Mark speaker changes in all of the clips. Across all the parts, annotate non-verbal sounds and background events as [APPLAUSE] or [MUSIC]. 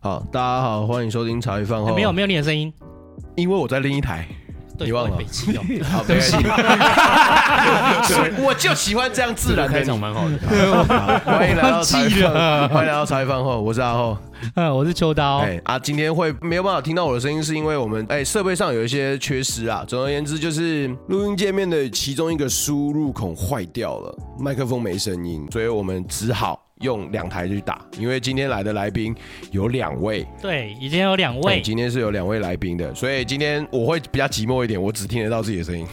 Speaker 1: 好，大家好，欢迎收听茶余饭后。
Speaker 2: 哎没有，没有你的声音，
Speaker 1: 因为我在另一台。哦
Speaker 2: 对，
Speaker 1: 你忘了
Speaker 2: 我也被
Speaker 1: [LAUGHS]
Speaker 2: 气哦
Speaker 1: 好，对不起，
Speaker 2: [LAUGHS]
Speaker 1: 我就喜欢这样自然的
Speaker 3: 开
Speaker 1: 你
Speaker 3: 场。蛮好的，
Speaker 1: 好欢迎来到茶余
Speaker 2: 我忘记
Speaker 1: 饭
Speaker 2: 了
Speaker 1: 后，欢迎来到茶余饭后，我是阿后。
Speaker 2: 嗯，我是秋刀。
Speaker 1: 哎、啊，今天会没有办法听到我的声音，是因为我们哎设、备上有一些缺失啊。总而言之，就是
Speaker 4: 录音界面的其中一个输入孔坏掉了，麦克风没声音，
Speaker 1: 所以我们只好用两台去打，因为今天来的来宾有两位，
Speaker 2: 对，已经有两
Speaker 1: 哎
Speaker 2: 位，
Speaker 1: 今天是有两位来宾的，所以今天我会比较寂寞一点，我只听得到自己的声音。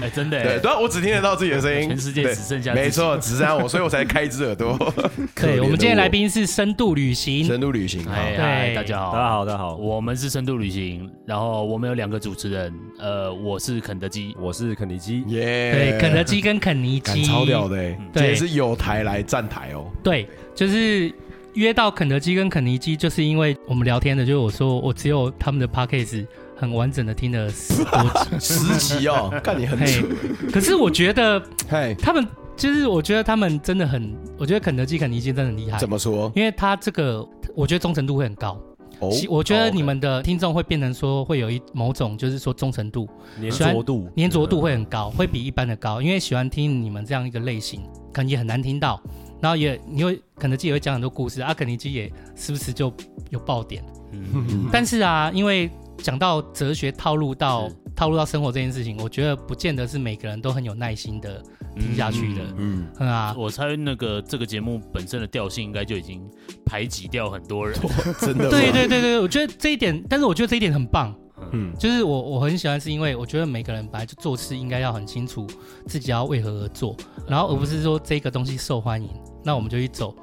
Speaker 3: 哎，真的
Speaker 1: 对，
Speaker 3: 哎，
Speaker 1: 对，啊我只听得到自己的声音，
Speaker 3: 全世界
Speaker 1: 对
Speaker 3: 只剩下自己
Speaker 1: 没错，只剩下我，所以我才开一只耳朵。
Speaker 2: [LAUGHS]
Speaker 1: 可怜
Speaker 2: 对
Speaker 1: 的
Speaker 2: 我们今天来宾是深度旅
Speaker 1: 我
Speaker 2: 行，
Speaker 1: 深度旅行，好
Speaker 3: 哎
Speaker 2: 对
Speaker 3: 嗨，大家好，
Speaker 5: 大家好，大家好，
Speaker 3: 我们是深度旅行，然后我们有两个主持人，呃，我是肯德基，
Speaker 5: 我是肯尼基。
Speaker 1: 耶，
Speaker 2: 对，肯德基跟肯
Speaker 1: [LAUGHS]
Speaker 2: 尼
Speaker 1: 干
Speaker 2: 基，
Speaker 1: 哎超屌的欸，今
Speaker 2: 对
Speaker 1: 天是有台来站台哦，
Speaker 2: 对，就是约到肯德基跟肯尼基，就是因为我们聊天的，就是我说我只有他们的 p a c k a g e 很完整的听了十
Speaker 1: [LAUGHS]
Speaker 2: 多集，
Speaker 1: 十集
Speaker 2: [LAUGHS]
Speaker 1: 哦，看你很
Speaker 2: 嘿
Speaker 1: 扯，，
Speaker 2: 可是我觉得
Speaker 1: 嘿，
Speaker 2: 他们就是，我觉得他们真的很，我觉得肯德基、肯尼基真的很厉害
Speaker 1: 怎，么说？
Speaker 2: 因为他这个我觉得忠诚度会很高。
Speaker 1: 哦
Speaker 2: 其我觉得你
Speaker 1: 哦
Speaker 2: 们的听众会变成说会有一某种就是说忠诚度、
Speaker 5: 粘着度，
Speaker 2: 粘着度会很
Speaker 1: 嗯
Speaker 2: 高，会比一般的高，因为喜欢听你们这样一个类型，可能也很难听到，然后也你会肯德基也会讲很多故事，啊，肯尼基也时不时就有爆点，
Speaker 3: [LAUGHS]
Speaker 1: 嗯
Speaker 2: 但是啊，因为讲到哲学套路到
Speaker 3: 是
Speaker 2: 套路到生活这件事情，我觉得不见得是每个人都很有耐心的听下去的，
Speaker 3: 嗯
Speaker 1: 嗯，
Speaker 2: 嗯啊，
Speaker 3: 我猜那个这个节目本身的调性应该就已经排挤掉很多人，
Speaker 1: 真的吗
Speaker 2: 对对对对，我觉得这一点，但是我觉得这一点很棒。
Speaker 1: 嗯
Speaker 2: 就是我我很喜欢，是因为我觉得每个人本来就做事应该要很清楚自己要为何而做，然后而不是说这个东西受欢迎，那我们就去走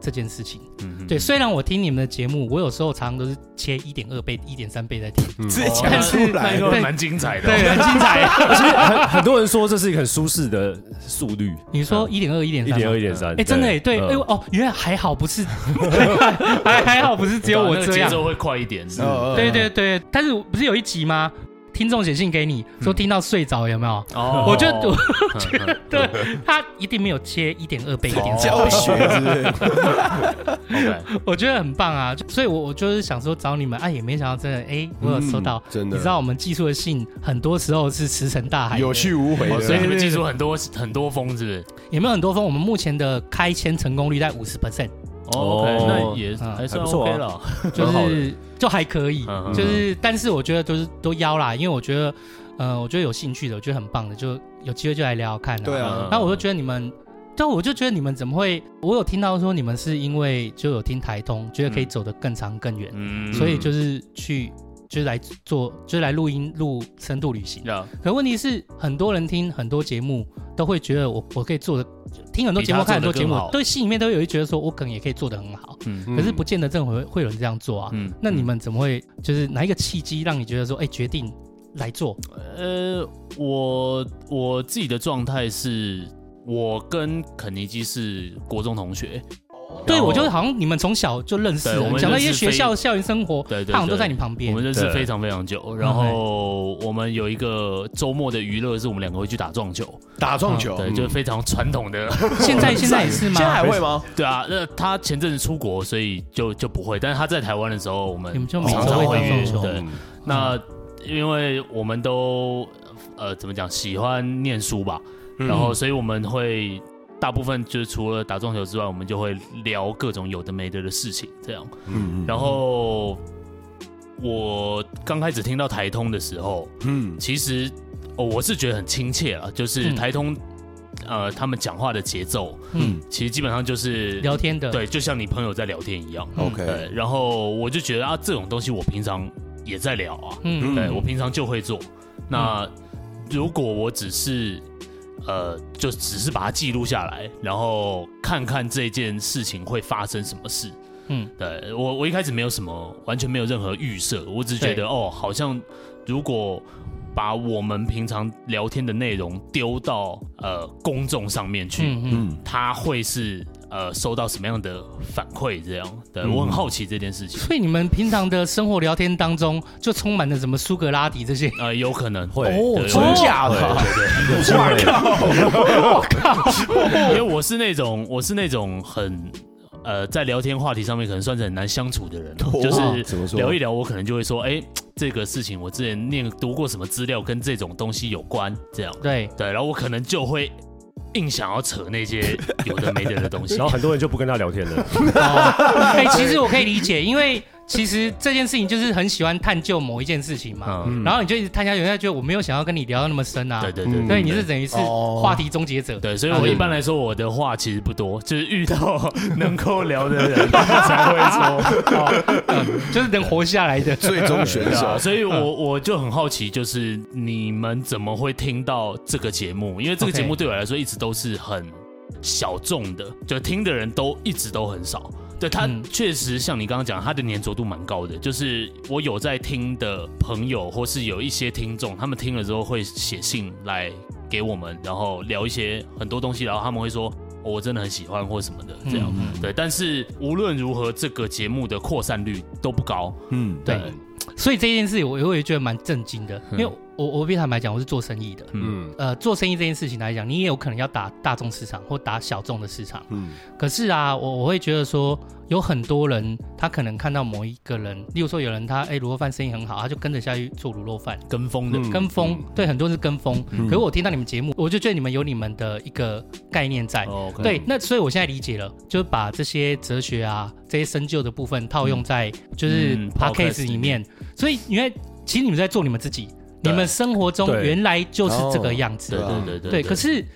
Speaker 2: 这件事情。
Speaker 3: 嗯
Speaker 2: 对，，虽然我听你们的节目，我有时候常常都是切一点二倍、一点三倍在听，
Speaker 1: 嗯
Speaker 4: 直
Speaker 1: 哦
Speaker 4: 接
Speaker 3: 但
Speaker 4: 讲
Speaker 3: 是
Speaker 4: 出
Speaker 3: 那
Speaker 4: 来
Speaker 3: 应。
Speaker 2: [LAUGHS]
Speaker 3: 该
Speaker 2: 对
Speaker 3: 蛮精彩的，啊
Speaker 2: 对，很精
Speaker 3: [LAUGHS]
Speaker 2: 彩。
Speaker 5: 而且很很多人说这是一个很舒适的速率，
Speaker 2: 你说一点二、一点
Speaker 5: 嗯一
Speaker 2: 三
Speaker 5: 点。二、一点三。
Speaker 2: 哎，真的哎，对，
Speaker 5: 嗯
Speaker 2: 哎呦哦，原来还好不是， [LAUGHS] 还还好不是只有我
Speaker 3: 那个
Speaker 2: 这
Speaker 3: 节
Speaker 2: 样，
Speaker 3: 奏会快一点，
Speaker 1: 哦哦哦
Speaker 2: 对对对，但是不是有一集吗？听众写信给你说听到睡着有没有？
Speaker 3: 哦
Speaker 2: 我就我
Speaker 3: 觉得
Speaker 2: 对他一定没有切一点二倍一点三
Speaker 1: 教
Speaker 2: 倍， [LAUGHS]
Speaker 1: 学是不是？
Speaker 2: 我觉得很棒啊！所以我我就是想说找你们，啊，也没想到真的，哎，我有收到。
Speaker 1: 嗯真
Speaker 2: 你知
Speaker 1: 的
Speaker 2: 道我们寄出的信很多时候是石沉大海哦的，
Speaker 1: 有去无回的，
Speaker 3: 哦所以你们记住很多很多风是不是？
Speaker 2: 有没有很多封？我们目前的开签成功率在五十 percent，
Speaker 3: 哦，OK，
Speaker 5: 哦
Speaker 3: 那也
Speaker 2: 嗯
Speaker 3: 还算
Speaker 5: 还不错啊
Speaker 3: OK 了，
Speaker 2: 就
Speaker 5: 蛮好的
Speaker 2: 是就还可以，
Speaker 3: 嗯嗯
Speaker 2: 就是但是我觉得就是都邀啦，因为我觉得，呃，我觉得有兴趣的，我觉得很棒的，就有机会就来聊聊看啊。
Speaker 1: 对啊
Speaker 3: 嗯
Speaker 2: 然后我就觉得你们，对，我就觉得你们怎么会？我有听到说你们是因为就有听台通，觉得可以走得更长更远，
Speaker 3: 嗯
Speaker 2: 所以就是去就是来做就是来录音录深度旅行。
Speaker 3: 要
Speaker 2: 可问题是，很多人听很多节目都会觉得我我可以做的，听很多节目
Speaker 3: 比
Speaker 2: 看
Speaker 3: 他
Speaker 2: 很多
Speaker 3: 做得
Speaker 2: 节
Speaker 3: 更
Speaker 2: 目
Speaker 3: 好，
Speaker 2: 对心里面都有一觉得说我可能也可以做得很好。
Speaker 3: 嗯
Speaker 1: 嗯
Speaker 2: 可是不见得真的会会有人这样做啊。
Speaker 3: 嗯
Speaker 2: 那你们怎么会就是哪一个契机让你觉得说，哎，决定来做？
Speaker 3: 呃，我我自己的状态是，我跟肯尼基是国中同学，
Speaker 2: 对，我就好像你们从小就认识
Speaker 3: 哦对我
Speaker 2: 了，
Speaker 3: 们
Speaker 2: 讲到一些
Speaker 3: 认识
Speaker 2: 学校
Speaker 3: 非
Speaker 2: 校园生活，
Speaker 3: 对对对
Speaker 2: 他好像都在你旁边
Speaker 3: 我。们认识
Speaker 5: 对
Speaker 3: 非常非常久。然后我们有一个周末的娱乐是我们两个会去打撞球，
Speaker 1: 打撞
Speaker 2: 哦
Speaker 1: 球，
Speaker 3: 对，就是非常传统的。
Speaker 2: 现在现在也是
Speaker 1: 现在还
Speaker 2: 吗？
Speaker 1: 会吗？
Speaker 3: 对啊，那他前阵子出国，所以就就不会。但是他在台湾的时候，我们
Speaker 2: 你们就每
Speaker 3: 常
Speaker 2: 周
Speaker 3: 常
Speaker 2: 会
Speaker 3: 会
Speaker 2: 打
Speaker 3: 约
Speaker 1: 嗯
Speaker 2: 撞。球，
Speaker 3: 对，那因为我们都呃怎么讲，喜欢念书吧，
Speaker 1: 嗯
Speaker 3: 然后所以我们会大部分就是除了打撞球之外，我们就会聊各种有的没的的事情，这样。
Speaker 1: 嗯
Speaker 3: 然后我刚开始听到台通的时候，
Speaker 1: 嗯
Speaker 3: 其实、哦、我是觉得很亲切啊，就是
Speaker 2: 嗯
Speaker 3: 台通、呃他们讲话的节奏，
Speaker 2: 嗯，
Speaker 3: 其实基本上就是
Speaker 2: 聊天的，
Speaker 3: 对，就像你朋友在聊天一
Speaker 2: 嗯
Speaker 3: 样。
Speaker 1: ，OK，
Speaker 3: 嗯对，然后我就觉得啊，这种东西我平常也在聊啊，
Speaker 2: 嗯，
Speaker 3: 对
Speaker 1: 嗯
Speaker 3: 我平常就会做。那如果我只是呃，就只是把它记录下来，然后看看这件事情会发生什么事。
Speaker 2: 嗯，
Speaker 3: 对我我一开始没有什么，完全没有任何预设，我只是觉
Speaker 2: 对
Speaker 3: 得哦，好像如果把我们平常聊天的内容丢到呃公众上面去，
Speaker 2: 嗯嗯，
Speaker 3: 他会是呃收到什么样的反馈？这样，对、
Speaker 1: 嗯
Speaker 3: 我很好奇这件事情。
Speaker 2: 所以你们平常的生活聊天当中就充满了什么苏格拉底这些，
Speaker 3: 呃，有可能
Speaker 5: 会
Speaker 3: 对
Speaker 1: 哦真
Speaker 3: 有
Speaker 1: 假
Speaker 3: [LAUGHS] 对
Speaker 1: 的？
Speaker 3: 对对，
Speaker 5: [LAUGHS]
Speaker 1: 哇靠！
Speaker 3: 因为我是那种我是那种很呃在聊天话题上面可能算是很难相处的人，
Speaker 4: 哇
Speaker 3: 就是
Speaker 4: 怎么说
Speaker 3: 聊一聊，我可能就会说，哎、这个事情我之前念读过什么资料跟这种东西有关，这样
Speaker 2: 对，
Speaker 3: [LAUGHS] 对，然后我可能就会硬想要扯那些有的没的的东西，
Speaker 5: 然后很多人就不跟他聊天了。
Speaker 2: 哦哎、其实我可以理解，因为其实这件事情就是很喜欢探究某一件事情嘛，
Speaker 3: 嗯，
Speaker 2: 然后你就一直探下去，人家觉得我没有想要跟你聊到那么深啊，
Speaker 3: 对对
Speaker 4: 嗯
Speaker 3: 对，
Speaker 2: 所以
Speaker 3: 对
Speaker 2: 你是等于是
Speaker 1: 哦
Speaker 2: 话题终结者，
Speaker 3: 对，所以我一般来说我的话其实不多，就是遇到 [LAUGHS] 能够聊的人 [LAUGHS] 才会说。哦
Speaker 2: 嗯就是能活下来的。
Speaker 4: 最终选
Speaker 3: 对
Speaker 4: 手
Speaker 3: 啊，所以我我就很好奇，就是你们怎么会听到这个节目？因为这个
Speaker 2: OK
Speaker 3: 节目对我来说一直都是很小众的，就听的人都一直都很少。对它
Speaker 2: 嗯
Speaker 3: 确实像你刚刚讲，它的粘着度蛮高的。就是我有在听的朋友，或是有一些听众，他们听了之后会写信来给我们，然后聊一些很多东西，然后他们会说、哦我真的很喜欢或什么的这样。
Speaker 2: 嗯
Speaker 3: 对，但是无论如何，这个节目的扩散率都不高。
Speaker 4: 嗯，
Speaker 2: 对，所以这件事我我也觉得蛮震惊的，因
Speaker 3: 嗯
Speaker 2: 为我我必须坦白讲，我是做生意的。
Speaker 4: 嗯
Speaker 2: 呃，做生意这件事情来讲，你也有可能要打大众市场或打小众的市场。
Speaker 4: 嗯
Speaker 2: 可是啊，我我会觉得说，有很多人他可能看到某一个人，例如说有人他哎卤肉饭生意很好，他就跟着下去做卤肉饭，
Speaker 3: 跟风的，
Speaker 4: 嗯
Speaker 2: 跟风。对，很多人是跟风。可是我听到你们节目，我就觉得你们有你们的一个概念在。
Speaker 3: 哦，OK
Speaker 2: 对，那所以我现在理解了，就是把这些哲学啊、这些深究的部分套用在就是
Speaker 3: 嗯
Speaker 2: podcast
Speaker 3: podcast
Speaker 2: 里面，所以因为其实你们在做你们自己，你
Speaker 3: 对哦
Speaker 2: 们生活中
Speaker 5: 对
Speaker 2: 原来就是这个样子
Speaker 3: 对
Speaker 4: 对。啊
Speaker 3: 对对
Speaker 2: 对，可是嗯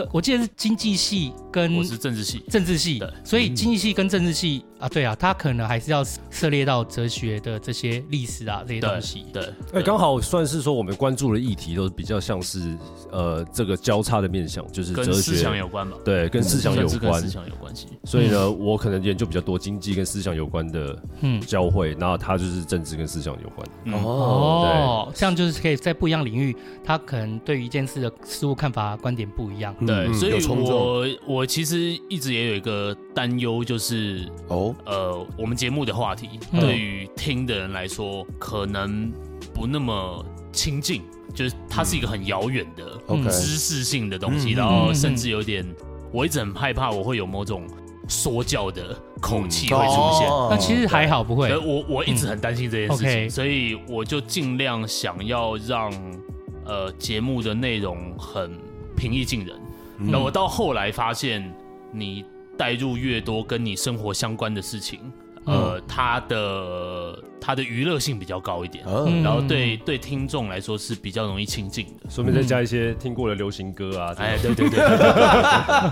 Speaker 2: 呃，我记得是经济系跟
Speaker 3: 我是政治系，
Speaker 2: 政治系
Speaker 3: 对，嗯
Speaker 2: 所以经济系跟政治系啊，对啊，它可能还是要涉猎到哲学的这些历史啊这些东
Speaker 3: 对
Speaker 2: 西。
Speaker 3: 对，
Speaker 5: [LAUGHS] 哎，刚好算是说我们关注的议题都比较像是呃这个交叉的面向，就是
Speaker 3: 跟
Speaker 5: 哲
Speaker 3: 思想
Speaker 5: 学，
Speaker 3: 有关吧，
Speaker 5: 对，跟思想
Speaker 2: 嗯
Speaker 5: 有
Speaker 3: 甚至跟
Speaker 5: 关
Speaker 3: 思。想有关系。
Speaker 5: 所以呢，我可能研究比较多经济跟思想有关的
Speaker 2: 嗯，
Speaker 5: 交汇，然后它就是政治跟思想有关。
Speaker 2: 哦，这样就是可以在不一样领域，他可能对于一件事的事物看法观点不一样。
Speaker 3: 对，
Speaker 4: 嗯
Speaker 3: 所
Speaker 4: 有
Speaker 3: 以
Speaker 4: 冲撞
Speaker 3: 我我其实一直也有一个担忧，就是
Speaker 4: 哦，
Speaker 3: 呃，我们节目的话题
Speaker 2: 嗯
Speaker 3: 对于听的人来说，可能不那么亲近，就是它是一个很遥远的
Speaker 4: OK
Speaker 3: 知识性的东西，
Speaker 1: 嗯
Speaker 3: 然后甚至有点，我一直很害怕我会有某种说教的口气会出
Speaker 1: 哦
Speaker 3: 现。
Speaker 4: 哦
Speaker 2: 那其实还好，不会
Speaker 3: 所以。我我一直很担心这件事
Speaker 2: 嗯
Speaker 3: 情，
Speaker 2: ，OK
Speaker 3: 所以我就尽量想要让呃节目的内容很平易近人。
Speaker 4: 嗯
Speaker 2: 嗯
Speaker 3: 那、我到后来发现，你带入越多跟你生活相关的事情，
Speaker 2: 嗯
Speaker 3: 呃，它的它的娱乐性比较高一点，
Speaker 4: 嗯
Speaker 3: 然后对对听众来说是比较容易亲近的。
Speaker 5: 顺便
Speaker 2: 嗯
Speaker 5: 再加一些听过的流行歌啊，
Speaker 3: 哎
Speaker 5: 哎，，
Speaker 3: 对对对对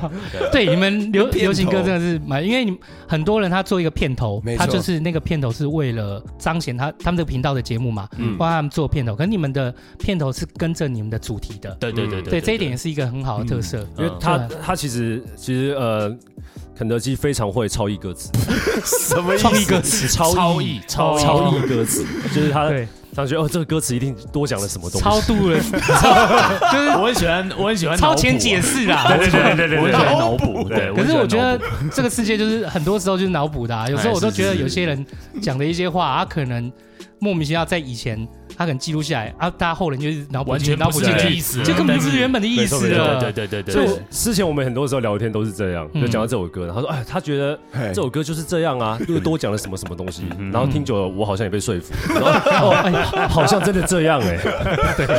Speaker 3: 对
Speaker 2: 对你们流
Speaker 4: [LAUGHS] 片头
Speaker 2: 流行歌真的是蛮，因为你们很多人他做一个片头
Speaker 4: 没，错
Speaker 2: 他就是那个片头是为了彰显他他们这个频道的节目嘛，
Speaker 3: 嗯
Speaker 2: 帮他们做片头。可是你们的片头是跟着你们的主题的，
Speaker 3: 对对对
Speaker 2: 对这一点也是一个很好的特色。
Speaker 5: 因为
Speaker 3: 嗯
Speaker 5: 他
Speaker 2: 对
Speaker 5: 他其实其实呃，肯德基非常会超译歌词，
Speaker 4: 什么意
Speaker 5: 超译
Speaker 4: 思？
Speaker 5: 歌词，超
Speaker 3: 超
Speaker 5: 译
Speaker 3: 译超
Speaker 5: 超
Speaker 3: 译
Speaker 5: 超译歌词，就是他
Speaker 2: 对，
Speaker 5: 他觉得哦，这个歌词一定多讲了什么东西，
Speaker 2: 超度了，
Speaker 3: 对，我很喜欢我很喜欢
Speaker 2: 超
Speaker 3: 脑补
Speaker 2: 前
Speaker 3: 啊
Speaker 2: 解，释啦。
Speaker 3: 对对对对对，我很喜欢脑补，对。
Speaker 2: 可
Speaker 3: 我很
Speaker 2: 是
Speaker 3: 喜欢
Speaker 2: 我觉
Speaker 3: 脑
Speaker 2: 得
Speaker 3: 补哎
Speaker 2: 这个世界就是很多时候就是脑补的、啊，有时候我都觉得有些人讲的一些话，他可能莫名其妙在以前他可能记录下来，啊，大家后人就是脑补
Speaker 3: 完
Speaker 2: 进去，
Speaker 3: 全
Speaker 2: 脑
Speaker 3: 不
Speaker 2: 补
Speaker 3: 是
Speaker 2: 进
Speaker 3: 这个
Speaker 2: 去
Speaker 3: 意，思，
Speaker 2: 这根本
Speaker 3: 但
Speaker 2: 不是原本的意思了。
Speaker 3: 对对对对
Speaker 5: 所
Speaker 3: 对
Speaker 5: 以。之前我们很多时候聊天都是这样，
Speaker 2: 嗯
Speaker 5: 就讲到这首歌，他说：“哎，他觉得这首歌就是这样啊，又多讲了什么什么东
Speaker 3: 嗯
Speaker 5: 西。”然后听久了，我好像也被说服，然后哦，哎好像真的这样哎。 [LAUGHS]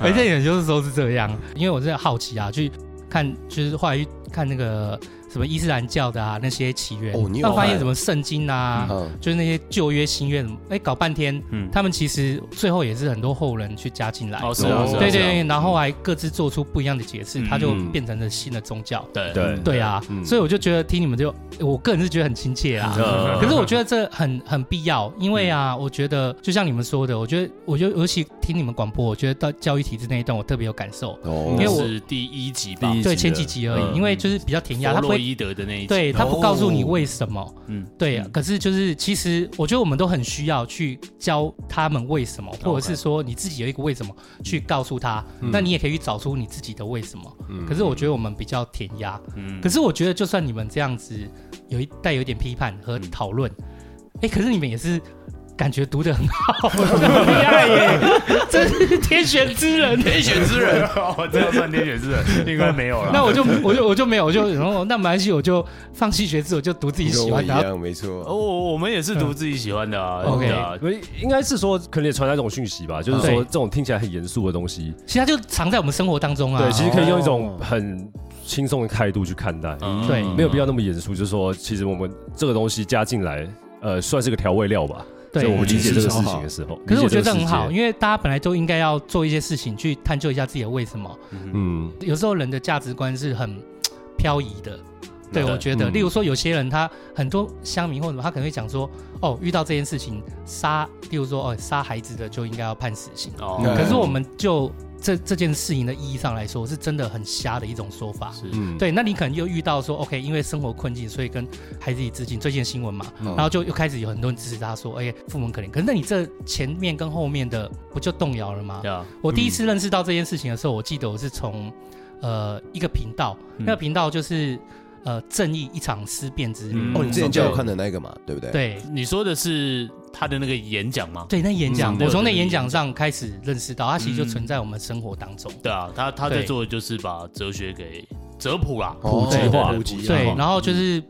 Speaker 2: 而且有些时候是这样，嗯因为我真的好奇啊，去看就是后来去看那个什么伊斯兰教的啊那些起源，
Speaker 4: 哦你有
Speaker 2: 那发现
Speaker 4: 看
Speaker 2: 什么圣经啊，
Speaker 4: 嗯
Speaker 2: 就是那些旧约新约什么，哎，搞半天，
Speaker 3: 嗯
Speaker 2: 他们其实最后也是很多后人去加进来。
Speaker 3: 哦，是啊，
Speaker 4: 哦
Speaker 3: 是啊
Speaker 2: 对
Speaker 3: 是
Speaker 2: 对
Speaker 3: 啊
Speaker 2: 对，然后还各自做出不一样的解释，
Speaker 3: 嗯
Speaker 2: 它就变成了新的宗教。
Speaker 3: 对
Speaker 5: 对
Speaker 2: 对啊，
Speaker 5: 嗯
Speaker 2: 所以我就觉得听你们就，我个人是觉得很亲切
Speaker 3: [LAUGHS]
Speaker 2: 啊。
Speaker 5: 呃
Speaker 2: 可是我觉得这很很必要，因为啊，我觉得就像你们说的，我觉得，我觉得尤其听你们广播，我觉得到教育体制那一段，我特别有感受。
Speaker 4: 哦，
Speaker 2: 因为我
Speaker 3: 是第一集吧，
Speaker 5: 第一集
Speaker 2: 对
Speaker 5: 的
Speaker 2: 前几集而已，
Speaker 5: 嗯
Speaker 2: 因为就是比较填鸭，
Speaker 3: 弗
Speaker 2: 他不
Speaker 3: 洛
Speaker 2: 会，
Speaker 3: 伊德的那一集，
Speaker 2: 对他不告诉你
Speaker 4: 哦
Speaker 2: 为什么。
Speaker 3: 嗯，
Speaker 2: 对，啊可是就是其实我觉得我们都很需要去教他们为什么，或者是说你自己有一个为什么去告诉他，那你也可以去找出你自己的为什么。可是我觉得我们比较填鸭，
Speaker 3: 嗯
Speaker 2: 可是我觉得就算
Speaker 5: 嗯
Speaker 2: 你们这样子有一带有一点批判和讨论，哎、可是你们也是。感觉读的很
Speaker 5: [LAUGHS]
Speaker 2: 好，很厉
Speaker 5: 啊
Speaker 2: 害耶， [LAUGHS] 真是天选之人。
Speaker 1: 天选之人，
Speaker 3: 我真的算天选之人，应该没有了。
Speaker 2: 那我就我就我就没有，我就然后那没关系，我就放弃学制，我就读自己
Speaker 4: 跟
Speaker 2: 喜
Speaker 4: 我
Speaker 2: 欢
Speaker 4: 一
Speaker 2: 的。
Speaker 5: 啊
Speaker 2: 然后
Speaker 4: 样，没错。
Speaker 3: 哦，我我们也是读自己喜欢的啊。
Speaker 2: OK
Speaker 3: 对啊
Speaker 5: 因为应该是说，可能也传达一种讯息吧，就是
Speaker 2: 对
Speaker 5: 说这种听起来很严肃的东西，
Speaker 2: 其实它就藏在我们生活当中啊。
Speaker 5: 对，其实可以用一种很轻松的态度去看待，
Speaker 3: 嗯
Speaker 2: 对
Speaker 5: 没有必要那么严肃。就是说，其实我们这个东西加进来，呃，算是个调味料吧。
Speaker 2: 对
Speaker 5: 所以我们理解这个
Speaker 4: 嗯
Speaker 5: 事情的时候，
Speaker 2: 可是我觉得这
Speaker 5: 理
Speaker 2: 很
Speaker 5: 解个世界
Speaker 2: 好，因为大家本来都应该要做一些事情去探究一下自己的为什么。
Speaker 5: 嗯，
Speaker 2: 有时候人的价值观是很漂移的。对，
Speaker 3: 对
Speaker 2: 我觉得，
Speaker 5: 嗯
Speaker 2: 例如说，有些人他很多乡民或者什么他可能会讲说，哦，遇到这件事情杀，例如说，哦，杀孩子的就应该要判死刑。
Speaker 3: 哦
Speaker 4: 嗯
Speaker 2: 可是我们就这这件事情的意义上来说，是真的很瞎的一种说法。
Speaker 3: 是
Speaker 5: 嗯，
Speaker 2: 对，那你可能又遇到说，OK，因为生活困境，所以跟孩子一起致敬。最近的新闻嘛，
Speaker 4: 嗯
Speaker 2: 然后就又开始有很多人支持他说，哎、父母很可怜。可是那你这前面跟后面的不就动摇了吗？
Speaker 3: 对啊，
Speaker 2: 我第一次认识到这件事情的时候，我记得我是从呃一个频道，
Speaker 3: 嗯
Speaker 2: 那个频道就是呃正义一场思辨之旅，
Speaker 3: 嗯
Speaker 4: 哦，你之前叫我看的那个嘛，对不对？，
Speaker 2: 对
Speaker 3: 你说的是他的那个演讲吗？
Speaker 2: 对，那演讲，
Speaker 3: 嗯
Speaker 2: 我从那演讲上开始认识到，它其实就存在我们生活当中。
Speaker 3: 对啊，他他在
Speaker 2: 对
Speaker 3: 做的就是把哲学给哲普啦，
Speaker 4: 普
Speaker 2: 及
Speaker 5: 化
Speaker 4: 哦普及
Speaker 2: 对
Speaker 4: 化，
Speaker 2: 然后就是
Speaker 3: 嗯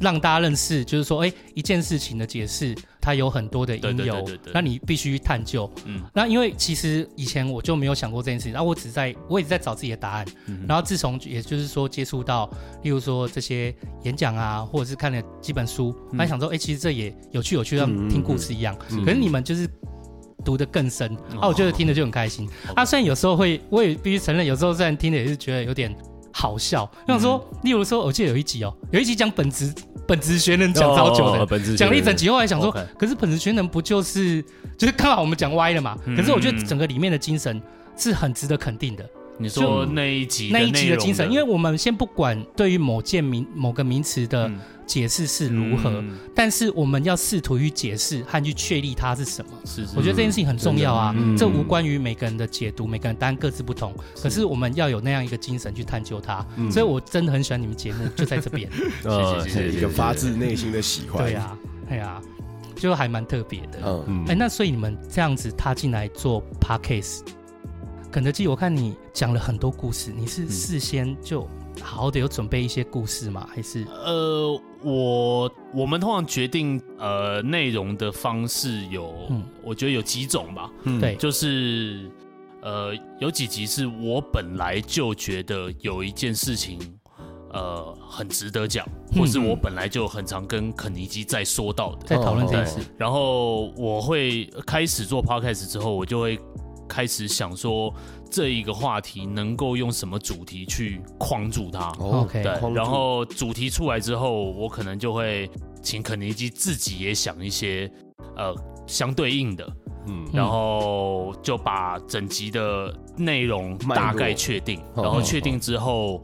Speaker 2: 让大家认识，就是说，哎，一件事情的解释，它有很多的
Speaker 3: 对
Speaker 2: 因
Speaker 3: 对对
Speaker 2: 由
Speaker 3: 对对，
Speaker 2: 那你必须探究。
Speaker 3: 嗯
Speaker 2: 那因为其实以前我就没有想过这件事情，然后我只在我也在找自己的答案。
Speaker 5: 嗯
Speaker 2: 然后自从也就是说接触到，例如说这些演讲啊，或者是看了几本书，还想说，哎，其实这也有趣有趣，像
Speaker 4: 嗯嗯
Speaker 2: 听故事一样。
Speaker 5: 嗯哦
Speaker 2: 可是你们就是。读得更深啊，我觉得听得就很开心。啊，虽然有时候会，我也必须承认，有时候虽然听的也是觉得有点好笑。我
Speaker 5: 嗯
Speaker 2: 想说，例如说，我记得有一集哦，有一集讲本职 [LAUGHS] 本职学人讲超久
Speaker 5: 哦哦哦
Speaker 2: 的，
Speaker 5: 本质
Speaker 2: 讲了一整集，后来想说
Speaker 3: OK，
Speaker 2: 可是本职学人不就是就是刚好我们讲歪了嘛？
Speaker 5: 嗯
Speaker 2: 可是我觉得整个里面的精神是很值得肯定的，
Speaker 3: 你说那一集
Speaker 2: 嗯那一集的
Speaker 3: 内容
Speaker 2: 精神，因为我们先不管对于某件名某个名词的
Speaker 3: 嗯
Speaker 2: 解释是如何，
Speaker 3: 嗯
Speaker 2: 但是我们要试图去解释和去确立它是什么。
Speaker 3: 是是
Speaker 2: 我觉得这件事情很重要啊，
Speaker 5: 嗯
Speaker 2: 这无关于每个人的解读，每个人答案各自不同，可是我们要有那样一个精神去探究它，所以我真的很喜欢你们节目，就在这边。
Speaker 5: 呃
Speaker 3: 谢谢谢谢
Speaker 5: 谢谢
Speaker 4: 一个发自内心的喜欢。
Speaker 2: 对呀，哎呀，就还蛮特别的。哎、
Speaker 4: 嗯，
Speaker 5: 嗯
Speaker 2: 那所以你们这样子踏进来做 podcast，肯德基，我看你讲了很多故事，你
Speaker 3: 嗯
Speaker 2: 是事先就好好的有准备一些故事吗？还是
Speaker 3: 呃，我我们通常决定呃内容的方式有，
Speaker 2: 嗯
Speaker 3: 我觉得有几种吧，
Speaker 4: 嗯
Speaker 2: 对
Speaker 3: 就是呃有几集是我本来就觉得有一件事情。呃，很值得讲，或
Speaker 2: 嗯
Speaker 3: 是我本来就很常跟肯尼基在说到的，
Speaker 2: 在讨论这件事？
Speaker 3: 然后我会开始做 podcast 之后，我就会开始想说这一个话题能够用什么主题去框住它。
Speaker 4: 哦
Speaker 2: OK
Speaker 3: 对
Speaker 4: 框，住
Speaker 3: 然后主题出来之后，我可能就会请肯尼基自己也想一些呃相对应的，
Speaker 5: 嗯
Speaker 3: 然后就把整集的内容
Speaker 4: 脉络
Speaker 3: 大概确定，
Speaker 4: 哦
Speaker 3: 然后确定之后，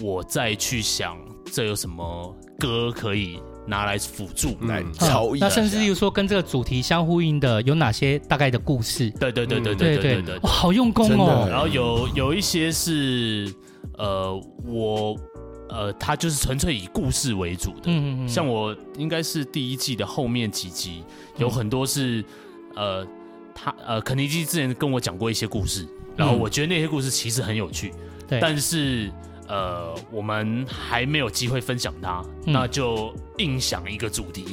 Speaker 3: 我再去想这有什么歌可以拿来辅助。
Speaker 4: 来
Speaker 5: 嗯
Speaker 4: 超
Speaker 2: 嗯
Speaker 4: 一下
Speaker 2: 那甚至例如说跟这个主题相呼应的有哪些大概的故事？
Speaker 3: 对对对对
Speaker 4: 嗯
Speaker 3: 对对
Speaker 2: 对
Speaker 3: 对对
Speaker 2: 哇，好用功
Speaker 4: 真
Speaker 2: 哦
Speaker 4: 的。
Speaker 3: 然后有有一些是呃，我呃，它就是纯粹以故事为主的。
Speaker 2: 嗯嗯嗯，
Speaker 3: 像我应该是第一季的后面几集，有
Speaker 2: 嗯
Speaker 3: 很多是呃，他呃，肯尼基之前跟我讲过一些故事，然后
Speaker 2: 嗯
Speaker 3: 我觉得那些故事其实很有趣，
Speaker 2: 对
Speaker 3: 但是呃，我们还没有机会分享它，
Speaker 2: 嗯
Speaker 3: 那就硬想一个主题，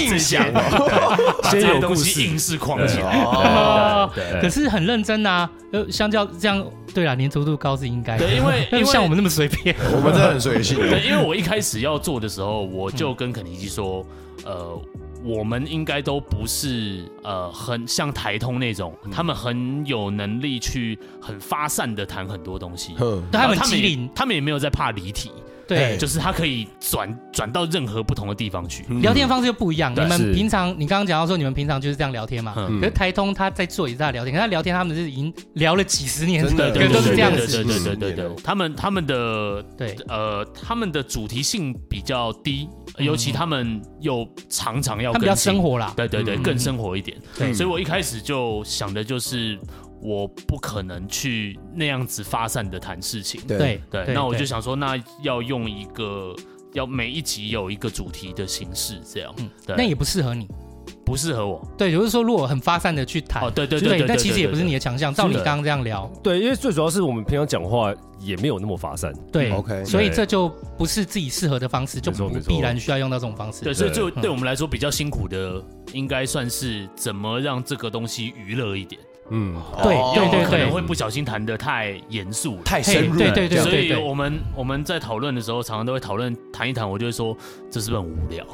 Speaker 4: 印象
Speaker 2: [LAUGHS]
Speaker 3: 把这
Speaker 5: 先
Speaker 3: 些
Speaker 5: 有
Speaker 3: 东
Speaker 5: 故
Speaker 3: 西
Speaker 5: 事
Speaker 3: 硬是框起来。
Speaker 2: 哦
Speaker 3: 对对
Speaker 5: 对
Speaker 2: 可是很认真啊，呃，相较这样，对啦，粘稠度高是应该的，
Speaker 3: 对因为
Speaker 2: [LAUGHS] 那
Speaker 3: 因为
Speaker 2: 像我们那么随便，
Speaker 4: 我们真的很随性。
Speaker 3: 对，因为我一开始要做的时候，我就跟肯尼基说，呃，我们应该都不是呃很像台通那种，
Speaker 2: 嗯
Speaker 3: 他们很有能力去很发散的谈很多东西。
Speaker 4: 哼，
Speaker 2: 对他们
Speaker 3: 然后
Speaker 2: 机
Speaker 3: 也
Speaker 2: 灵，
Speaker 3: [LAUGHS] 他们也没哎有在怕离题，
Speaker 2: 对，嗯
Speaker 3: 就是他可以转转到任何不同的地方去。
Speaker 2: 聊天方式就不一样。
Speaker 3: 嗯对
Speaker 2: 你们
Speaker 5: 是
Speaker 2: 平常，你刚刚讲到说你们平常就是这样聊天嘛，
Speaker 3: 嗯
Speaker 2: 可是台通他在做也是在聊天，可是他聊天他们是已经聊了几十年，
Speaker 4: 真的
Speaker 2: 可能都是这样
Speaker 3: 对对
Speaker 2: 子，嗯
Speaker 3: 对对对对，他们他们的
Speaker 2: 对，
Speaker 3: 呃他们的主题性比较低，
Speaker 2: 嗯
Speaker 3: 尤其他们又常常要
Speaker 2: 他们比较
Speaker 3: 更新
Speaker 2: 生活啦，
Speaker 3: 对对对，
Speaker 2: 嗯
Speaker 3: 更生活一点。
Speaker 2: 对
Speaker 3: 所以我一开始就想的就是，我不可能去那样子发散的谈事情。
Speaker 2: 对
Speaker 3: 对，那我就，想说，那要用一个要每一集有一个主题的形式，这样
Speaker 2: 嗯。
Speaker 3: 对，
Speaker 2: 那也不适合你，
Speaker 3: 不适合我。
Speaker 2: 对，就是说如果很发散的去谈，
Speaker 3: 哦，对对
Speaker 2: 对
Speaker 3: 对对，对
Speaker 2: 但其实也不是你
Speaker 3: 对
Speaker 2: 的强项。照你
Speaker 3: 是的
Speaker 2: 刚刚这样聊，
Speaker 5: 对，因为最主要是我们平常讲话也没有那么发散，
Speaker 2: 对
Speaker 3: 嗯
Speaker 4: OK
Speaker 2: 所以
Speaker 5: 对
Speaker 2: 这就不是自己适合的方式，就
Speaker 5: 没错
Speaker 2: 不
Speaker 5: 没错
Speaker 2: 必然需要用到这种方式。
Speaker 3: 对，所以
Speaker 5: 对
Speaker 3: 就对
Speaker 2: 嗯
Speaker 3: 我们来说比较辛苦的，应该算是怎么让这个东西娱乐一点。
Speaker 5: 嗯，
Speaker 3: [LAUGHS]
Speaker 2: 对
Speaker 1: 哦
Speaker 2: 对
Speaker 3: 要
Speaker 2: 对
Speaker 3: 么可能
Speaker 2: 对
Speaker 3: 会不小心谈的太严肃了。
Speaker 1: 太
Speaker 2: 嘿
Speaker 1: 深入了，
Speaker 2: 对对对
Speaker 3: 所
Speaker 2: 对
Speaker 3: 以
Speaker 2: 对
Speaker 3: 我们我们在讨论的时候，常常都会讨论谈一谈，我就会说这是不是很无聊？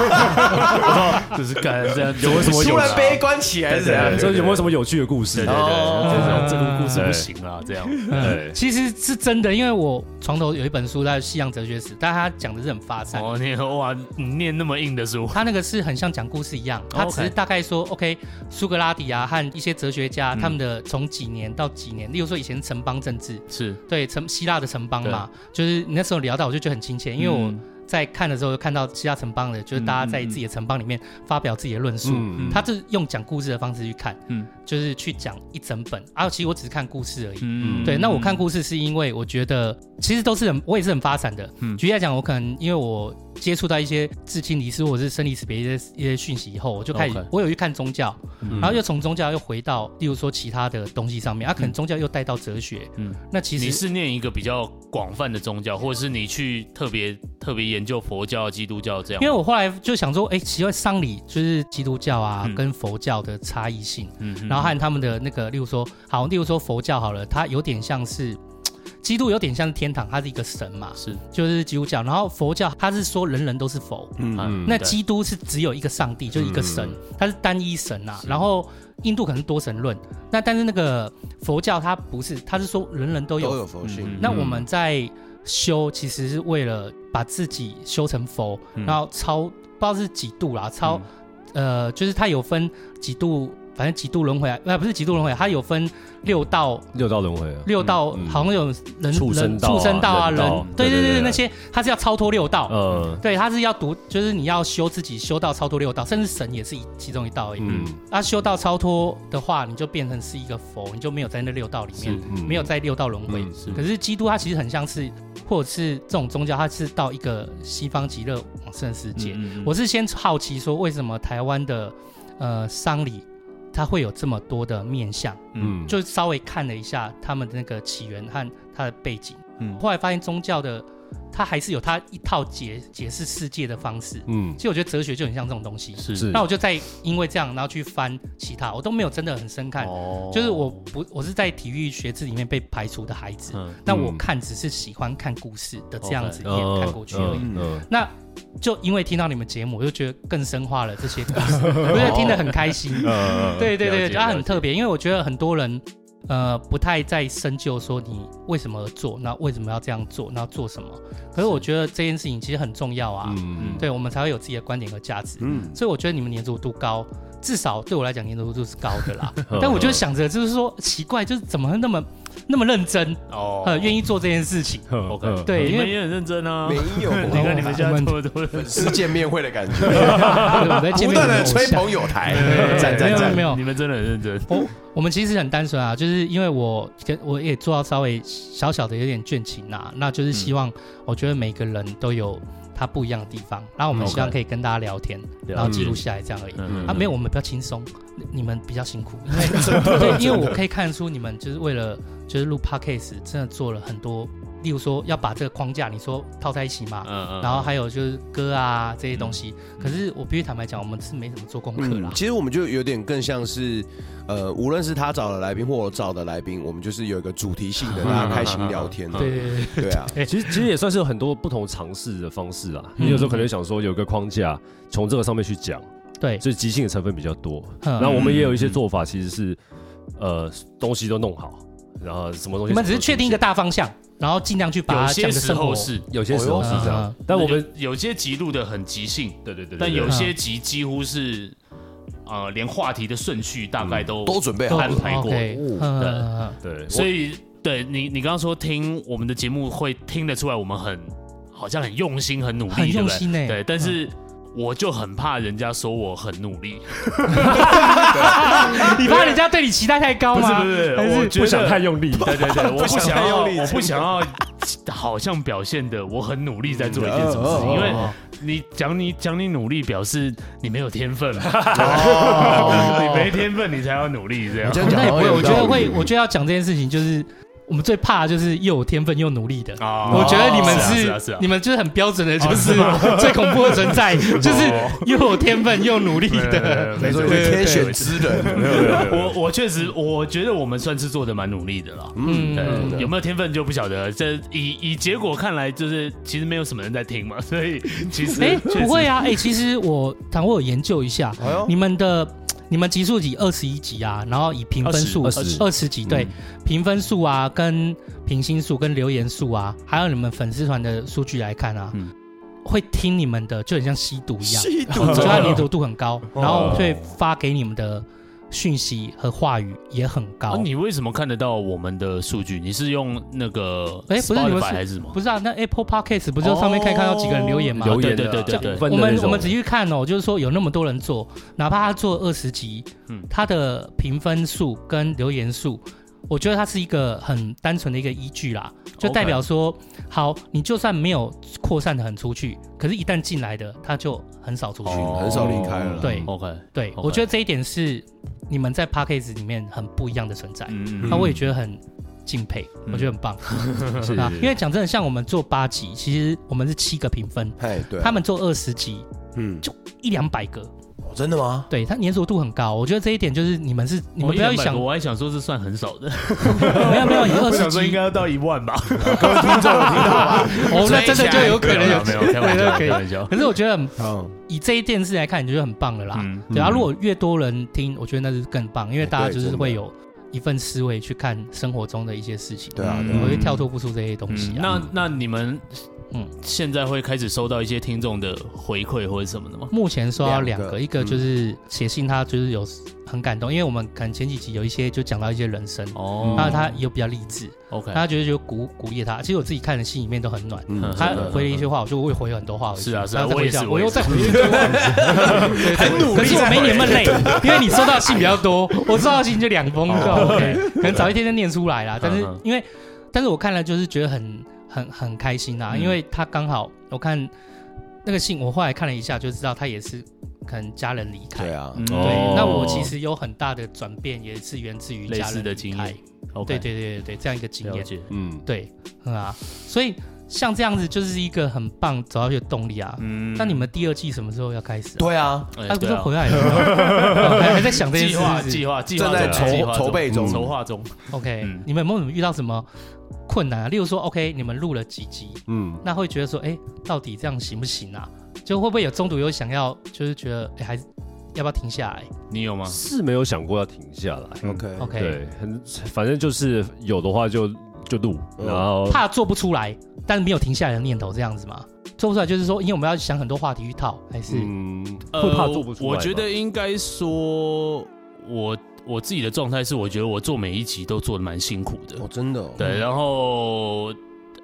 Speaker 3: 我说这是干这样有什么
Speaker 1: 突
Speaker 3: 有
Speaker 1: 然悲观起来是怎样
Speaker 5: 对，？所以有没有什么有趣的故事？
Speaker 3: 对对对，
Speaker 2: 哦
Speaker 3: 这种这个故事不行啊，这样。
Speaker 5: 对
Speaker 2: 嗯其实是真的，因为我床头有一本书叫《西洋哲学史》，但它讲的是很发散，
Speaker 3: 哦，你哇，你念那么硬
Speaker 2: [LAUGHS]
Speaker 3: 的书，
Speaker 2: 它那个是很像讲故事一样，它只是
Speaker 3: 哦 OK
Speaker 2: 大概说，OK，苏格拉底啊和一些哲学家
Speaker 3: 嗯
Speaker 2: 他们的从几年到几年，例如说以前城邦政治，
Speaker 3: 是
Speaker 2: 对城希腊的城邦嘛，就是你那时候聊到我就觉得很亲切，因为
Speaker 3: 嗯
Speaker 2: 我在看的时候看到希腊城邦的，就是大家在自己的城邦里面发表自己的论述，
Speaker 5: 嗯
Speaker 2: 他是用讲故事的方式去看，
Speaker 3: 嗯
Speaker 2: 就是去讲一整本，啊，其实我只是看故事而已。
Speaker 3: 嗯
Speaker 2: 对，那我看故事是因为我觉得其实都是很，我也是很发散的。
Speaker 3: 嗯
Speaker 2: 举例来讲，我可能因为我接触到一些至亲离世或者是生离死别一些一些讯息以后，我就开始
Speaker 3: OK
Speaker 2: 我有去看宗教，
Speaker 3: 嗯
Speaker 2: 然后又从宗教又回到，例如说其他的东西上面，啊，可能宗教又带到哲学，嗯
Speaker 3: 嗯，
Speaker 2: 那其实
Speaker 3: 你是念一个比较广泛的宗教，或者是你去特别特别研究佛教、基督教这样？
Speaker 2: 因为我后来就想说，哎、奇怪，丧礼就是基督教啊、
Speaker 3: 嗯
Speaker 2: 跟佛教的差异性，
Speaker 3: 嗯嗯
Speaker 2: 然后和他们的那个，例如说，好，例如说佛教好了，它有点像是。基督有点像是天堂，它是一个神嘛，
Speaker 3: 是
Speaker 2: 就是基督教。然后佛教它是说人人都是佛，
Speaker 3: 嗯
Speaker 2: 那
Speaker 3: 对
Speaker 2: 基督是只有一个上帝，就是一个神，它嗯是单一神啊。然后印度可能多神论，那但是那个佛教它不是，它是说人人都有。
Speaker 4: 都有佛性，
Speaker 2: 嗯那我们在修，其实是为了把自己修成佛，然后超不知道是几度啦，超、呃，就是它有分几度，反正几度轮回啊，呃，不是几度轮回，它有分六道。
Speaker 5: 六道轮回啊，
Speaker 2: 六道
Speaker 5: 嗯嗯
Speaker 2: 好像有人
Speaker 5: 畜生
Speaker 2: 人
Speaker 5: 道啊
Speaker 2: 畜生道啊，
Speaker 5: 人
Speaker 2: 人
Speaker 5: 道
Speaker 2: 对
Speaker 5: 对
Speaker 2: 对
Speaker 5: 对
Speaker 2: 对
Speaker 5: 对
Speaker 2: 对，那些它是要超脱六道，
Speaker 5: 呃，
Speaker 2: 对，他是要读，就是你要修自己修到超脱六道，甚至神也是一其中一道而已。
Speaker 5: 嗯
Speaker 2: 那修到超脱的话，你就变成是一个佛，你就没有在那六道里面，
Speaker 5: 嗯
Speaker 2: 没有在六道轮回。
Speaker 5: 嗯
Speaker 2: 可是基督它其实很像是，或者是这种宗教，它是到一个西方极乐往生世
Speaker 5: 嗯
Speaker 2: 界。
Speaker 4: 嗯
Speaker 2: 我是先好奇说，为什么台湾的呃丧礼它会有这么多的面相？
Speaker 5: 嗯，
Speaker 2: 就稍微看了一下他们的那个起源和它的背景，
Speaker 3: 嗯
Speaker 2: 后来发现宗教的它还是有它一套解解释世界的方式。
Speaker 5: 嗯
Speaker 2: 其实我觉得哲学就很像这种东西。
Speaker 3: 是
Speaker 5: 是
Speaker 2: 那我就再因为这样，然后去翻其他，我都没有真的很深看，
Speaker 3: 哦
Speaker 2: 就是我不我是在体育学制里面被排除的孩子，
Speaker 3: 嗯哦
Speaker 2: 那我看只是喜欢看故事的这样子也看过去而已。
Speaker 5: 嗯嗯
Speaker 2: 那就因为听到你们节目，我就觉得更深化了这些故事，我觉得听得很开心。
Speaker 5: 呃，
Speaker 2: 对对
Speaker 3: 了
Speaker 2: 对，
Speaker 3: 解
Speaker 2: 它
Speaker 3: 了
Speaker 2: 很
Speaker 3: 解
Speaker 2: 特别，因为我觉得很多人呃不太在深究说你为什么而做，那为什么要这样做，那做什么？可是我觉得这件事情其实很重要啊，
Speaker 5: 嗯
Speaker 2: 对我们才会有自己的观点和价值。
Speaker 4: 嗯，
Speaker 2: 所以我觉得你们粘着度高，至少对我来讲粘着度是高的
Speaker 5: 嗯
Speaker 2: 啦。但我就想着就是说奇怪，就是怎么那么那么认真，
Speaker 3: 哦
Speaker 2: 呃，愿意做这件事情。
Speaker 3: 嗯
Speaker 5: ，OK，
Speaker 2: 对，
Speaker 3: 你
Speaker 2: 因
Speaker 3: 们
Speaker 2: 为哦
Speaker 3: 也很认真啊
Speaker 4: 没。
Speaker 2: [LAUGHS]
Speaker 4: 有，
Speaker 3: 你看你们现在这么多
Speaker 4: 粉丝见面会的感觉，
Speaker 2: 我 [LAUGHS] 在见
Speaker 4: 不
Speaker 2: 面
Speaker 4: 断
Speaker 2: 的
Speaker 4: 的
Speaker 2: 时候
Speaker 4: 吹
Speaker 2: 想，
Speaker 4: 捧友台，
Speaker 1: [LAUGHS]
Speaker 4: 赞
Speaker 2: [LAUGHS] 没
Speaker 4: 赞
Speaker 2: 有没有
Speaker 4: 赞
Speaker 2: 没，有
Speaker 3: 你，们真的很认真。
Speaker 2: 我我们其实很单纯啊，就是因为我跟我也做到稍微小小的有点倦情啊，那就是希
Speaker 3: 嗯
Speaker 2: 望我觉得每个人都有他不一样的地方，然后我们希望
Speaker 3: OK
Speaker 2: 可以跟大家聊天，然后记录下来这样而已。
Speaker 3: 嗯
Speaker 2: 啊，没有，我们比较轻松，你你们比较辛
Speaker 3: [LAUGHS]
Speaker 2: 苦，因为对，因为我可以看得出你们就是为了就是录 podcast 真的做了很多，例如说要把这个框架你说套在一起嘛，
Speaker 3: 嗯嗯
Speaker 2: 然后还有就是歌啊这些东西，可是我必须坦白讲，我们是没怎么做功课啦
Speaker 4: 嗯，，其实我们就有点更像是，呃，无论是他找的来宾或我找的来宾，我们就是有一个主题性
Speaker 2: 嗯
Speaker 4: 的，大家开心聊天。
Speaker 2: 对对对对，
Speaker 4: 对
Speaker 2: [LAUGHS]
Speaker 4: 啊，
Speaker 5: 其实其实也算是有很多不同尝试的方式啦。你有时候可能想说有个框架，从这个上面去讲，
Speaker 2: 对，
Speaker 5: 所以即兴的成分比较多。
Speaker 2: 嗯
Speaker 5: 然后我们也有一些做法，其实是呃东西都弄好，然后什么东西
Speaker 2: 你们只是确定一个，大方向，然后尽量去把
Speaker 3: 有
Speaker 2: 它
Speaker 3: 些
Speaker 2: 讲的
Speaker 3: 时
Speaker 2: 生活嗯
Speaker 3: 候是，
Speaker 5: 有些时候是
Speaker 4: 哦
Speaker 5: 这样，但
Speaker 3: 但
Speaker 5: 我
Speaker 3: 我
Speaker 5: 们
Speaker 3: 们有些集录的很即兴，
Speaker 5: 对对对，
Speaker 3: 但有
Speaker 2: 对
Speaker 3: 些集几乎是呃连话题的顺序大概都
Speaker 4: 嗯都准备好
Speaker 3: 安
Speaker 4: 了。
Speaker 3: 排过，
Speaker 2: OK，嗯嗯嗯
Speaker 5: 对，
Speaker 3: 所
Speaker 5: 所
Speaker 3: 以
Speaker 5: 以
Speaker 3: 对你你刚刚说听我们的节目会听得出来我们很好像很用心很努力，
Speaker 2: 很用
Speaker 3: 对不对
Speaker 2: 心欸
Speaker 3: 对，但是。我就很怕人家说我很
Speaker 2: [LAUGHS]
Speaker 3: 努力，
Speaker 2: [LAUGHS] 嗯你怕人家对你期待太高
Speaker 3: 不是
Speaker 2: 吗？
Speaker 3: [LAUGHS] 不是，
Speaker 2: 还
Speaker 3: 我觉
Speaker 5: 不想
Speaker 3: 得
Speaker 5: 太用 [LAUGHS] 力，
Speaker 3: 对
Speaker 4: [LAUGHS]
Speaker 3: 对对，我
Speaker 4: 不
Speaker 3: 不
Speaker 4: 想
Speaker 3: 想
Speaker 4: 太
Speaker 3: 要，
Speaker 4: 用力
Speaker 3: 我不想要好像表现的我很努力在做一件什么事情，
Speaker 4: 嗯
Speaker 3: 因为
Speaker 4: 哦
Speaker 3: 你讲你讲你努力，表示你没有天分，
Speaker 4: 哦
Speaker 3: [LAUGHS]
Speaker 2: [LAUGHS]
Speaker 3: 你没天分，你才要努力这样。
Speaker 1: 这样讲
Speaker 2: 那也不
Speaker 1: 好像有
Speaker 2: 会，我觉得
Speaker 1: 道理
Speaker 2: 会，我觉得要讲这件事情，就是我们最怕的就是又有天分又努力的。
Speaker 3: 啊
Speaker 2: 我觉得你们
Speaker 3: 是啊
Speaker 2: 哦是
Speaker 3: 啊是啊
Speaker 2: 你们就是很标准的，就
Speaker 3: 哦
Speaker 2: 是
Speaker 3: 是哦吗
Speaker 2: 最恐怖的存
Speaker 3: [LAUGHS]
Speaker 2: 在，就是又有天分又努力的。
Speaker 1: 没错，你是天选之
Speaker 2: [LAUGHS]
Speaker 1: 人，
Speaker 3: 我我确实，我觉得我们算是做的蛮努力的了。
Speaker 2: 嗯，
Speaker 3: 对，有没有天分就不晓得。这以以结果看来，就是其实没有什么人在听嘛，所以其实
Speaker 2: 哎，
Speaker 3: 确实
Speaker 2: 不会啊，哎，其实我倘或有研究一下
Speaker 1: 哎呦，
Speaker 2: 你们的你们集数几二十一集啊，然后以评分数
Speaker 5: 20 20
Speaker 2: 二十嗯集对评分数啊、跟评星数、跟留言数啊，还有你们粉丝团的数据来看啊
Speaker 3: 嗯，
Speaker 2: 会听你们的就很像吸毒哦一样，
Speaker 4: 吸毒
Speaker 2: 我觉
Speaker 3: 啊
Speaker 2: 得粘着度很高，然后所以发给你们的讯息和话语也很
Speaker 3: 啊
Speaker 2: 高。
Speaker 3: 你为什么看得到我们的数据？你是用那个
Speaker 2: 哎不是你们
Speaker 3: Spotify
Speaker 2: 是
Speaker 3: 还是什么？
Speaker 2: 不是啊，那 Apple Podcast 不就上面可以看到几个人留言吗？
Speaker 3: 哦
Speaker 5: 留言啊
Speaker 3: 对对对对对
Speaker 2: 我们我们仔细看哦，就是说有那么多人做，哪怕他做二十集，
Speaker 3: 嗯
Speaker 2: 他的评分数跟留言数，我觉得它是一个很单纯的一个依据啦，就
Speaker 3: OK
Speaker 2: 代表说，好，你就算没有扩散的很出去，可是一旦进来的，他就哦很少出去。
Speaker 4: 很少离开了啦
Speaker 2: 对
Speaker 3: ，OK，嗯
Speaker 2: 对
Speaker 3: 哦 OK
Speaker 2: 我觉得这一点是你们在 p a c k a g e 里面很不一样的存在。
Speaker 3: 嗯
Speaker 2: 啊那、我也觉得很敬佩，我觉得很棒、
Speaker 5: 是
Speaker 2: 啊！因为讲真的，像我们做八集，其实我们是七个评分，
Speaker 4: [LAUGHS] 哎，
Speaker 1: 啊
Speaker 4: 对，
Speaker 2: 他们做二十集
Speaker 4: 嗯，
Speaker 2: 一两百个，
Speaker 1: 哦真的吗？
Speaker 2: 对，它粘着度很高。我觉得这一点就是你们是你们不要
Speaker 3: 哦一
Speaker 2: 一想，
Speaker 3: 我还想说这算很少的，
Speaker 2: 没有没有，你二
Speaker 3: [LAUGHS] 我
Speaker 2: 十
Speaker 3: 想说应
Speaker 2: 集
Speaker 3: 该要到一万 [LAUGHS] 吧。 [LAUGHS]
Speaker 2: 哦，那真的就有可能有。
Speaker 3: 没有，没有开玩笑，
Speaker 2: 可以
Speaker 3: 开玩笑。
Speaker 2: 可是我觉得很
Speaker 4: 好，
Speaker 2: 以这一件事来看，你就觉得很棒了啦。
Speaker 3: 嗯
Speaker 2: 对啊，如果越多人听，我觉得那是更棒，因为大家
Speaker 4: 哎对
Speaker 2: 就是
Speaker 4: 真的
Speaker 2: 会有一份思维去看生活中的一些事情，
Speaker 4: 对啊，对
Speaker 2: 嗯我
Speaker 4: 啊
Speaker 2: 会跳脱不出这些东西
Speaker 3: 嗯
Speaker 2: 啊。
Speaker 3: 那那你们
Speaker 2: 嗯
Speaker 3: 嗯，现在会开始收到一些听众的回馈或者什么的吗？
Speaker 2: 目前收到两
Speaker 4: 两
Speaker 2: 个，
Speaker 4: 个嗯
Speaker 2: 一个就是写信，他就是有很感动，因为我们可能前几集有一些就讲到一些人生，
Speaker 3: 哦
Speaker 2: 那他有比较励志，
Speaker 3: OK，
Speaker 2: 他觉得就鼓鼓励他。其实我自己看的信里面都很暖，
Speaker 4: 嗯
Speaker 2: 他回了一些话，我就会回很多话回去。
Speaker 3: 是啊是啊
Speaker 2: 然后再
Speaker 3: 我
Speaker 2: 回
Speaker 3: 也
Speaker 2: 一下
Speaker 3: 是
Speaker 2: 我
Speaker 3: 我也
Speaker 2: 又
Speaker 3: 是
Speaker 2: 再回
Speaker 3: [LAUGHS]
Speaker 2: 一堆话。对
Speaker 1: 很努力
Speaker 2: 可是我
Speaker 1: 在
Speaker 2: 没
Speaker 1: 回
Speaker 2: 你
Speaker 3: 哦
Speaker 2: 们累， [LAUGHS] 因为你收到信比较多， [LAUGHS] 我收到信就两封就 OK，可能早一天就念出来啦。但是
Speaker 3: 哦嗯嗯
Speaker 2: 因为，但是我看了就是觉得很很很开心啊，
Speaker 3: 嗯
Speaker 2: 因为他刚好我看那个信，我后来看了一下就知道他也是可能家人离开
Speaker 4: 对。啊，
Speaker 3: 嗯
Speaker 2: 对，那我其实有很大的转变，也是源自于
Speaker 3: 类
Speaker 2: 家
Speaker 3: 似
Speaker 2: 人
Speaker 3: 的
Speaker 2: 离
Speaker 3: 经
Speaker 2: 开
Speaker 3: 验。OK，
Speaker 2: 对对对对对，这样一个经
Speaker 3: 了
Speaker 2: 验。
Speaker 3: 解。
Speaker 4: 嗯，
Speaker 2: 对，嗯啊，所以像这样子就是一个很棒走下去的动力啊。
Speaker 3: 嗯
Speaker 2: 那你们第二季什么时候要开始、啊？
Speaker 1: 对啊，
Speaker 3: 哎
Speaker 2: 他不
Speaker 3: 对
Speaker 2: 是
Speaker 3: 啊
Speaker 2: 回来了吗，哦还还在想这件
Speaker 3: 计
Speaker 2: 事
Speaker 3: 划
Speaker 2: 是不是
Speaker 3: 计划计划
Speaker 4: 正在
Speaker 3: 中
Speaker 4: 筹
Speaker 3: 计划
Speaker 4: 筹备中
Speaker 3: 筹划中。
Speaker 2: OK，、
Speaker 3: 嗯
Speaker 2: 你们有没有遇到什么困难啊？例如说，OK，你们录了几集，
Speaker 4: 嗯，
Speaker 2: 那会觉得说，哎、到底这样行不行啊？就会不会有中途有想要，就是觉得，哎、还是要不要停下来
Speaker 3: 你有吗？
Speaker 5: 是没有想过要停下来。
Speaker 2: 嗯
Speaker 4: OK，
Speaker 2: ？OK，
Speaker 5: 对，很反正就是有的话就就录，
Speaker 4: 嗯
Speaker 5: 然后
Speaker 2: 怕做不出来，但是没有停下来的念头，这样子嘛？做不出来就是说，因为我们要想很多话题去套，还是、
Speaker 5: 嗯，会怕做不出
Speaker 3: 呃
Speaker 5: 来吧。
Speaker 3: 我觉得应该说，我我自己的状态是，我觉得我做每一集都做的蛮辛苦的。
Speaker 4: 哦，真的哦，
Speaker 3: 对，然后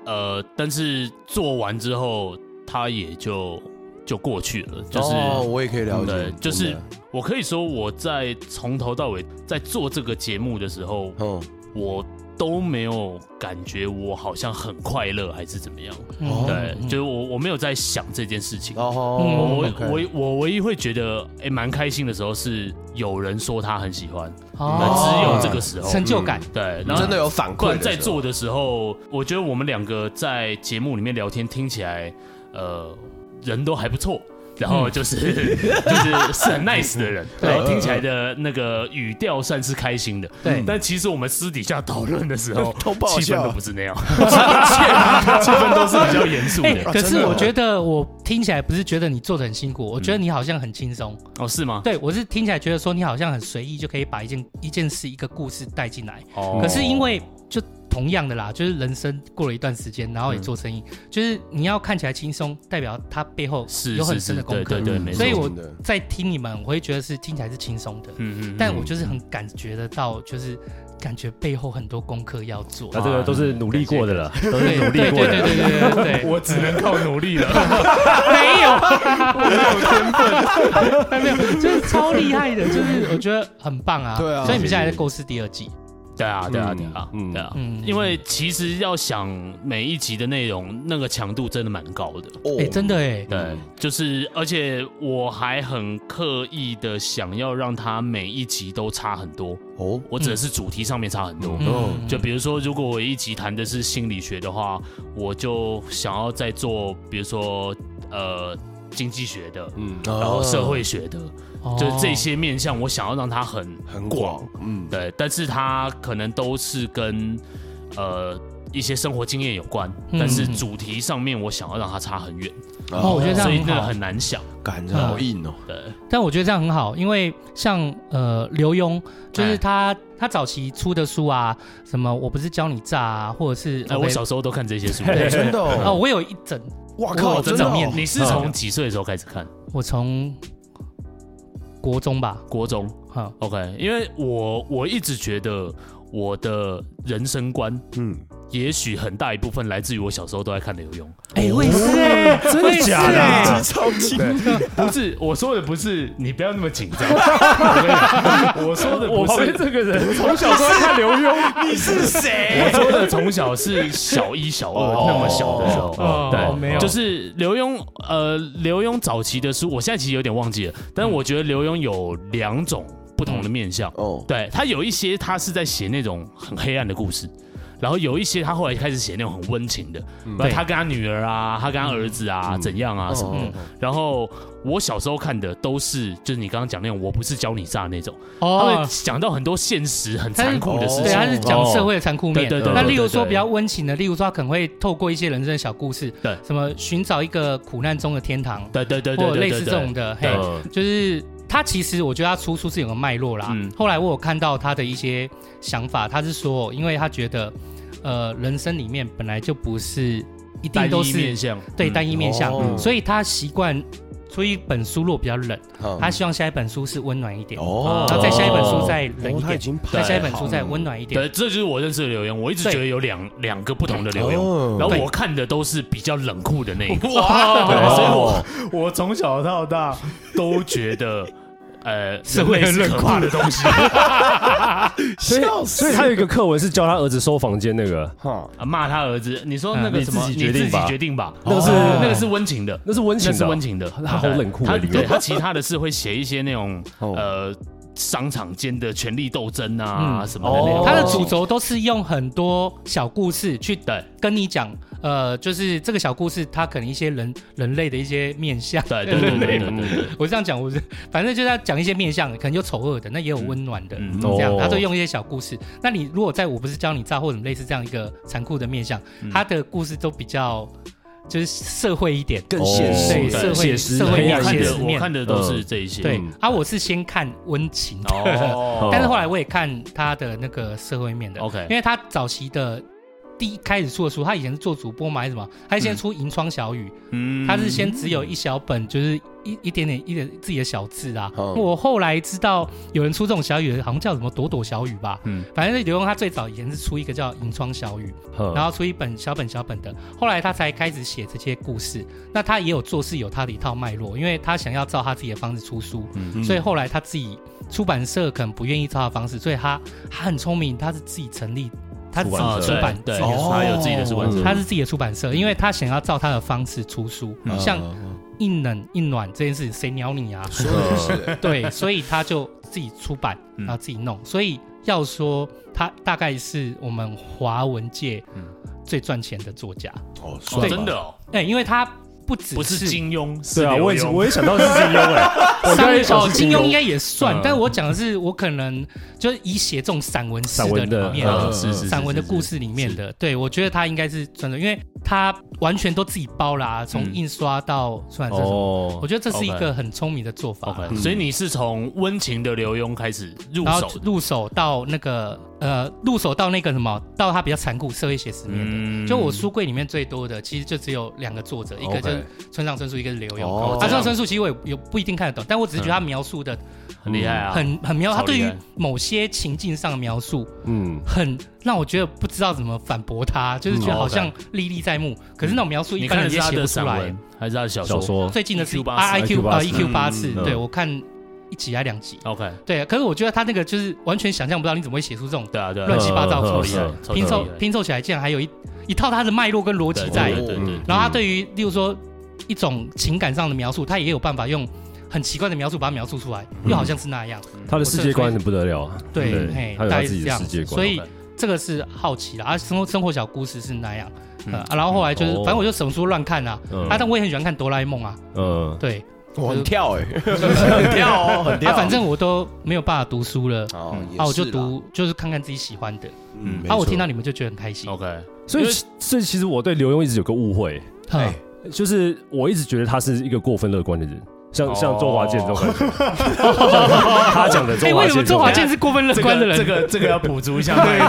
Speaker 3: 呃，但是做完之后，它也就就过去了。就是、
Speaker 4: 哦，我也可以了解
Speaker 2: 嗯
Speaker 3: 对，就是
Speaker 4: 真的
Speaker 3: 我可以说，我在从头到尾在做这个节目的时候，
Speaker 4: 嗯，
Speaker 3: 我都没有感觉我好像很快乐，还是怎么样？
Speaker 2: 嗯
Speaker 3: 对，
Speaker 2: 嗯
Speaker 3: 就是我我没有在想这件事情。
Speaker 2: 嗯
Speaker 4: 哦，
Speaker 3: 我
Speaker 4: OK
Speaker 3: 我我唯一会觉得哎蛮、开心的时候是有人说他很喜欢，那只
Speaker 2: 哦
Speaker 3: 有这个时候，
Speaker 2: 成就感。
Speaker 3: 对，然后
Speaker 4: 真的有反
Speaker 3: 不
Speaker 4: 馈
Speaker 3: 然
Speaker 4: 的时候，
Speaker 3: 在做的时候，我觉得我们两个在节目里面聊天听起来，呃，人都还不错。然后就是 [LAUGHS] 就是是很 nice 的人，
Speaker 2: 嗯对嗯
Speaker 3: 然后听起来的那个语调算是开心的，
Speaker 2: 对
Speaker 3: 但其实我们私底下讨论的时候，
Speaker 4: [LAUGHS] 都不好
Speaker 3: 气氛
Speaker 4: 笑
Speaker 3: 都不是那样，
Speaker 4: [LAUGHS]
Speaker 3: 气氛都是比较严肃
Speaker 2: 哎、
Speaker 3: 的。
Speaker 2: 可
Speaker 4: 真
Speaker 2: 是
Speaker 4: 的哦
Speaker 2: 我觉得我听起来不是觉得你做的很辛苦，
Speaker 3: 嗯
Speaker 2: 我觉得你好像很轻松。
Speaker 3: 哦，是吗？
Speaker 2: 对我是听起来觉得说你好像很随意就可以把一件一件事一个故事带进来。
Speaker 3: 嗯哦
Speaker 2: 可是因为就同样的啦，就是人生过了一段时间，然后也做生意，就是你要看起来轻松，代表它背后
Speaker 3: 嗯是
Speaker 2: 有很
Speaker 3: 是
Speaker 2: 深
Speaker 3: 是，
Speaker 2: 的功
Speaker 3: 对
Speaker 2: 课
Speaker 3: 对。对，没错。
Speaker 2: 所以我
Speaker 4: 嗯真的
Speaker 2: 在听你们，我会觉得是听起来是轻松的，
Speaker 3: 嗯嗯，
Speaker 2: 但我就是很感觉得到，就是感觉背后很多功课要做。
Speaker 5: 啊，这个都是努力过的了，都是
Speaker 2: 对对
Speaker 5: 努力
Speaker 2: 对
Speaker 5: 过
Speaker 2: 对对
Speaker 5: 的。
Speaker 2: 对对对，
Speaker 3: [LAUGHS] 我只能靠努力了。
Speaker 2: 没有， [LAUGHS] 我没有天分，没有，就是超厉害的，就是我觉得很棒啊。
Speaker 4: 对啊
Speaker 2: 所以你们现在在构思第二季，
Speaker 3: [LAUGHS] 对啊，对啊，对啊，
Speaker 5: 嗯
Speaker 3: 对啊，
Speaker 2: 嗯
Speaker 3: 因为其实要想每一集的内容，那个强度真的蛮高的。
Speaker 4: 哦
Speaker 2: 哎、真的哎、
Speaker 3: 对，就是，而且我还很刻意的想要让它每一集都差很多。
Speaker 4: 哦，
Speaker 3: 我指的是主题上面差很多。
Speaker 2: 嗯
Speaker 3: 就比如说，如果我一集谈的是心理学的话，我就想要再做，比如说，呃，经济学的，
Speaker 5: 嗯，
Speaker 3: 然
Speaker 4: 啊
Speaker 3: 后社会学的，
Speaker 2: 哦
Speaker 3: 就是这些面向，我想要让它很
Speaker 4: 很广，嗯，
Speaker 3: 对，但是它可能都是跟呃一些生活经验有关，
Speaker 2: 嗯
Speaker 3: 但是主题上面我想要让它差很远，
Speaker 2: 哦，我觉得这
Speaker 3: 所以
Speaker 2: 样
Speaker 3: 那
Speaker 2: 很
Speaker 3: 个
Speaker 2: 好，
Speaker 3: 很难想。
Speaker 4: 啊感觉好硬哦，
Speaker 3: 对，
Speaker 2: 但我觉得这样很好，因为像呃刘墉，就是
Speaker 3: 哎
Speaker 2: 他、他早期出的书啊，什么我不是教你炸啊，或者是
Speaker 3: 哎、我小时候都看这些书。 [LAUGHS]
Speaker 4: [LAUGHS]
Speaker 2: 对
Speaker 4: 真的
Speaker 2: 哦，
Speaker 4: [LAUGHS] 哦，
Speaker 2: 我有一整，
Speaker 4: 哇
Speaker 2: 我
Speaker 4: 靠，
Speaker 2: 真
Speaker 4: 真
Speaker 2: 的
Speaker 4: 的
Speaker 2: 有
Speaker 4: 哦
Speaker 2: 面
Speaker 3: 你是从几岁的时候开始看？
Speaker 2: 我从国中吧，
Speaker 3: 国中
Speaker 2: 哈、
Speaker 3: ，OK，因为我我一直觉得我的人生观，嗯
Speaker 4: 嗯，
Speaker 3: 也许很大一部分来自于我小时候都在看刘墉。
Speaker 2: 哎、我也是
Speaker 3: 欸
Speaker 2: 哎、
Speaker 5: 真的哦假的
Speaker 2: 我也是
Speaker 5: 啊？
Speaker 4: 超级
Speaker 3: 不是，我说的不是，你不要那么紧 [LAUGHS] 张。我跟你我说的不
Speaker 5: 我旁
Speaker 3: 是
Speaker 5: 边这个人从小都在看刘墉，
Speaker 4: 你是谁？
Speaker 3: 我说的从小是小一、小二
Speaker 4: 哦
Speaker 3: 那么小的时候，
Speaker 5: 哦
Speaker 3: 对，
Speaker 5: 没有
Speaker 3: 就是刘墉，呃，刘墉早期的书，我现在其实有点忘记了，但是我觉得刘墉有两种不同的面
Speaker 5: 嗯
Speaker 3: 向，
Speaker 4: 哦，
Speaker 3: 对他有一些他是在写那种很黑暗的故事。然后有一些他后来开始写那种很温情的，
Speaker 5: 嗯
Speaker 3: 那他跟他女儿啊，他跟他儿子啊，怎样啊什么
Speaker 5: 嗯
Speaker 3: 的。然后我小时候看的都是，就是你刚刚讲那种，我不是教你炸那种，他会
Speaker 2: 哦，
Speaker 3: 讲到很多现实很
Speaker 2: 他是
Speaker 3: 残酷的事
Speaker 2: 对，
Speaker 5: 哦
Speaker 3: 情。
Speaker 2: 他是讲社会的残酷面。
Speaker 3: 哦对对对
Speaker 2: 那
Speaker 3: 对
Speaker 2: 例如
Speaker 3: 对
Speaker 2: 说
Speaker 3: 对
Speaker 2: 比较温情的，例如说他可能会透过一些人生的小故事，
Speaker 3: 对
Speaker 2: 什么寻找一个苦难中的天堂，
Speaker 3: 对对对对
Speaker 2: 或
Speaker 3: 对，
Speaker 2: 类
Speaker 3: 对呃
Speaker 2: 似这
Speaker 3: 对
Speaker 2: 种的，嘿
Speaker 3: 对，
Speaker 2: 就是他其实我觉得他出书是有个脉络啦。
Speaker 3: 嗯
Speaker 2: 后来我有看到他的一些想法，他是说，因为他觉得，呃，人生里面本来就不是一定
Speaker 3: 单
Speaker 2: 都
Speaker 3: 一
Speaker 2: 是
Speaker 3: 面向，
Speaker 2: 对
Speaker 3: 嗯
Speaker 2: 单一面向，
Speaker 4: 哦
Speaker 2: 所以他习惯出一本书若比较冷，
Speaker 4: 嗯
Speaker 2: 他希望下一本书是温暖一点，
Speaker 4: 哦，
Speaker 2: 然后再下一本书再冷
Speaker 4: 哦
Speaker 2: 一
Speaker 4: 他已
Speaker 2: 点，
Speaker 4: 经排
Speaker 2: 再下一本书再温暖一点。
Speaker 3: 对，这就是我认识的刘墉。我一直觉得有两两个不同的刘
Speaker 4: 哦
Speaker 3: 墉，然后
Speaker 2: 对
Speaker 3: 我看的都是比较冷酷的那
Speaker 2: [LAUGHS]
Speaker 3: 一个，
Speaker 4: 哇，
Speaker 3: 对所以
Speaker 4: 哦
Speaker 3: 我我从小到大都觉得。呃，
Speaker 2: 社会
Speaker 3: 人类是可怕的东
Speaker 2: [LAUGHS]
Speaker 3: 西啊
Speaker 5: 所以所以他有一个课文是教他儿子收房间那个，
Speaker 4: 哈
Speaker 3: 啊骂他儿子，你说
Speaker 2: 啊
Speaker 3: 那
Speaker 5: 嗯
Speaker 3: 个
Speaker 5: 你
Speaker 3: 什么，
Speaker 5: 自
Speaker 3: 你
Speaker 5: 己决定吧
Speaker 3: 自己决定吧，
Speaker 2: 哦
Speaker 5: 那个是
Speaker 3: 那个是温情的，
Speaker 5: 那是温情
Speaker 3: 那
Speaker 5: 的，啊
Speaker 3: 是温情的，哎
Speaker 5: 他好冷酷
Speaker 3: 他
Speaker 5: 的理由
Speaker 3: 对他其他的是会写一些
Speaker 2: [LAUGHS]
Speaker 3: 那种
Speaker 4: 哦
Speaker 3: 呃商场间的权力斗争啊什么的那
Speaker 5: 哦
Speaker 3: 种，
Speaker 2: 嗯他的主轴都是用很多小故事去
Speaker 3: 对
Speaker 2: 跟你讲，呃，就是这个小故事，它可能一些人人类的一些面相。 [LAUGHS]
Speaker 3: 对对对对对对对对，
Speaker 2: 我这样讲，我是反正就是要讲一些面相，可能有丑恶的，那也有温暖的，
Speaker 3: 嗯
Speaker 2: 这样
Speaker 5: 哦
Speaker 2: 他都用一些小故事。那你如果在我不是教你诈或者类似这样一个残酷的面相，
Speaker 3: 嗯
Speaker 2: 他的故事都比较就是社会一点，
Speaker 3: 哦
Speaker 4: 更现
Speaker 2: 对
Speaker 4: 实，
Speaker 2: 社会
Speaker 5: 写实
Speaker 2: 社会
Speaker 5: 黑
Speaker 2: 面
Speaker 5: 暗
Speaker 2: 写
Speaker 3: 看
Speaker 2: 实
Speaker 3: 的我
Speaker 2: 面，
Speaker 3: 看的都是这一些，
Speaker 2: 对
Speaker 5: 嗯
Speaker 2: 啊，我是先看温情的，
Speaker 3: 哦
Speaker 2: 但是后来我也看他的那个社会面的
Speaker 3: OK
Speaker 2: 因为他早期的第一开始出的书，他以前是做主播嘛还是什么，他先出《银窗小雨》
Speaker 3: 嗯
Speaker 2: 他是先只有一小本，就是一一点点一点自己的小字啊。
Speaker 3: 哦
Speaker 4: 嗯
Speaker 2: 我后来知道有人出这种小雨，好像叫什么朵朵小雨吧。
Speaker 3: 嗯
Speaker 2: 反正刘墉他最早以前是出一个叫《银窗小雨》，
Speaker 3: 哦
Speaker 2: 然后出一本小本小本的，后来他才开始写这些故事。那他也有做事有他的一套脉络，因为他想要照他自己的方式出书，嗯
Speaker 1: 嗯
Speaker 4: 嗯
Speaker 2: 所以后来他自己出版社可能不愿意照他的方式，所以他他很聪明，他是自己成立，他是自
Speaker 3: 啊
Speaker 2: 己呃出版
Speaker 3: 对，
Speaker 2: 自己的
Speaker 3: 对
Speaker 2: 书
Speaker 3: 他有自己的出版社，
Speaker 2: 他是自己的出版社，因为他想要照他的方式出书，
Speaker 4: 嗯
Speaker 3: 嗯
Speaker 2: 像一冷一暖这件事情，谁鸟你啊？
Speaker 4: 说的是欸
Speaker 2: 对，所以他就自己出版，
Speaker 3: 嗯
Speaker 2: 然后自己弄。所以要说他大概是我们华文界
Speaker 3: 嗯
Speaker 2: 最赚钱的作家，
Speaker 4: 哦，
Speaker 3: 哦
Speaker 4: 算吧
Speaker 3: 真的哦，
Speaker 2: 哎，因为他不只
Speaker 3: 不是金庸，
Speaker 5: 对啊，
Speaker 3: 刘墉
Speaker 5: 我也我也想到是金
Speaker 3: [LAUGHS]
Speaker 5: 庸哎，我刚
Speaker 2: 上
Speaker 5: 才
Speaker 2: 一
Speaker 5: 也想
Speaker 2: 哦
Speaker 5: 是，
Speaker 2: 金庸应该也算
Speaker 3: 嗯，
Speaker 2: 但我讲的是我可能就是以写这种散文式
Speaker 5: 散
Speaker 2: 的
Speaker 5: 文的
Speaker 2: 里面
Speaker 3: 嗯
Speaker 2: 的
Speaker 4: 嗯
Speaker 3: 是是是
Speaker 2: 散文的故，事里面的，对我觉得他应该是赚的，因为他完全都自己包啦，从
Speaker 3: 嗯
Speaker 2: 印刷到出版社什么的
Speaker 5: 哦
Speaker 2: 我觉得这是一
Speaker 3: OK
Speaker 2: 个很聪明的做法。
Speaker 3: OK，所以你是从温情的刘墉开始入
Speaker 2: 然后
Speaker 3: 手的，
Speaker 2: 入手到那个呃，入手到那个什么，到他比较残酷社会写实面的。
Speaker 3: 嗯
Speaker 2: 就我书柜里面最多的，其实就只有两个作者，一个就是村上春树，一个是刘墉。
Speaker 4: 哦
Speaker 2: 啊，村上春树其实我也也不一定看得懂，但我只是觉得他描述的
Speaker 3: 很厉害啊，
Speaker 2: 很很妙，他
Speaker 3: 超
Speaker 2: 对
Speaker 3: 厉
Speaker 2: 于
Speaker 3: 害
Speaker 2: 某些情境上的描述，
Speaker 5: 嗯，
Speaker 2: 很让我觉得不知道怎么反驳他，就是觉得
Speaker 3: 嗯
Speaker 2: 好像历历在目。可是那种描述一
Speaker 3: 你
Speaker 2: 般
Speaker 3: 看
Speaker 2: 人
Speaker 3: 的是
Speaker 2: 也
Speaker 3: 他
Speaker 2: 写
Speaker 3: 的
Speaker 2: 不出
Speaker 3: 散
Speaker 2: 来
Speaker 3: 文。还是他的小
Speaker 5: 小
Speaker 3: 说？
Speaker 5: 说
Speaker 2: 最近的是
Speaker 3: EQ84
Speaker 2: I Q 啊 E Q 八
Speaker 4: EQ84
Speaker 2: 四，
Speaker 5: 嗯
Speaker 2: 对我看一集还两集。
Speaker 3: OK，
Speaker 2: 对，可是我觉得他那个就是完全想象不到你怎么会写出这种
Speaker 3: 对啊对啊，
Speaker 2: 乱七八糟的
Speaker 5: 嗯嗯嗯
Speaker 2: 故
Speaker 5: 嗯
Speaker 2: 事
Speaker 5: 嗯，
Speaker 2: 拼凑
Speaker 3: 对
Speaker 2: 拼凑起来竟然还有一一套他的脉络跟逻辑
Speaker 3: 对
Speaker 2: 在。
Speaker 3: 对对对，
Speaker 2: 然后他对于例如说一种情感上的描述，他也有办法用很奇怪的描述把它描述出来，又好像是那样。
Speaker 5: 他的世界观很不得了啊，
Speaker 2: 对，嘿，
Speaker 5: 他有
Speaker 2: 大
Speaker 5: 他
Speaker 2: 概
Speaker 5: 自
Speaker 2: 是这
Speaker 5: 己的
Speaker 2: 样
Speaker 5: 世界
Speaker 2: 子，
Speaker 5: 观，
Speaker 2: 所以这个是好奇啦，啊，生活生活小故事是那样，
Speaker 3: 嗯
Speaker 2: 呃啊然后后来就是，
Speaker 5: 哦
Speaker 2: 反正我就什么书乱看啊，
Speaker 5: 嗯
Speaker 2: 啊，但我也很喜欢看哆啦 A 梦啊，
Speaker 5: 嗯，
Speaker 2: 对，
Speaker 4: 我很跳
Speaker 2: [LAUGHS]
Speaker 4: 哎，
Speaker 1: 很跳哦，很
Speaker 2: 啊，反正我都没有办法读书了，
Speaker 4: 哦也是啦
Speaker 2: 啊，我就，读就是看看自己喜欢的，
Speaker 4: 嗯
Speaker 2: 啊，我听到，你们就觉得很开心，
Speaker 3: OK，
Speaker 5: 所以
Speaker 3: 因为
Speaker 5: 其所以其实我对刘墉一直有个误会，
Speaker 2: 哼
Speaker 4: 哎
Speaker 5: 就是我一直觉得他是一个过分乐观的人，像像周华健这种感觉，他讲的周
Speaker 2: 哎，
Speaker 5: 华
Speaker 2: 为什
Speaker 5: 健
Speaker 2: 么
Speaker 5: 这
Speaker 2: 周
Speaker 5: 种
Speaker 2: 华
Speaker 5: 感觉，
Speaker 2: 健是过分乐
Speaker 3: 这
Speaker 2: 观的
Speaker 3: 个这
Speaker 2: 人？
Speaker 3: 个这个要补足一下脉络，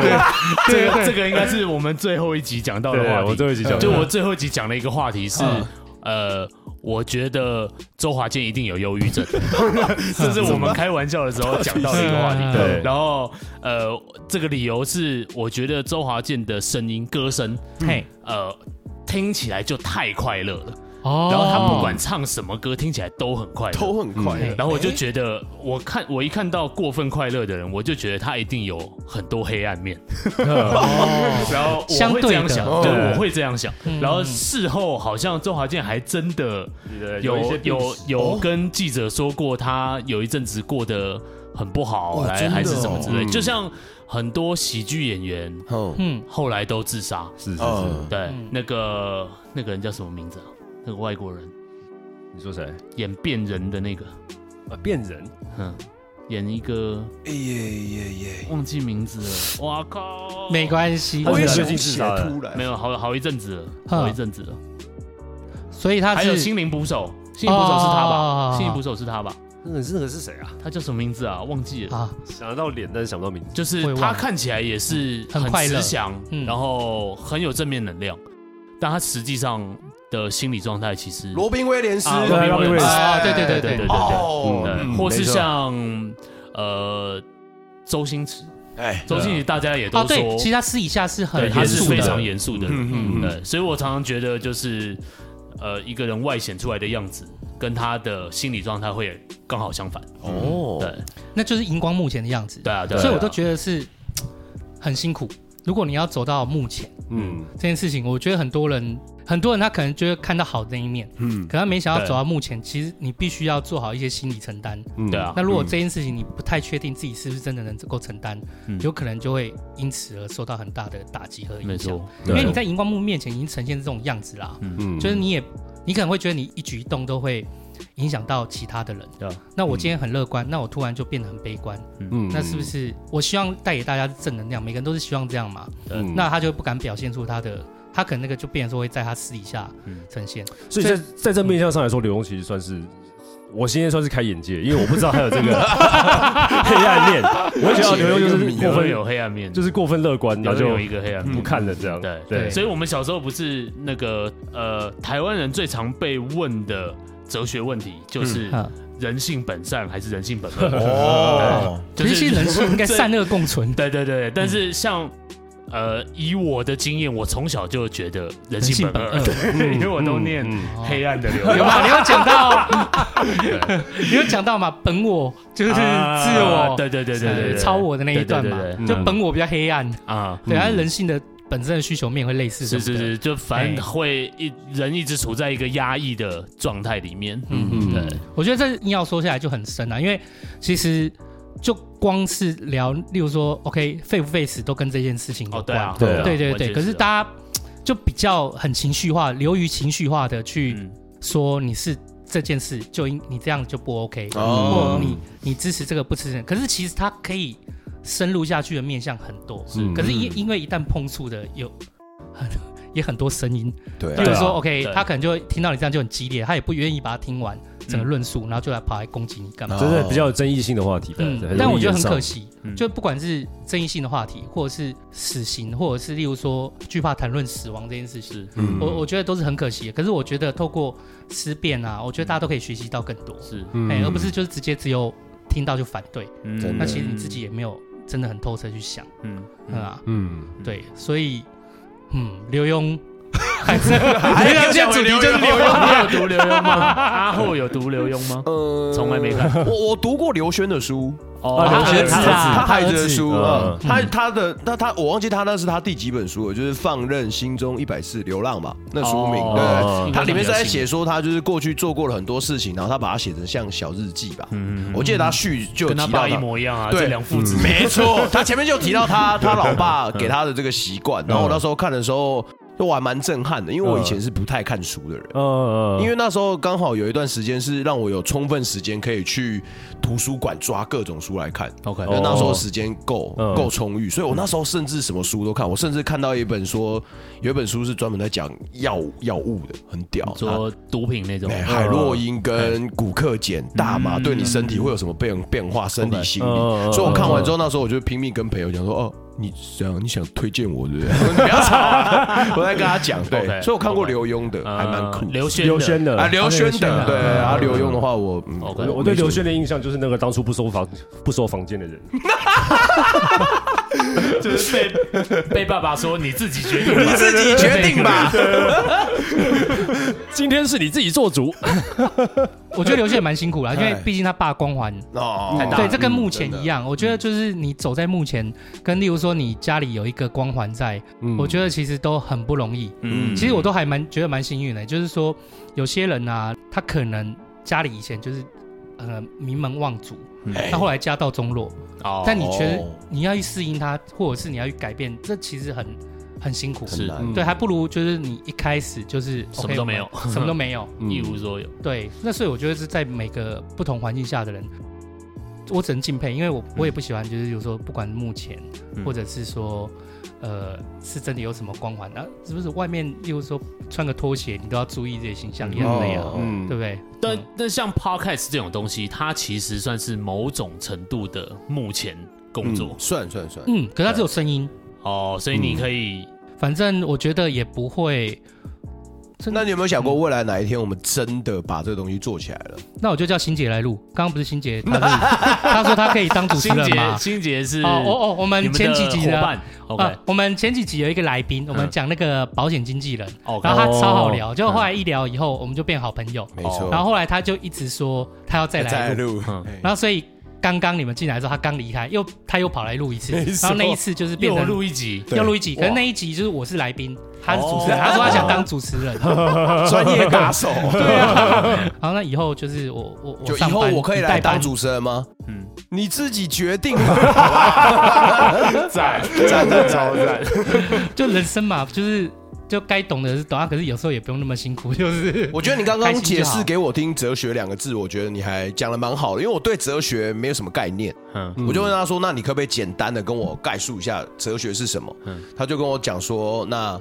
Speaker 3: 这个这个应该是我们最后一集讲到的
Speaker 5: 对，
Speaker 3: 话
Speaker 5: 我
Speaker 3: 题。
Speaker 5: 最后一集讲的，
Speaker 3: 就我
Speaker 5: [LAUGHS]
Speaker 3: 最后一集讲了一个话题是
Speaker 2: 嗯，
Speaker 3: 呃，我觉得周华健一定有忧
Speaker 2: [LAUGHS]
Speaker 3: 郁症，这是我们开玩笑的时候讲到的一个话题。
Speaker 2: 是
Speaker 5: 对
Speaker 3: 然后呃，这个理由是我觉得周华健的声音歌声，
Speaker 2: 嘿，
Speaker 3: 呃，听起来就太快乐了。
Speaker 2: 哦，
Speaker 3: 然后他不管唱什么歌，听起来都很快乐。
Speaker 4: 头很快
Speaker 2: 嗯，
Speaker 3: 然后我就觉得，我看我一看到过分快乐的人，我就觉得他一定有很多黑暗面。然后我
Speaker 2: 哦相
Speaker 3: 会
Speaker 2: 对
Speaker 3: 这
Speaker 2: 的
Speaker 3: 样想，
Speaker 5: 哦
Speaker 3: 对，我会这样想。
Speaker 2: 嗯
Speaker 3: 然后事后好像周华健还真的有有有
Speaker 2: 哦
Speaker 3: 跟记者说过，他有一阵子过得很不好，
Speaker 4: 哇
Speaker 3: 还
Speaker 4: 真的哦
Speaker 3: 还是什么之类。就像很多喜剧演员
Speaker 4: 哦，
Speaker 2: 嗯，
Speaker 3: 后来都自杀，
Speaker 5: 是是是，
Speaker 1: 哦
Speaker 4: 嗯，
Speaker 3: 对
Speaker 2: 嗯，
Speaker 3: 那个那个人叫什么名字啊？那个外国人
Speaker 5: 你说谁？
Speaker 3: 演变人的那个，
Speaker 5: 啊，变人，
Speaker 3: 嗯，演一个
Speaker 4: 哎耶耶耶，
Speaker 3: 忘记
Speaker 2: [LAUGHS]
Speaker 3: 名字了，哇靠！
Speaker 2: 没关系，
Speaker 5: 他
Speaker 4: 我
Speaker 5: 是
Speaker 4: 也
Speaker 5: 最
Speaker 4: 想
Speaker 5: 近
Speaker 4: 不
Speaker 5: 自
Speaker 4: 起
Speaker 5: 杀
Speaker 4: 来，
Speaker 5: 的
Speaker 4: 突然
Speaker 3: 没有好好一阵子了，
Speaker 2: 嗯
Speaker 3: 好一阵子了。
Speaker 2: 所以他
Speaker 3: 还有
Speaker 2: 是
Speaker 3: 心灵捕手，心灵捕手是他
Speaker 2: 哦
Speaker 3: 吧？心灵捕手是他吧？
Speaker 5: 那个那个是谁啊？
Speaker 3: 他叫什么名字啊？忘记了。
Speaker 2: 啊，
Speaker 5: 想得到脸，但是想不到名字。
Speaker 3: 就是
Speaker 2: 会忘
Speaker 3: 他看起来也是
Speaker 2: 很快乐
Speaker 3: 慈祥，
Speaker 2: 嗯
Speaker 3: 然后很有正面能量，但他实际上的心理状态其实
Speaker 4: 罗宾威廉斯，
Speaker 3: 啊
Speaker 5: 对
Speaker 3: 罗宾
Speaker 5: 罗宾威廉
Speaker 3: 威
Speaker 5: 斯
Speaker 3: 斯
Speaker 2: 啊，对对对
Speaker 3: 对对对对
Speaker 4: 哦
Speaker 3: 对，
Speaker 4: 嗯
Speaker 3: 或
Speaker 5: 没
Speaker 3: 是
Speaker 5: 错
Speaker 3: 像呃周星驰，
Speaker 4: 哎，
Speaker 3: 周星驰大家也
Speaker 2: 哦
Speaker 3: 都
Speaker 2: 对，
Speaker 3: 说
Speaker 2: 其实他私底下是很
Speaker 3: 对，他
Speaker 2: 严
Speaker 3: 是
Speaker 2: 肃
Speaker 3: 非
Speaker 2: 的
Speaker 3: 常，严肃的人，
Speaker 4: 嗯嗯嗯
Speaker 3: 对，所以我常常觉得就是，呃，一个人外显出来的样子，跟他的心理状态会刚好相反，
Speaker 5: 哦
Speaker 3: 对，
Speaker 2: 那就是荧光幕前的样子。
Speaker 3: 对啊，对啊，
Speaker 2: 所以我
Speaker 3: 对
Speaker 2: 都
Speaker 3: 啊
Speaker 2: 觉得是很辛苦。如果你要走到目前
Speaker 5: 嗯，
Speaker 2: 这件事情，我觉得很多人，很多人他可能就会看到好的那一面，
Speaker 4: 嗯，
Speaker 2: 可他没想到走到目前，其实你必须要做好一些心理承担。
Speaker 5: 嗯
Speaker 3: 对啊，
Speaker 2: 那如果这件事情你不太确定自己是不是真的能够承担，
Speaker 3: 嗯
Speaker 2: 有可能就会因此而受到很大的打击和
Speaker 3: 没
Speaker 2: 影响
Speaker 3: 错。，
Speaker 2: 因为你
Speaker 5: 对
Speaker 2: 在荧光幕面前已经呈现这种样子啦，
Speaker 5: 嗯
Speaker 2: 就是你也，你可能会觉得你一举一动都会影响到其他的人。
Speaker 3: 对啊
Speaker 2: 那我今天很乐观，那我突然就变得很悲观，
Speaker 5: 嗯
Speaker 2: 那是不？是我希望带给大家是正能量？每个人都是希望这样嘛。
Speaker 5: 嗯
Speaker 2: 那他就不敢表现出他的，他可能那个就变成说会在他私底下呈现。
Speaker 5: 所以在在这面向上来说，刘墉其实算是。我今天算是开眼界，因为我不知道他有这个 [LAUGHS] 黑暗面。我觉得刘
Speaker 3: [LAUGHS]
Speaker 5: 墉就是过
Speaker 3: 我们
Speaker 5: 分，
Speaker 3: 有黑暗面，
Speaker 5: 就是过分乐观，然
Speaker 3: 有
Speaker 5: 后就
Speaker 3: 有一个黑暗
Speaker 5: 不
Speaker 3: 面。
Speaker 5: 看了这样。
Speaker 3: 对
Speaker 5: 对
Speaker 3: 对，所以我们小时候不是那个呃，台湾人最常被问的哲学问题就是
Speaker 2: 嗯
Speaker 3: 人性本善还是人性本恶？
Speaker 4: 哦，
Speaker 3: 就
Speaker 2: 其实 [LAUGHS]
Speaker 3: 是，
Speaker 2: 人是应该善恶共存
Speaker 3: 对对对，但是像呃，以我的经验，我从小就觉得人性本恶
Speaker 2: 人性，哦
Speaker 3: 对，因为我都
Speaker 5: 嗯
Speaker 3: 念黑暗的流
Speaker 2: 有
Speaker 3: 量，
Speaker 2: 嘛？你有讲到，你有讲到嘛？本我就是自
Speaker 3: 啊
Speaker 2: 我，
Speaker 3: 对对对对对，对
Speaker 2: 超我的那一段嘛
Speaker 3: 对对对，
Speaker 2: 就本我比较黑暗，
Speaker 3: 啊，
Speaker 2: 对，而人性的本身的需求面会类似什
Speaker 3: 是
Speaker 2: 么
Speaker 3: 是
Speaker 2: 的，
Speaker 3: 是，就反正
Speaker 2: 哎
Speaker 3: 会一人一直处在一个压抑的状态里面，
Speaker 2: 嗯
Speaker 3: 嗯，对，
Speaker 2: 我觉得这硬要说下来就很深啊，因为其实就光是聊，例如说，OK，face to face 都跟这件事情有
Speaker 3: 哦，
Speaker 2: 关。
Speaker 3: 对啊，
Speaker 5: 对啊
Speaker 2: 对对
Speaker 3: 完全
Speaker 2: 对可是
Speaker 3: 啊
Speaker 2: 大家就比较很情绪化，流于情绪化的去
Speaker 3: 嗯
Speaker 2: 说你是这件事，就应你这样就不 OK，、
Speaker 4: 哦
Speaker 2: 或你你支持这个不支持。可是其实它可以深入下去的面向很多，
Speaker 5: 是
Speaker 2: 可是因因为一旦碰触的有很 [LAUGHS] 也很多声音，
Speaker 4: 对
Speaker 2: 比
Speaker 4: 啊，
Speaker 2: 如
Speaker 3: 对啊
Speaker 2: 说 OK，
Speaker 3: 对
Speaker 2: 他可能就会听到你这样就很激烈，他也不愿意把它听完整个论述，
Speaker 3: 嗯
Speaker 2: 然后就来跑来攻击你干嘛？
Speaker 5: 真的比较有争议性的话题。
Speaker 2: 嗯
Speaker 5: 对，
Speaker 2: 但我觉得很可
Speaker 5: 惜。
Speaker 2: 惜，
Speaker 3: 嗯
Speaker 2: 就不管是争议性的话题，或者是死刑，或者是例如说惧怕谈论死亡这件事情，
Speaker 3: 是
Speaker 4: 嗯
Speaker 2: 我我觉得都是很可惜的。可是我觉得透过思辨啊，我觉得大家都可以学习到更多，
Speaker 3: 是，
Speaker 2: 哎、而不是就是直接只有听到就反对，
Speaker 3: 嗯
Speaker 4: 真的
Speaker 2: 那其实你自己也没有真的很透彻去想，
Speaker 3: 嗯
Speaker 2: 嗯啊，
Speaker 5: 嗯，
Speaker 3: 嗯
Speaker 2: 对，所以嗯，刘墉还是
Speaker 1: 还
Speaker 2: 还是现在 [LAUGHS] 主题就是
Speaker 3: 刘
Speaker 2: 留
Speaker 3: 墉
Speaker 2: 言。
Speaker 3: 你
Speaker 1: [LAUGHS]
Speaker 3: 有读刘墉吗？阿后有读刘墉吗？
Speaker 1: 呃
Speaker 3: 从来没看。
Speaker 1: 我我读过刘轩的书，
Speaker 3: 哦
Speaker 5: 啊
Speaker 1: 他
Speaker 5: 刘轩
Speaker 1: 儿
Speaker 5: 是
Speaker 1: 子
Speaker 2: 啊
Speaker 1: 他孩子
Speaker 2: 他
Speaker 1: 的
Speaker 2: 儿子
Speaker 1: 书
Speaker 5: 嗯
Speaker 1: 啊，他他的他他我忘记他那是他第几本书了，就是《放任心中一百次流浪》吧，那书名
Speaker 3: 哦
Speaker 1: 对
Speaker 5: 哦，
Speaker 1: 他里面是在写说他就是过去做过了很多事情，然后他把它写成像小日记吧。
Speaker 3: 嗯，
Speaker 1: 我记得他序就有
Speaker 3: 跟
Speaker 1: 提
Speaker 3: 他
Speaker 1: 到
Speaker 3: 爸
Speaker 1: 他
Speaker 3: 一模一样啊，
Speaker 1: 对嗯
Speaker 3: 这两父子。
Speaker 1: 没 [LAUGHS] 错，他前面就提到
Speaker 5: [LAUGHS]
Speaker 1: 他他老爸给他的这个习惯，然后
Speaker 5: 嗯
Speaker 1: 我那时候看的时候，我还蛮震撼的，因为我以前是不太看书的人。
Speaker 5: 嗯
Speaker 1: 因为那时候刚好有一段时间是让我有充分时间可以去图书馆抓各种书来看，
Speaker 3: OK，
Speaker 1: 因为那时候时间够
Speaker 5: 哦嗯
Speaker 1: 够充裕，所以我那时候甚至什么书都看，我甚至看到一本说有一本书是专门在讲药药物的，很屌。
Speaker 3: 说毒品那种
Speaker 1: 它哎，海洛因跟古克碱、大麻对你身体会有什么变变化？生理心理
Speaker 5: 嗯嗯嗯，
Speaker 1: 所以我看完之后，那时候我就拼命跟朋友讲说：“哦，你想你想推荐 [LAUGHS] 我对不对？我说你不要吵啊，我在跟他讲。”对，
Speaker 3: OK，
Speaker 1: 所以我看过
Speaker 3: OK 嗯
Speaker 1: 刘墉的，还蛮酷的。
Speaker 3: 呃刘轩，
Speaker 5: 刘轩，的
Speaker 1: 啊，刘轩的，对
Speaker 5: 嗯
Speaker 1: 啊，刘墉的话，我嗯
Speaker 3: OK
Speaker 5: 我我对刘轩的印象就是那个当初不收房不收房间的人，
Speaker 3: [LAUGHS] 就是
Speaker 1: [LAUGHS]
Speaker 3: 被被爸爸说你自己决定吧，
Speaker 1: [LAUGHS] 你自己决定
Speaker 3: [LAUGHS]
Speaker 1: 吧。
Speaker 5: 今天是你自己做主，
Speaker 2: 我觉得刘宪蛮辛苦
Speaker 3: [LAUGHS]
Speaker 2: 啦，因为
Speaker 1: 哎
Speaker 2: 毕竟他爸光环
Speaker 1: 哦
Speaker 3: 太大
Speaker 2: 对，
Speaker 3: 了
Speaker 2: 这跟幕前一样，我
Speaker 3: 嗯
Speaker 2: 觉得就是你走在幕前，跟例如说你家里有一个光环在，
Speaker 5: 嗯
Speaker 2: 我觉得其实都很不容易。
Speaker 3: 嗯
Speaker 2: 其实我都还蛮觉得蛮幸运的，就是说有些人啊，他可能家里以前就是呃名门望族，
Speaker 3: 嗯
Speaker 1: 哎
Speaker 2: 他后来家道中落，
Speaker 3: 哦
Speaker 2: 但你觉得你要去适应他，或者是你要去改变，这其实很很辛苦。
Speaker 3: 是
Speaker 1: 难嗯
Speaker 2: 对，还不如就是你一开始就是
Speaker 3: 嗯什么都没有
Speaker 2: OK，我们什么都没有。
Speaker 1: 嗯
Speaker 3: 一无所有，
Speaker 2: 对，那所以我觉得是在每个不同环境下的人，我只能敬佩，因为我我也不喜欢，就是有时候不管目前，
Speaker 3: 嗯
Speaker 2: 或者是说，呃，是真的有什么光环，啊，是不是外面，例如说穿个拖鞋，你都要注意这些形象，也很累啊，
Speaker 1: 哦
Speaker 5: 嗯
Speaker 2: 对，不对？
Speaker 3: 但
Speaker 2: 嗯
Speaker 3: 但像 podcast 这种东西，它其实算是某种程度的幕前工作
Speaker 1: 算算算，
Speaker 2: 嗯，可是它只有声音，
Speaker 3: 哦，所以你可以
Speaker 2: 反正我觉得也不会。真
Speaker 1: 那
Speaker 2: 的，
Speaker 1: 你有没有想过，未来哪一天我们真的把这个东西做起来了？
Speaker 2: 那我就叫欣姐来录。刚刚不是欣姐，她是她说她可以
Speaker 1: 嗯
Speaker 2: 当主持
Speaker 3: [LAUGHS] 心
Speaker 2: 人
Speaker 3: 杰
Speaker 2: 嘛？
Speaker 3: 心杰是
Speaker 2: 哦哦哦，我
Speaker 3: 你
Speaker 2: 们
Speaker 3: 们
Speaker 2: 前
Speaker 3: 的
Speaker 2: 几集
Speaker 3: 伙
Speaker 2: 的
Speaker 3: 伴，OK
Speaker 2: 啊，我们前几集有一个来宾，我们
Speaker 3: 嗯
Speaker 2: 讲那个保险经纪人，然
Speaker 3: OK，
Speaker 2: 后他超好
Speaker 1: 哦
Speaker 3: 嗯
Speaker 2: 聊，就后来一聊以后，我们就变好朋友。
Speaker 1: 没
Speaker 3: 哦
Speaker 1: 错，
Speaker 2: 然后后来他就一直说他要再来录，
Speaker 1: 嗯录哎
Speaker 3: 嗯
Speaker 2: 然后所以刚刚你们进来的时候，他刚离开，又他又跑来录一次，然后那一次就是变
Speaker 3: 又
Speaker 2: 成
Speaker 3: 录一集， [LAUGHS]
Speaker 2: 又录一集，可是那一集就是我是来宾，他是主持人，
Speaker 3: 哦
Speaker 2: 他说他想当主
Speaker 1: [LAUGHS]
Speaker 2: 持人，
Speaker 1: 专业打手，对啊，
Speaker 2: 然后那以后就是我我我
Speaker 1: 就
Speaker 2: 上
Speaker 1: 以后
Speaker 2: 班
Speaker 1: 我可以
Speaker 2: 你
Speaker 1: 来
Speaker 2: 代班
Speaker 1: 当主持人吗？
Speaker 3: 嗯
Speaker 1: 嗯，你自己决定吧。
Speaker 3: 赞
Speaker 1: [LAUGHS] 赞赞赞！
Speaker 2: 就人生嘛，就是就该懂的是懂啊，可是有时候也不用那么辛苦，就是
Speaker 1: 我觉得你刚刚
Speaker 2: 开心
Speaker 1: 解
Speaker 2: 就好
Speaker 1: 释给我听“哲学”两个字，我觉得你还讲的蛮好的，因为我对哲学没有什么概念。
Speaker 3: 嗯
Speaker 1: 我就问他说：“那你可不可以简单的跟我概述一下哲学是什么？”
Speaker 3: 嗯
Speaker 1: 他就跟我讲说：“那，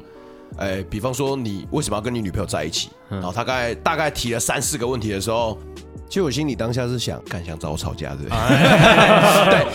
Speaker 1: 呃，比方说你为什么要跟你女朋友在一起？”
Speaker 3: 嗯
Speaker 1: 然后大概大概提了三四个问题的时候，其实我心里当下是想，干想找我吵架，对不对？对，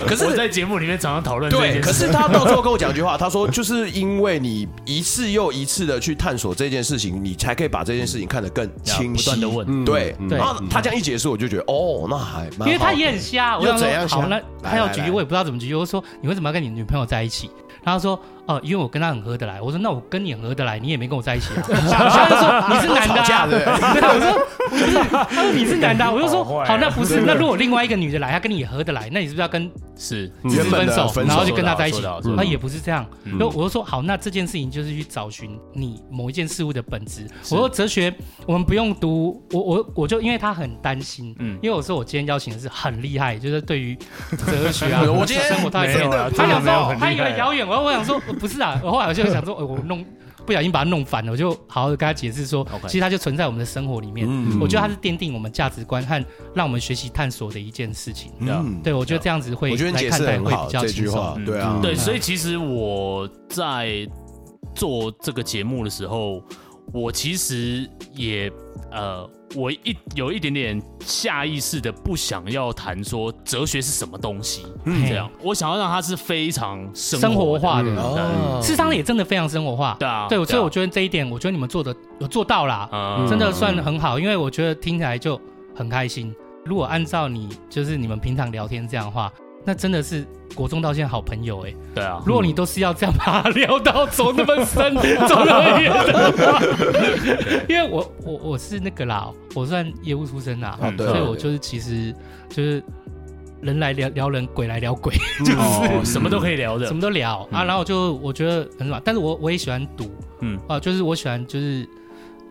Speaker 1: 可
Speaker 3: 啊我
Speaker 1: 是。
Speaker 3: 在节目里面常常讨论这
Speaker 1: 对，
Speaker 3: 件
Speaker 1: 可
Speaker 3: 事，
Speaker 1: 是他到最后跟我讲一句话，他说：“就是因为你一次又一次的去探索这件事情，你才可以把这件事情看得更清
Speaker 3: 不
Speaker 1: 晰。”
Speaker 3: 断的问，
Speaker 1: 嗯对，
Speaker 2: 对
Speaker 1: 然后他这样一解释，我就觉得哦，那还蛮好的，
Speaker 2: 因为他也很瞎，我想
Speaker 1: 又怎样
Speaker 2: 说
Speaker 1: 瞎
Speaker 2: 好，那
Speaker 1: 来
Speaker 2: 他要
Speaker 1: 来
Speaker 2: 局
Speaker 1: 来
Speaker 2: 我也不知道怎么局，我说你为什么要跟你女朋友在一起？然后他说哦、因为我跟她很合得来。我说那我跟你很合得来，你也没跟我在一起
Speaker 1: [LAUGHS]
Speaker 2: 啊。他就说你是男的、
Speaker 1: 吵架
Speaker 2: 啊，
Speaker 1: 的。
Speaker 2: [LAUGHS] 对，我说不是，他说你是男的
Speaker 1: [LAUGHS]
Speaker 2: 啊、我就说
Speaker 5: 好坏啊
Speaker 2: 好，那不是，那如果另外一个女的来，她跟你也合得来，那你是不是要跟
Speaker 3: 是
Speaker 5: 嗯
Speaker 2: 就是
Speaker 1: 原本
Speaker 2: 分
Speaker 1: 的
Speaker 2: 手，
Speaker 1: 分手，
Speaker 2: 然后就跟她在一
Speaker 3: 说
Speaker 2: 起
Speaker 3: 得好？说得
Speaker 2: 那
Speaker 3: 好
Speaker 2: 也不是这样。
Speaker 3: 嗯
Speaker 2: 然后我就说好，那这件事情就是去找寻你某一件事物的本质。我说哲学，我们不用读，我我我就因为他很担心，
Speaker 3: 嗯
Speaker 2: 因为我说我今天邀请的是很厉害，就是对于哲学
Speaker 3: [LAUGHS]
Speaker 2: 啊
Speaker 1: 我今天
Speaker 2: 生活态
Speaker 1: 没
Speaker 2: 度
Speaker 1: 有啊，
Speaker 2: 他想
Speaker 3: 真的没有
Speaker 2: 说
Speaker 3: 很厉害
Speaker 2: 他以为遥远，我我想说不是啊，我后来我就想说，哎我弄。不小心把它弄反了，我就好好的跟他解释说
Speaker 3: OK
Speaker 2: 其实它就存在我们的生活里面。
Speaker 1: 嗯
Speaker 2: 我觉得它是奠定我们价值观和让我们学习探索的一件事情。
Speaker 1: 嗯，
Speaker 2: 对，我觉得这样子会
Speaker 1: 我觉得你
Speaker 2: 来
Speaker 1: 解
Speaker 2: 看
Speaker 1: 释
Speaker 2: 待
Speaker 1: 很
Speaker 2: 会
Speaker 1: 好
Speaker 2: 比较
Speaker 1: 这
Speaker 2: 轻
Speaker 1: 句
Speaker 2: 松
Speaker 1: 话。，对啊，
Speaker 3: 嗯
Speaker 2: 嗯
Speaker 3: 对，所以其实我在做这个节目的时候，我其实也呃，我一有一点点下意识的不想要谈说哲学是什么东西，
Speaker 2: 嗯
Speaker 3: 这样，我想要让它是非常生
Speaker 2: 生活
Speaker 3: 活
Speaker 2: 化
Speaker 3: 的，
Speaker 2: 的，
Speaker 1: 哦
Speaker 2: 事实上也真的非常生活化。
Speaker 1: 嗯
Speaker 3: 对啊，
Speaker 2: 对，所以我
Speaker 3: 觉
Speaker 2: 觉得这一点，我觉得你们做的有做到啦，
Speaker 1: 嗯
Speaker 3: 啊
Speaker 2: 真的算很好，因为我觉得听起来就很开心。如果按照你就是你们平常聊天这样的话，那真的是国中到现在好朋友哎、
Speaker 3: 对
Speaker 2: [LAUGHS]
Speaker 3: 啊，
Speaker 2: 如果你都是要这样把它 [LAUGHS] 聊到走那么深、走那么远的话， [LAUGHS] 因为我我我是那个啦，我算业务出身啦，
Speaker 1: 哦
Speaker 4: 啊对啊
Speaker 2: 所以我就是其实就是人来聊聊人，鬼来聊鬼，
Speaker 3: 就是哦什么都可以聊的
Speaker 2: 什，么都聊、啊。然后就我觉得很暖，但是我我也喜欢读，
Speaker 3: 嗯
Speaker 2: 嗯啊，就是我喜欢就是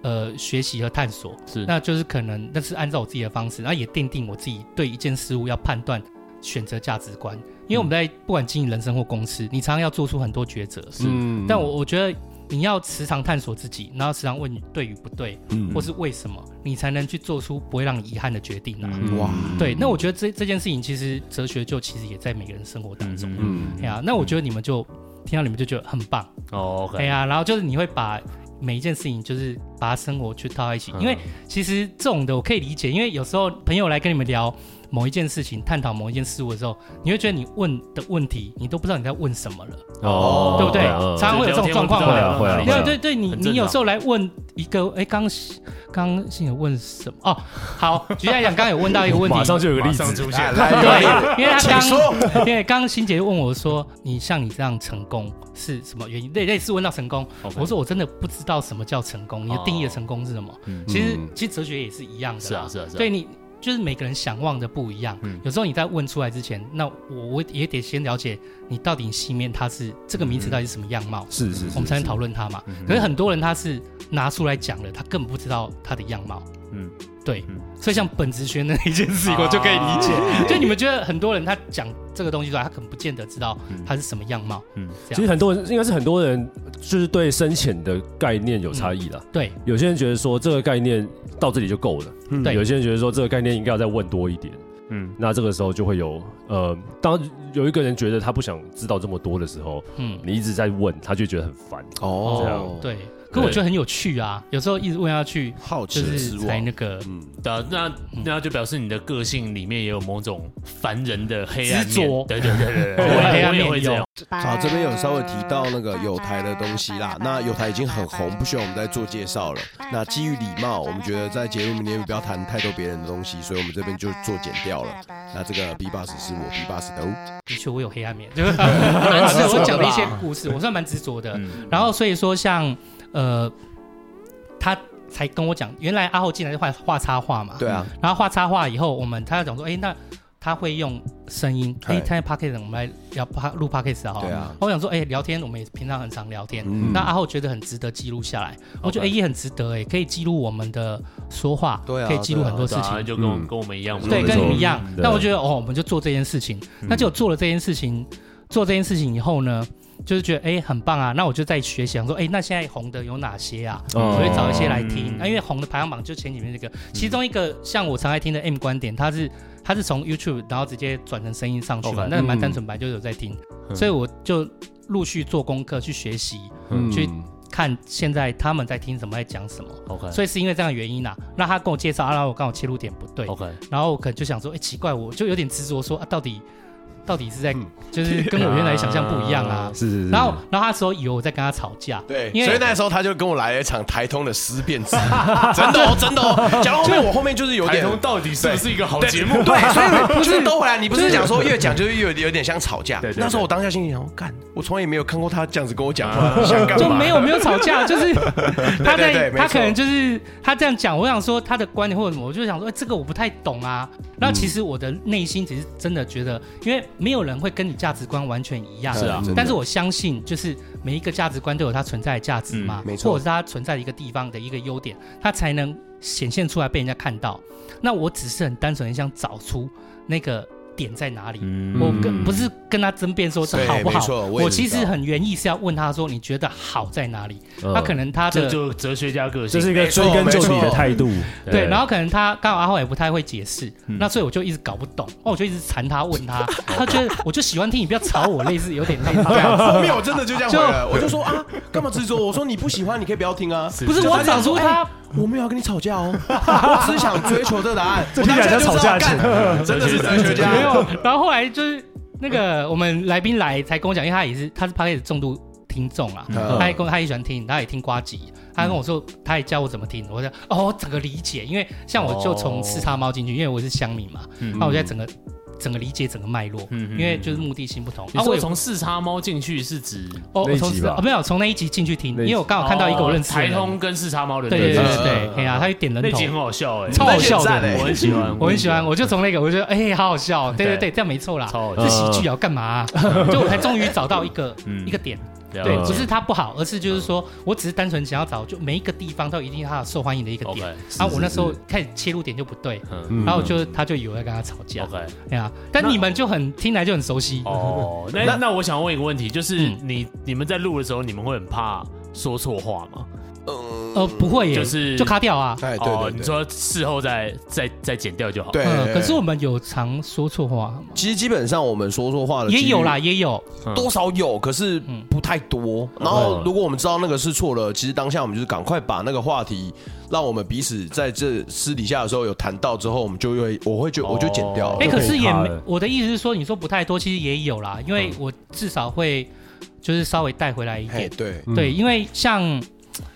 Speaker 2: 呃学习和探索，
Speaker 3: 是
Speaker 2: 那就是可能那是按照我自己的方式，然后也奠定我自己对一件事物要判断、选择价值观。因为我们在不管经营人生或公司，你常常要做出很多抉择，是。
Speaker 4: 嗯
Speaker 2: 但我我觉得你要时常探索自己，然后时常问对与不对，
Speaker 4: 嗯
Speaker 2: 或是为什么，你才能去做出不会让你遗憾的决定啊。
Speaker 3: 嗯
Speaker 4: 哇，
Speaker 2: 对，那我觉得这这件事情其实哲学就其实也在每个人生活当中。
Speaker 4: 嗯
Speaker 2: 哎呀、那我觉得你们就听到你们就觉得很棒，
Speaker 3: 哦，OK，
Speaker 2: 哎呀、然后就是你会把每一件事情就是把它生活去套在一起，
Speaker 3: 嗯
Speaker 2: 因为其实这种的我可以理解，因为有时候朋友来跟你们聊某一件事情、探讨某一件事物的时候，你会觉得你问的问题你都不知道你在问什么了，
Speaker 5: 哦
Speaker 2: 对不对？
Speaker 5: 嗯
Speaker 2: 常常会有这种状况
Speaker 5: 会啊会啊
Speaker 2: 对
Speaker 5: 会啊
Speaker 2: 对对对，你
Speaker 3: 很正常
Speaker 2: 你有时候来问一个，哎，刚刚性有问什么？哦，
Speaker 3: [LAUGHS]
Speaker 2: 好，举例来讲，刚刚有问到一个问题，
Speaker 5: [LAUGHS] 马上就有个例子
Speaker 3: 出
Speaker 4: 哎
Speaker 3: 现，
Speaker 4: 来来
Speaker 2: [LAUGHS] 对，因为他刚，因为刚刚欣姐问我说，你像你这样成功是什么原因？类类似问到成功，
Speaker 3: 哦
Speaker 2: 我说我真的不知道什么叫成功，你的定义的成功是什么？
Speaker 3: 嗯
Speaker 2: 其实其实哲学也是一样的啦，
Speaker 3: 是啊是啊是啊嗯
Speaker 2: 对你。就是每个人想望的不一样，有时候你在问出来之前，那我我也得先了解你到底西面它是这个名
Speaker 3: 嗯
Speaker 2: 词到底是什么样貌，
Speaker 5: 是是是，
Speaker 2: 我们才能讨论它嘛。可是很多人他是拿出来讲了，他根本不知道它的样貌。
Speaker 3: 嗯
Speaker 2: 嗯，对
Speaker 3: 嗯，
Speaker 2: 所以像本职学那一件事情，我就可以理解。[LAUGHS]
Speaker 3: 啊
Speaker 2: 就你们觉得很多人他讲这个东西出来，他可能不见得知道它是什么样貌。
Speaker 3: 嗯
Speaker 2: 嗯，
Speaker 5: 其实很多人应该是很多人就是对深浅的概念有差异啦。
Speaker 2: 对
Speaker 5: 有些人觉得说这个概念到这里就够了，
Speaker 4: 嗯
Speaker 2: 对
Speaker 5: 有些人觉得说这个概念应该要再问多一点。
Speaker 3: 嗯
Speaker 5: 那这个时候就会有呃，当有一个人觉得他不想知道这么多的时候，
Speaker 2: 嗯，
Speaker 5: 你一直在问，他就觉得很烦。这
Speaker 4: 哦
Speaker 5: 样，
Speaker 2: 对。可我觉得很有趣啊，有时候一直问下去，
Speaker 4: 好奇
Speaker 2: 就
Speaker 4: 的
Speaker 2: 是
Speaker 4: 失
Speaker 2: 才
Speaker 4: 望，
Speaker 2: 那
Speaker 4: [LAUGHS]
Speaker 2: 个。
Speaker 4: 嗯，
Speaker 3: 对啊，那那就表示你的个性里面也有某种凡人的黑暗
Speaker 2: 执
Speaker 3: 面
Speaker 2: 着，
Speaker 3: 对对对对对，
Speaker 2: 对
Speaker 3: 我也
Speaker 2: 黑暗
Speaker 3: 我也
Speaker 2: 面
Speaker 3: 会这
Speaker 2: 有 [LAUGHS]
Speaker 3: 样，
Speaker 4: 好，这边有稍微提到那个有台的东西啦，那有台已经很红，不需要我们再做介绍了。那基于礼貌，我们觉得在节目里面不要谈太多别人的东西，所以我们这边就做剪掉了。那这个 B bus 是我 B bus 的哦，
Speaker 2: 的确我有黑暗面， [LAUGHS] 就是蛮执着。我讲的一些故事，我算蛮执着
Speaker 4: 嗯
Speaker 2: 的。
Speaker 3: 嗯
Speaker 2: 然后所以说像呃，他才跟我讲，原来阿后进来就画画插画嘛，
Speaker 4: 对啊，
Speaker 2: 然后画插画以后，我们他讲说，哎，那他会用声音，哎，
Speaker 4: 嗨
Speaker 2: 他在 p o c k e t 我们来聊 pa- 录 p o c k e t 好了。
Speaker 4: 对啊
Speaker 2: 我想说，哎，聊天我们也平常很常聊天，
Speaker 4: 嗯
Speaker 2: 那阿后觉得很值得记录下来，我觉得哎也很值得哎，可以记录我们的说话，
Speaker 4: 对啊
Speaker 2: 可以记录很多事
Speaker 3: 对啊
Speaker 2: 情，
Speaker 3: 就跟我
Speaker 4: 嗯
Speaker 3: 跟我们一样嘛，
Speaker 2: 对，
Speaker 5: 没
Speaker 2: 跟你
Speaker 5: 错
Speaker 2: 们一样。
Speaker 5: 对嗯
Speaker 2: 那我觉得哦，我们就做这件事情。那就做了这件事情，做这件事情以后呢，就是觉得哎很棒啊。那我就在学习，想说哎，那现在红的有哪些啊？
Speaker 5: 哦。
Speaker 2: 我会找一些来听。那因为红的排行榜就前几名那个，其中一个像我常爱听的 M 观点，它是它是从 YouTube 然后直接转成声音上去嘛
Speaker 3: OK，
Speaker 2: 那蛮单纯，本来就有在听，所以我就陆续做功课去学习，去看现在他们在听什么，在讲什么。
Speaker 3: OK
Speaker 2: 所以是因为这样的原因啊，那他跟我介绍，啊、然后我刚好切入点不对，
Speaker 3: OK，
Speaker 2: 然后我可能就想说，哎、奇怪，我就有点执着说啊，到底到底是在、
Speaker 4: 嗯
Speaker 2: 就是跟我原来想象不一样
Speaker 4: [LAUGHS]
Speaker 2: 啊
Speaker 5: 嗯是是是，
Speaker 2: 然后，然后他说以为我在跟他吵架，
Speaker 4: 对，
Speaker 2: 因
Speaker 4: 所以
Speaker 2: 为
Speaker 4: 那时候他就跟我来了一场台通的思辨之旅，真的哦，真的哦，讲到后面我后面就是有
Speaker 3: 台
Speaker 4: 点
Speaker 3: 通到底是不是一个好节目？
Speaker 4: 对，所以不是兜回来，你不是讲说越讲就是越有点像吵架。那时候我当下心里想，干，我从来也没有看过他这样子跟我讲话，想干嘛？
Speaker 2: 就没有没有
Speaker 4: [LAUGHS]
Speaker 2: 吵架，就是他
Speaker 4: 对
Speaker 2: 在
Speaker 4: 对没错
Speaker 2: 他可能就是他这样讲，我想说他的观点或者什么，我就想说、哎这个我不太懂啊。然
Speaker 4: 嗯
Speaker 2: 后其实我的内心其实真的觉得，因为没有人会跟你价值观完全一样，
Speaker 4: 是啊真的
Speaker 2: 但是我相信，就是每一个价值观都有它存在的价值嘛，
Speaker 4: 嗯没错
Speaker 2: 或者是它存在的一个地方的一个优点，它才能显现出来被人家看到。那我只是很单纯的想找出那个点在哪里，我跟不是跟他争辩说这
Speaker 4: 嗯对
Speaker 2: 好不
Speaker 4: 没
Speaker 2: 好
Speaker 4: 错，我也
Speaker 2: 我
Speaker 4: 知
Speaker 2: 其实
Speaker 4: 道
Speaker 2: 很原意是要问他说你觉得好在哪里？
Speaker 5: 嗯
Speaker 2: 那可能他
Speaker 3: 这
Speaker 2: 的
Speaker 3: 就哲学家个性，
Speaker 5: 这是一个
Speaker 4: 没错
Speaker 5: 追根究底
Speaker 4: 没
Speaker 5: 的
Speaker 4: 错
Speaker 5: 态度。
Speaker 2: 对，然后可能他刚好阿浩也不太会解释，那所以我就一直搞
Speaker 4: [LAUGHS]
Speaker 2: 不懂，哦，我就一直缠他问他，他觉得我就喜欢听你不要吵我，类似有点类似这
Speaker 4: [LAUGHS]
Speaker 2: 样子。
Speaker 4: 后面我真的就这样回了，我就说啊，干嘛执着？我说你不喜欢，你可以不要听啊。
Speaker 2: 不是我找出他，
Speaker 4: 我没有要跟你吵架
Speaker 2: [LAUGHS]
Speaker 4: 哦，我只是想追求这个答案。我当下就知道，干，真的是哲学
Speaker 2: 没
Speaker 4: 家。
Speaker 2: 有，然后后来就是那个我们来宾来才跟我讲，因为他也是他是 p o d 重度听众啊，
Speaker 4: 嗯
Speaker 2: 他也跟我他也喜欢听，他也听瓜吉，他跟我说他也教我怎么听，我说哦，我整个理解，因为像我就从
Speaker 3: 哦嗯
Speaker 2: 四叉猫进去，因为我是乡民嘛，那我就在整个。整个理解整个脉络，
Speaker 3: 嗯嗯
Speaker 2: 因为就是目的性不同。
Speaker 3: 你
Speaker 2: 啊我
Speaker 3: 说
Speaker 2: 也
Speaker 3: 从四叉猫进去是指
Speaker 2: 哦，
Speaker 5: 那
Speaker 2: 我
Speaker 5: 一
Speaker 2: 从
Speaker 5: 集吧
Speaker 2: 哦没有从那一集进去听，
Speaker 5: 那一
Speaker 2: 因为我刚好看到一个我认识的
Speaker 3: 台
Speaker 2: 人，
Speaker 3: 通跟四叉猫的
Speaker 2: 对对
Speaker 3: 人
Speaker 2: 对
Speaker 3: 那集
Speaker 2: 对对，哎呀，他一点人
Speaker 3: 呃那
Speaker 2: 头
Speaker 3: 集。很好笑哎，
Speaker 2: 超好笑的
Speaker 1: 那集很赞欸
Speaker 3: 我很喜欢，
Speaker 2: 我很喜欢，我就从那个，我就觉得哎，好好笑哦，对对对，
Speaker 3: 对
Speaker 2: 这样没错啦，
Speaker 3: [LAUGHS] 超好笑
Speaker 2: 这喜剧啊，干嘛
Speaker 3: [LAUGHS]
Speaker 2: 啊？就我才终于找到一个
Speaker 3: 嗯
Speaker 2: 一个点，
Speaker 3: 了
Speaker 2: 对，
Speaker 5: 嗯
Speaker 2: 不是它不好，而是就是说我只是单纯想要找，就每一个地方都有一定它的受欢迎的一个
Speaker 3: OK，
Speaker 2: 点。
Speaker 3: 是
Speaker 2: 然后我那时候开始切入点就不对，
Speaker 3: 嗯
Speaker 2: 然后就他就以为在跟他吵架，
Speaker 3: OK，
Speaker 2: 对啊，但你们就很听来就很熟悉，
Speaker 3: 哦，那
Speaker 1: 那
Speaker 3: 那我想问一个问题，就是
Speaker 2: 嗯
Speaker 3: 你你们在录的时候，你们会很怕说错话吗？
Speaker 2: [LAUGHS] 呃，
Speaker 1: 嗯
Speaker 2: 不会耶，
Speaker 3: 就是
Speaker 2: 就卡掉啊，
Speaker 4: 哎，对
Speaker 3: 哦
Speaker 4: 对，
Speaker 3: 你
Speaker 4: 对，
Speaker 3: 说事后再再再剪掉就好。
Speaker 4: 对
Speaker 2: 嗯，
Speaker 4: 对
Speaker 2: 可是我们有常说错话吗，
Speaker 1: 其实基本上我们说错话的
Speaker 2: 也
Speaker 1: 几率
Speaker 2: 有啦，，也有，
Speaker 3: 嗯
Speaker 1: 多少有，可是
Speaker 2: 嗯
Speaker 1: 不太多。然后如果我们知道那个是错了，其实当下我们就是赶快把那个话题，让我们彼此在这私底下的时候有谈到之后，我们就会我会就我就剪掉了。
Speaker 2: 哎，
Speaker 5: 就
Speaker 2: 可
Speaker 5: 可以
Speaker 2: 是也
Speaker 5: 卡
Speaker 2: 没
Speaker 5: 了
Speaker 2: 我的意思是说，你说不太多，其实也有啦，因
Speaker 1: 嗯
Speaker 2: 为我至少会就是稍微带回来一
Speaker 4: 嘿
Speaker 2: 点，
Speaker 4: 对，
Speaker 5: 嗯
Speaker 2: 对，因为像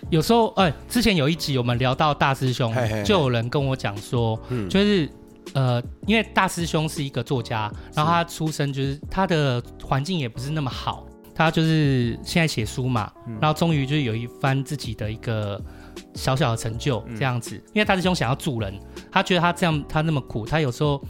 Speaker 2: 有时候，呃，之前有一集我们聊到大师兄
Speaker 4: 嘿嘿嘿，
Speaker 2: 就有人跟我讲说，
Speaker 4: 嗯
Speaker 2: 就是呃，因为大师兄是一个作家，然后他出身就是他的环境也不是那么好，他就是现在写书嘛，
Speaker 4: 嗯
Speaker 2: 然后终于就是有一番自己的一个。小小的成就
Speaker 4: 嗯
Speaker 2: 这样子，因为大师兄想要助人，他觉得他这样他那么苦，他有时候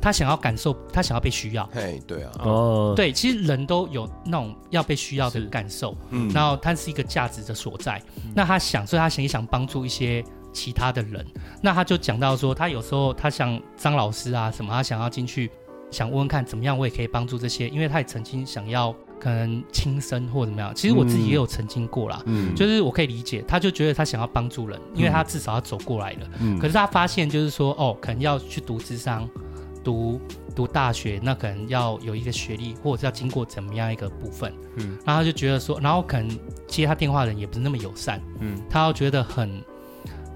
Speaker 2: 他想要感受，他想要被需要。
Speaker 4: 嘿对啊，
Speaker 5: 哦，
Speaker 2: 对，其实人都有那种要被需要的
Speaker 3: 是
Speaker 2: 感受。
Speaker 4: 嗯，
Speaker 2: 然后它是一个价值的所在。那他想，所以他想也想帮助一些其他的人。那他就讲到说，他有时候他想张老师啊什么，他想要进去，想问问看怎么样，我也可以帮助这些，因为他也曾经想要可能轻生或怎么样。其实我自己也有曾经过啦，
Speaker 5: 嗯
Speaker 2: 就是我可以理解，他就觉得他想要帮助人，因为他至少他走过来了。
Speaker 5: 嗯
Speaker 2: 可是他发现就是说，哦，可能要去读智商，读读大学，那可能要有一个学历，或者是要经过怎么样一个部分，
Speaker 3: 嗯
Speaker 2: 嗯，然后他就觉得说，然后可能接他电话的人也不是那么友善，
Speaker 3: 嗯
Speaker 2: 嗯，他又觉得很，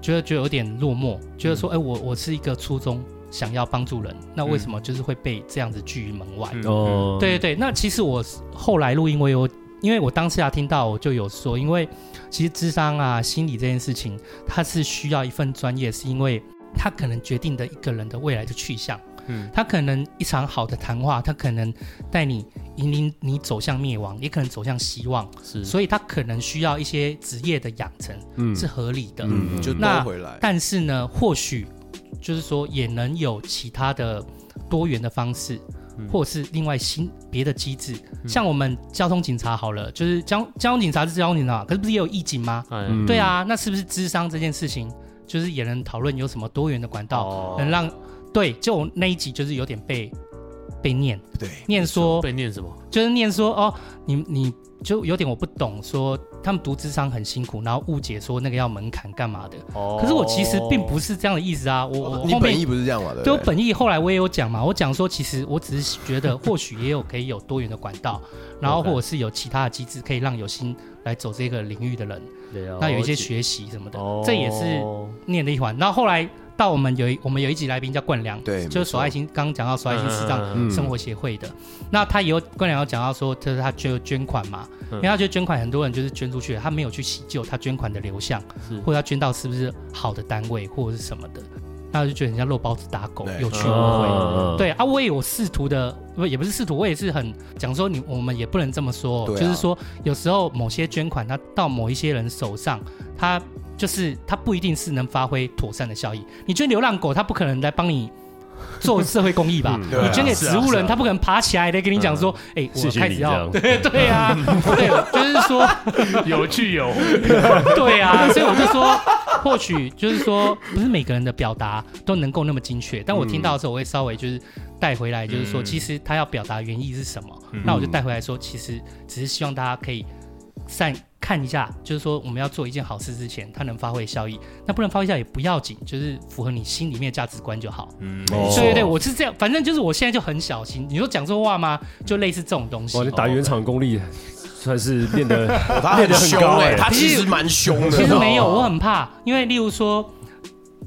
Speaker 2: 觉得觉得有点落寞，觉得说，哎、我我是一个初衷想要帮助人，那为什么就是会被这样子拒于门外？
Speaker 3: 嗯
Speaker 5: 哦，
Speaker 2: 对对对，那其实我后来录音，我有，因为我当下听到我就有说，因为其实智商啊、心理这件事情，它是需要一份专业，是因为它可能决定的一个人的未来的去向。
Speaker 3: 嗯
Speaker 2: 嗯，他可能一场好的谈话，他可能带你引领你走向灭亡，也可能走向希望，
Speaker 3: 是
Speaker 2: 所以他可能需要一些职业的养成，
Speaker 5: 嗯
Speaker 2: 是合理的。
Speaker 5: 嗯
Speaker 4: 嗯，就
Speaker 2: 那
Speaker 4: 兜回来，
Speaker 2: 但是呢，或许就是说也能有其他的多元的方式，
Speaker 5: 嗯
Speaker 2: 或者是另外新别的机制，像我们交通警察好了，就是交交通警察是交通警察，可是不是也有义警吗？
Speaker 3: 哎
Speaker 5: 嗯
Speaker 2: 对啊，那是不是智商这件事情，就是也能讨论有什么多元的管道，
Speaker 3: 哦
Speaker 2: 能让对，就我那一集就是有点被被念
Speaker 4: 对，
Speaker 2: 念说，
Speaker 3: 被念什么？
Speaker 2: 就是念说哦，你你就有点我不懂说。他们读智商很辛苦，然后误解说那个要门槛干嘛的，
Speaker 3: 哦
Speaker 2: 可是我其实并不是这样的意思啊，我
Speaker 1: 哦
Speaker 2: 我
Speaker 4: 你
Speaker 2: 后
Speaker 4: 本意
Speaker 2: 面
Speaker 4: 不是这样嘛？对不
Speaker 2: 对我
Speaker 4: 对，
Speaker 2: 本意后来我也有讲嘛，我讲说其实我只是觉得或许也有可以有多元的管道，然后
Speaker 3: OK
Speaker 2: 或者是有其他的机制可以让有心来走这个领域的人，
Speaker 3: 了解
Speaker 2: 那有一些学习什么的
Speaker 3: 哦，
Speaker 2: 这也是
Speaker 3: [LAUGHS]
Speaker 2: 念的一环。然后后来到我们有一我们有一集来宾叫冠良，
Speaker 4: 对
Speaker 2: 就
Speaker 4: 没
Speaker 2: 是索爱心，刚刚讲到索爱心
Speaker 3: 嗯
Speaker 2: 视障
Speaker 3: 嗯
Speaker 2: 生活协会的，那他也有冠良有讲到说，就是他就捐款嘛，
Speaker 3: 嗯
Speaker 2: 因为他觉得捐款很多人就是捐出去了，他没有去洗旧他捐款的流向
Speaker 3: 是，
Speaker 2: 或者他捐到是不是好的单位或者是什么的，那我就觉得人家肉包子打狗
Speaker 4: 对
Speaker 2: 有去无回。
Speaker 5: 哦，
Speaker 2: 对啊，我也有试图的，不也不是试图，我也是很讲说你，我们也不能这么说，
Speaker 4: 对啊
Speaker 2: 就是说有时候某些捐款它到某一些人手上，它就是它不一定是能发挥妥善的效益。你捐流浪狗，它不可能来帮你。做社会公益吧，
Speaker 5: 嗯
Speaker 4: 对啊
Speaker 2: 你捐给
Speaker 3: 是啊
Speaker 2: 植物
Speaker 3: 是
Speaker 2: 人，
Speaker 3: 啊
Speaker 2: 他不可能爬起来来跟你讲说，哎，
Speaker 5: 谢
Speaker 2: 我
Speaker 5: 谢
Speaker 2: 开
Speaker 5: 你
Speaker 2: 始
Speaker 5: 这
Speaker 2: 要 [LAUGHS]
Speaker 5: 样，
Speaker 2: 对对啊，对，就是说，
Speaker 3: 有趣有 [LAUGHS]
Speaker 2: 对啊，所以我就说，或许就是说，不是每个人的表达都能够那么精确，但我听到的时候，我会稍微就是带回来，就是说，
Speaker 3: 嗯
Speaker 2: 其实他要表达原意是什么，
Speaker 3: 嗯
Speaker 2: 那我就带回来说，其实只是希望大家可以善看一下，就是说我们要做一件好事之前，它能发挥效益，那不能发挥效益也不要紧，就是符合你心里面的价值观就好。
Speaker 3: 嗯
Speaker 5: 哦
Speaker 2: 对对对，我是这样，反正就是我现在就很小心。你说讲错话吗？就类似这种东西
Speaker 5: 哇，。你打圆场功力算是练的，
Speaker 1: 他很
Speaker 5: 练得很
Speaker 1: 凶
Speaker 5: 高
Speaker 1: 哎、
Speaker 5: 哎
Speaker 1: 他其实蛮凶的。
Speaker 2: 其实没
Speaker 1: 你知
Speaker 2: 有，
Speaker 1: 道吗
Speaker 2: 我很怕，因为例如说，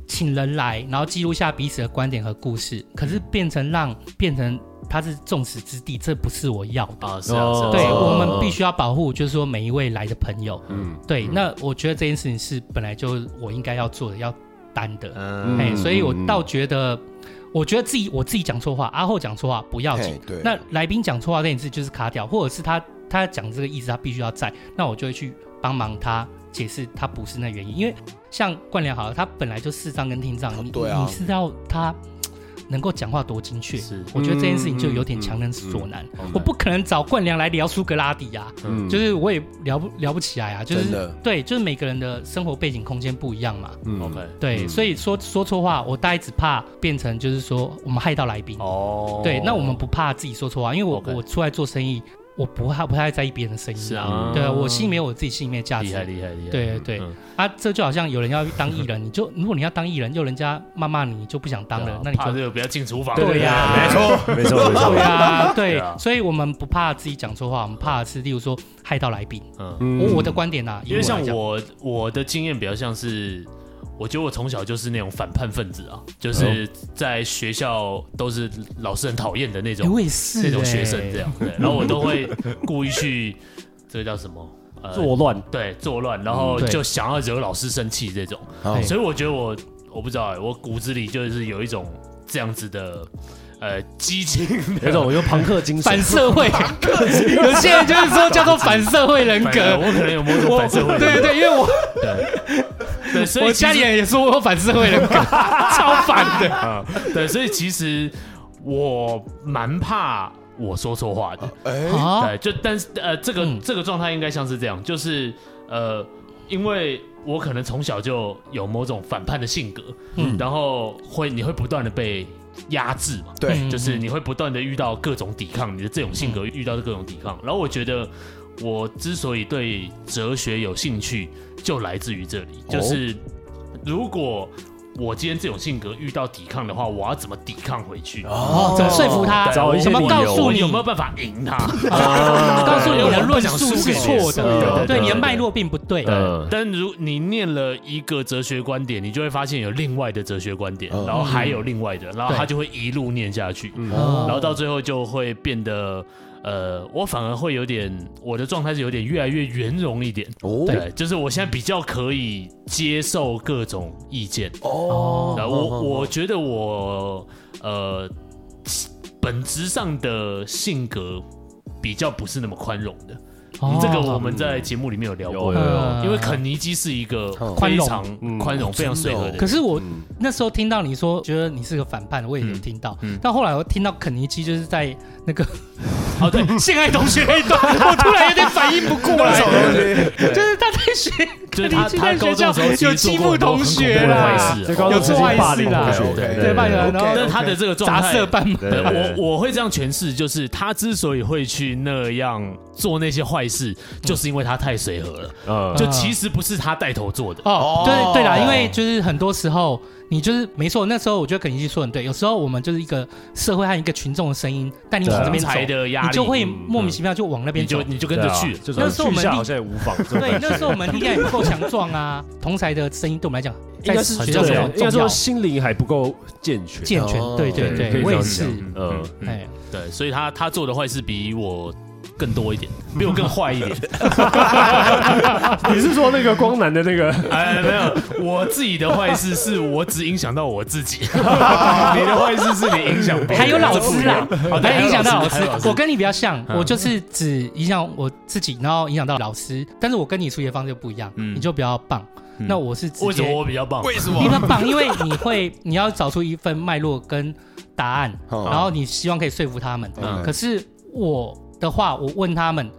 Speaker 2: 请人来，然后记录下彼此的观点和故事，可是变成让变成他是众矢之的，这不是我要的。
Speaker 3: 啊是啊是啊，
Speaker 2: 对
Speaker 3: 是啊
Speaker 2: 我们必须要保护，就是说每一位来的朋友。
Speaker 5: 嗯，
Speaker 2: 对，那我觉得这件事情是本来就我应该要做的，要担的。
Speaker 3: 嗯
Speaker 2: 哎，所以我
Speaker 5: 嗯
Speaker 2: 倒觉得。我觉得自己我自己讲错话，阿后讲错话不要紧
Speaker 4: 嘿，对
Speaker 2: 那来宾讲错话那件事就是卡掉，或者是他他讲这个意思他必须要在，那我就会去帮忙他解释他不是那原因，因为像冠良好了，他本来就视障跟听障，你、
Speaker 1: 对啊
Speaker 2: 你是要他。能够讲话多精确
Speaker 3: 是，哦
Speaker 2: 我觉得这件事情就有点强人所难。我不可能找冠良来聊苏格拉底呀、啊
Speaker 1: 嗯
Speaker 2: 就是我也聊不聊不起来啊，就
Speaker 1: 真
Speaker 2: 是
Speaker 1: 的
Speaker 2: 对，就是每个人的生活背景空间不一样嘛，
Speaker 1: 嗯，
Speaker 3: OK，
Speaker 2: 对，所以说说错话，我大概只怕变成就是说我们害到来宾，
Speaker 3: 哦，
Speaker 2: 对，那我们不怕自己说错话，因为我
Speaker 3: OK
Speaker 2: 我出来做生意，我不怕不太在意别人的声音，
Speaker 3: 是啊，
Speaker 2: 对我心里面有我自己心里面的价值
Speaker 3: 厉，害厉害厉害，
Speaker 2: 对对
Speaker 3: 嗯
Speaker 2: 啊，这就好像有人要当艺
Speaker 3: [LAUGHS]
Speaker 2: 人，你就如果你要当艺人，又人家骂骂你，你就不想当
Speaker 3: 对
Speaker 2: 了
Speaker 3: 啊，
Speaker 2: 那你
Speaker 3: 怕
Speaker 2: 就
Speaker 3: 这个不要进厨房，啊
Speaker 2: 对呀
Speaker 3: 没错，
Speaker 5: 没错没错
Speaker 2: [LAUGHS] 对，
Speaker 3: [LAUGHS]
Speaker 2: 啊，对
Speaker 3: 对啊，
Speaker 2: 所以我们不怕自己讲错话，我们怕的是例如说害到来宾，
Speaker 3: 嗯。
Speaker 2: 我我的观点啊，以
Speaker 3: 因为像
Speaker 2: 来讲
Speaker 3: 我我的经验比较像是，我觉得我从小就是那种反叛分子啊，就是在学校都是老师很讨厌的那
Speaker 2: 哎
Speaker 3: 种
Speaker 2: 我也是
Speaker 3: 那
Speaker 2: 欸
Speaker 3: 种学生这样，对，然后我都会故意去，这个叫什么？呃
Speaker 5: 作乱。
Speaker 3: 对作乱，然后
Speaker 2: 嗯对
Speaker 3: 就想要惹老师生气这种，
Speaker 2: 对
Speaker 3: 所以我觉得我我不知道、欸，我骨子里就是有一种这样子的。呃，激情
Speaker 5: 有一种有朋克精
Speaker 2: 反
Speaker 5: 神，
Speaker 2: 社
Speaker 3: [LAUGHS]
Speaker 2: 会，有些人就是说叫做反社会人
Speaker 3: 反 [LAUGHS]
Speaker 2: 格。
Speaker 3: 我可能有某种反社会
Speaker 2: 对对
Speaker 3: 的，
Speaker 2: 对，因为我
Speaker 3: 对，所以
Speaker 2: 我
Speaker 3: 其
Speaker 2: 家里
Speaker 3: 实
Speaker 2: 人也说我有反社会人格，超反的。
Speaker 3: [LAUGHS] 对，所以其实我蛮怕我说错话的，
Speaker 1: 哎，
Speaker 2: 啊，
Speaker 3: 对，就但是呃，这个、
Speaker 2: 嗯
Speaker 3: 这个状态应该像是这样，就是呃，因为我可能从小就有某种反叛的性格，
Speaker 2: 嗯
Speaker 3: 然后会你会不断的被压制嘛，
Speaker 1: 对
Speaker 2: 嗯
Speaker 3: 就是你会不断的遇到各种抵抗，你的这种性格遇到各种抵抗，然后我觉得。我之所以对哲学有兴趣，就来自于这里。
Speaker 5: 哦
Speaker 3: 就是如果我今天这种性格遇到抵抗的话，我要怎么抵抗回去？
Speaker 2: 哦，怎么说服他？
Speaker 3: 对
Speaker 5: 找一些
Speaker 2: 怎么
Speaker 5: 理由啊
Speaker 2: 告诉
Speaker 3: 我
Speaker 2: 你啊
Speaker 3: 有？没有办法赢他？ [LAUGHS]
Speaker 2: 告诉你
Speaker 3: 我
Speaker 2: 的
Speaker 3: 不
Speaker 2: 论
Speaker 3: 想
Speaker 2: 述
Speaker 3: 输
Speaker 2: 是
Speaker 3: 给别人
Speaker 2: 错
Speaker 5: 对
Speaker 2: 的，
Speaker 5: 对
Speaker 2: 对，你的
Speaker 5: 对
Speaker 2: 脉络并不对。
Speaker 5: 嗯，
Speaker 3: 但如你念了一个哲学观点，你就会发现有另外的哲学观点，
Speaker 5: 嗯
Speaker 3: 然后还有另外的，然后他就会一路念下去，
Speaker 2: 嗯
Speaker 3: 然
Speaker 1: 哦
Speaker 3: 后到最后就会变得，呃，我反而会有点，我的状态是有点越来越圆融一点。
Speaker 1: 哦
Speaker 3: 对，就是我现在比较可以接受各种意见。
Speaker 1: 哦，
Speaker 3: 然后我我觉得我呃本质上的性格比较不是那么宽容的，
Speaker 2: 哦
Speaker 3: 这个我们在节目里面有聊过
Speaker 5: 有。有
Speaker 2: 嗯
Speaker 1: 啊
Speaker 3: 因为肯尼基是一个
Speaker 2: 宽
Speaker 3: 非
Speaker 2: 容
Speaker 3: 常宽容、非常随和
Speaker 1: 哦
Speaker 3: 的人，
Speaker 2: 可是我那时候听到你说，觉得你是个反叛，我也
Speaker 3: 嗯
Speaker 2: 有听到。但后来我听到肯尼基就是在那个
Speaker 3: 哦对，
Speaker 1: [LAUGHS]
Speaker 2: 性爱同学那一段，我突然有点反应不过来
Speaker 1: 什。么东西？
Speaker 2: [LAUGHS] 就是他在学，
Speaker 3: 就是他
Speaker 2: 肯尼基
Speaker 3: 他
Speaker 2: 在
Speaker 3: 高
Speaker 2: 学
Speaker 3: 中的时
Speaker 2: 校
Speaker 3: 候
Speaker 2: 有
Speaker 3: 其实
Speaker 2: 欺
Speaker 3: 做过
Speaker 2: 负
Speaker 3: 很多
Speaker 2: 同
Speaker 3: 很
Speaker 2: 学
Speaker 3: 恐怖的坏
Speaker 2: 啦
Speaker 3: 事，啊
Speaker 5: 最高
Speaker 2: 有
Speaker 5: 中
Speaker 2: 做
Speaker 5: 曾经
Speaker 2: 坏
Speaker 5: 霸
Speaker 2: 事
Speaker 5: 凌
Speaker 2: 啦
Speaker 5: 同学，
Speaker 1: 对
Speaker 2: 对霸凌啊，然
Speaker 3: 但是
Speaker 2: 后
Speaker 3: 他的这个状态
Speaker 2: 杂色斑马。
Speaker 5: 对对
Speaker 3: 我我会这样诠释，就是他之所以会去那样做那些坏事，就是因为他太随和了。
Speaker 5: 嗯，
Speaker 3: 就其实不是他带头做的，
Speaker 2: 哦
Speaker 1: 哦，
Speaker 2: 对对啦，因为就是很多时候你就是没错，那时候我觉得肯尼基说得很对，有时候我们就是一个社会和一个群众的声音，但你往这边走
Speaker 3: 同啊才的压
Speaker 2: 嗯
Speaker 3: 力嗯
Speaker 2: 你就会莫名其妙就往那
Speaker 3: 你
Speaker 2: 边走
Speaker 3: 就。你就跟着去了。
Speaker 5: 啊就
Speaker 2: 那时候我们
Speaker 5: 好像也无妨。
Speaker 2: 对，那时候我们力量也不够强壮啊， [LAUGHS] 同才的声音对我们来讲，
Speaker 5: 应该
Speaker 2: 在
Speaker 5: 是
Speaker 2: 学校
Speaker 5: 对
Speaker 2: 是很
Speaker 5: 应该
Speaker 2: 重要
Speaker 5: 说。心灵还不够健全。
Speaker 2: 健全
Speaker 1: 哦，
Speaker 2: 对对
Speaker 5: 对可
Speaker 2: 对，
Speaker 5: 以这
Speaker 2: 我
Speaker 5: 样
Speaker 2: 也
Speaker 5: 讲
Speaker 2: 是，
Speaker 5: 嗯，
Speaker 2: 哎，
Speaker 3: 对，所以他他做的坏事比我更多一点，比我更坏一点。 [LAUGHS]
Speaker 5: 你是说那个光南的那个？
Speaker 3: 哎，没有，我自己的坏事是我只影响到我自己， [LAUGHS] 你的坏事是你影响别人，
Speaker 2: 还有老师啦
Speaker 3: 哦，对
Speaker 2: 还影响到老师
Speaker 3: 还有老。师
Speaker 2: 我跟你比较像，我就是只影响我自己，然后影响到老师，但是我跟你处理的方式不一样，
Speaker 3: 嗯
Speaker 2: 你就比较棒。那我是直接
Speaker 3: 为什么我比较棒？
Speaker 1: 为什
Speaker 3: [LAUGHS]
Speaker 2: 一
Speaker 1: 么？
Speaker 2: 般棒，因为你会你要找出一份脉络跟答案，
Speaker 1: 哦
Speaker 2: 然后你希望可以说服他们。
Speaker 3: 嗯
Speaker 2: 可是我的话，我问他们。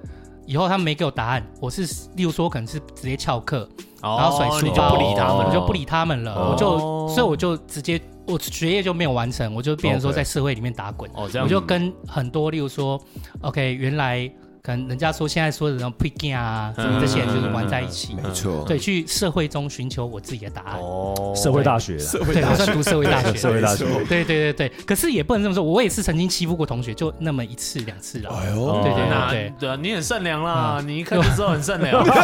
Speaker 2: 以后他们没给我答案，我是例如说，我可能是直接翘课，然后甩书
Speaker 3: 哦你就
Speaker 2: 包
Speaker 3: 不理他们，
Speaker 2: 我就不理他们了，
Speaker 5: 哦
Speaker 2: 我就所以我就直接我学业就没有完成，我就变成说
Speaker 5: OK
Speaker 2: 在社会里面打滚，
Speaker 3: 哦，这样
Speaker 2: 我就跟很多例如说，OK，原来可能人家说现在说的什么 p i g 啊，什么这些人就是玩在一起，
Speaker 1: 没错，
Speaker 2: 对，去社会中寻求我自己的答案。
Speaker 3: 哦
Speaker 5: 社会大学啦，
Speaker 2: 对，我算读社会大学。
Speaker 5: 社会大学，
Speaker 2: 对对对对，可是也不能这么说，我也是曾经欺负过同学，就那么一次两次啦。
Speaker 1: 哎呦，
Speaker 5: 哦
Speaker 2: 对对
Speaker 3: 那
Speaker 2: 对嗯对，
Speaker 3: 对啊，你很善良啦，你一看就知道很
Speaker 2: [LAUGHS]
Speaker 3: 善良，啊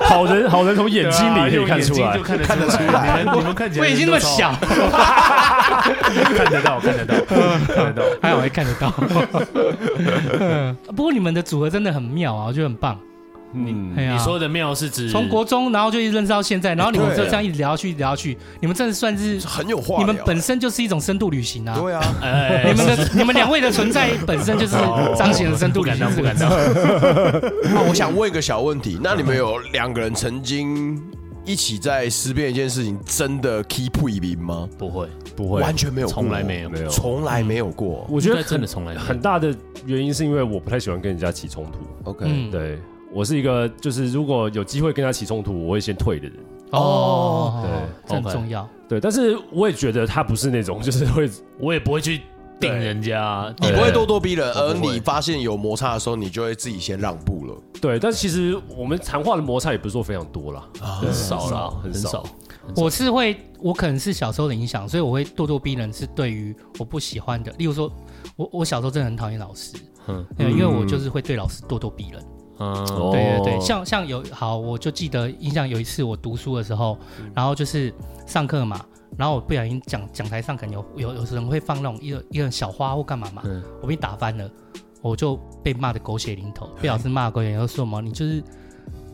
Speaker 5: 好人好人从眼睛
Speaker 3: 对啊
Speaker 5: 里可以看出
Speaker 3: 用眼
Speaker 5: 来
Speaker 3: 睛就。看得出来，你们你们看起来
Speaker 2: 我已经那么小，
Speaker 3: 看得到，看得到，看得到。
Speaker 2: 还好 [LAUGHS] 还看得到。嗯不过你们的组合真的很妙啊，我觉得很棒。
Speaker 5: 嗯，
Speaker 2: 哎呀
Speaker 3: 你说的妙是指
Speaker 2: 从国中，然后就一直认识到现在，然后你们
Speaker 1: 对
Speaker 2: 就这样一直聊下去，一直聊下去，你们真的算是，
Speaker 1: 很有话聊。
Speaker 2: 你们本身就是一种深度旅行啊！
Speaker 1: 对啊，
Speaker 3: 哎，
Speaker 2: [LAUGHS]
Speaker 3: 哦
Speaker 2: 你们的、你们两位的存在本身就是彰显了深度
Speaker 3: 不
Speaker 2: 旅
Speaker 3: 敢
Speaker 2: 行
Speaker 3: 当，
Speaker 2: 这
Speaker 3: 不
Speaker 2: 个
Speaker 3: 敢
Speaker 2: 字。
Speaker 3: 当。
Speaker 1: 那我想问一个小问题，那你们有两个人曾经一起在思辨一件事情，真的 keep 一名吗？
Speaker 3: 不会，
Speaker 5: 不会，啊
Speaker 1: 完全没有过，
Speaker 3: 从来没有
Speaker 5: 没有
Speaker 1: 从来没有过。
Speaker 5: 我觉
Speaker 3: 应
Speaker 5: 得
Speaker 3: 该真的
Speaker 5: 很
Speaker 3: 从来没有
Speaker 5: 很大的原因是因为我不太喜欢跟人家起冲突。
Speaker 1: OK，、
Speaker 2: 嗯，
Speaker 5: 对我是一个，就是如果有机会跟他起冲突，我会先退的人。
Speaker 2: 哦，
Speaker 5: 对
Speaker 2: 这很
Speaker 3: OK
Speaker 2: 重要。
Speaker 5: 对，但是我也觉得他不是那种就是会
Speaker 3: 我也不会去定人家，
Speaker 1: 你不
Speaker 3: 对
Speaker 1: 会咄咄逼人，
Speaker 3: 我
Speaker 1: 而
Speaker 3: 不会
Speaker 1: 你发现有摩擦的时候，你就会自己先让步了。
Speaker 5: 对，但其实我们谈话的摩擦也不是说非常多啦，
Speaker 3: 很少啦，
Speaker 5: 很
Speaker 3: 很
Speaker 5: 少
Speaker 3: 少。
Speaker 2: 我是会，我可能是小时候的影响，所以我会咄咄逼人，是对于我不喜欢的。例如说，我我小时候真的很讨厌老师，
Speaker 3: 嗯
Speaker 2: 呃因为我就是会对老师咄咄逼人。
Speaker 3: 嗯
Speaker 5: 哦
Speaker 2: 对对对，像像有好，我就记得印象有一次我读书的时候，
Speaker 6: 嗯
Speaker 2: 然后就是上课嘛，然后我不小心讲讲台上可能有有有人会放那种一个一个小花或干嘛嘛，
Speaker 3: 嗯
Speaker 2: 我被打翻了，我就被骂的狗血淋头，被老师骂得狗血淋头，说什么你就是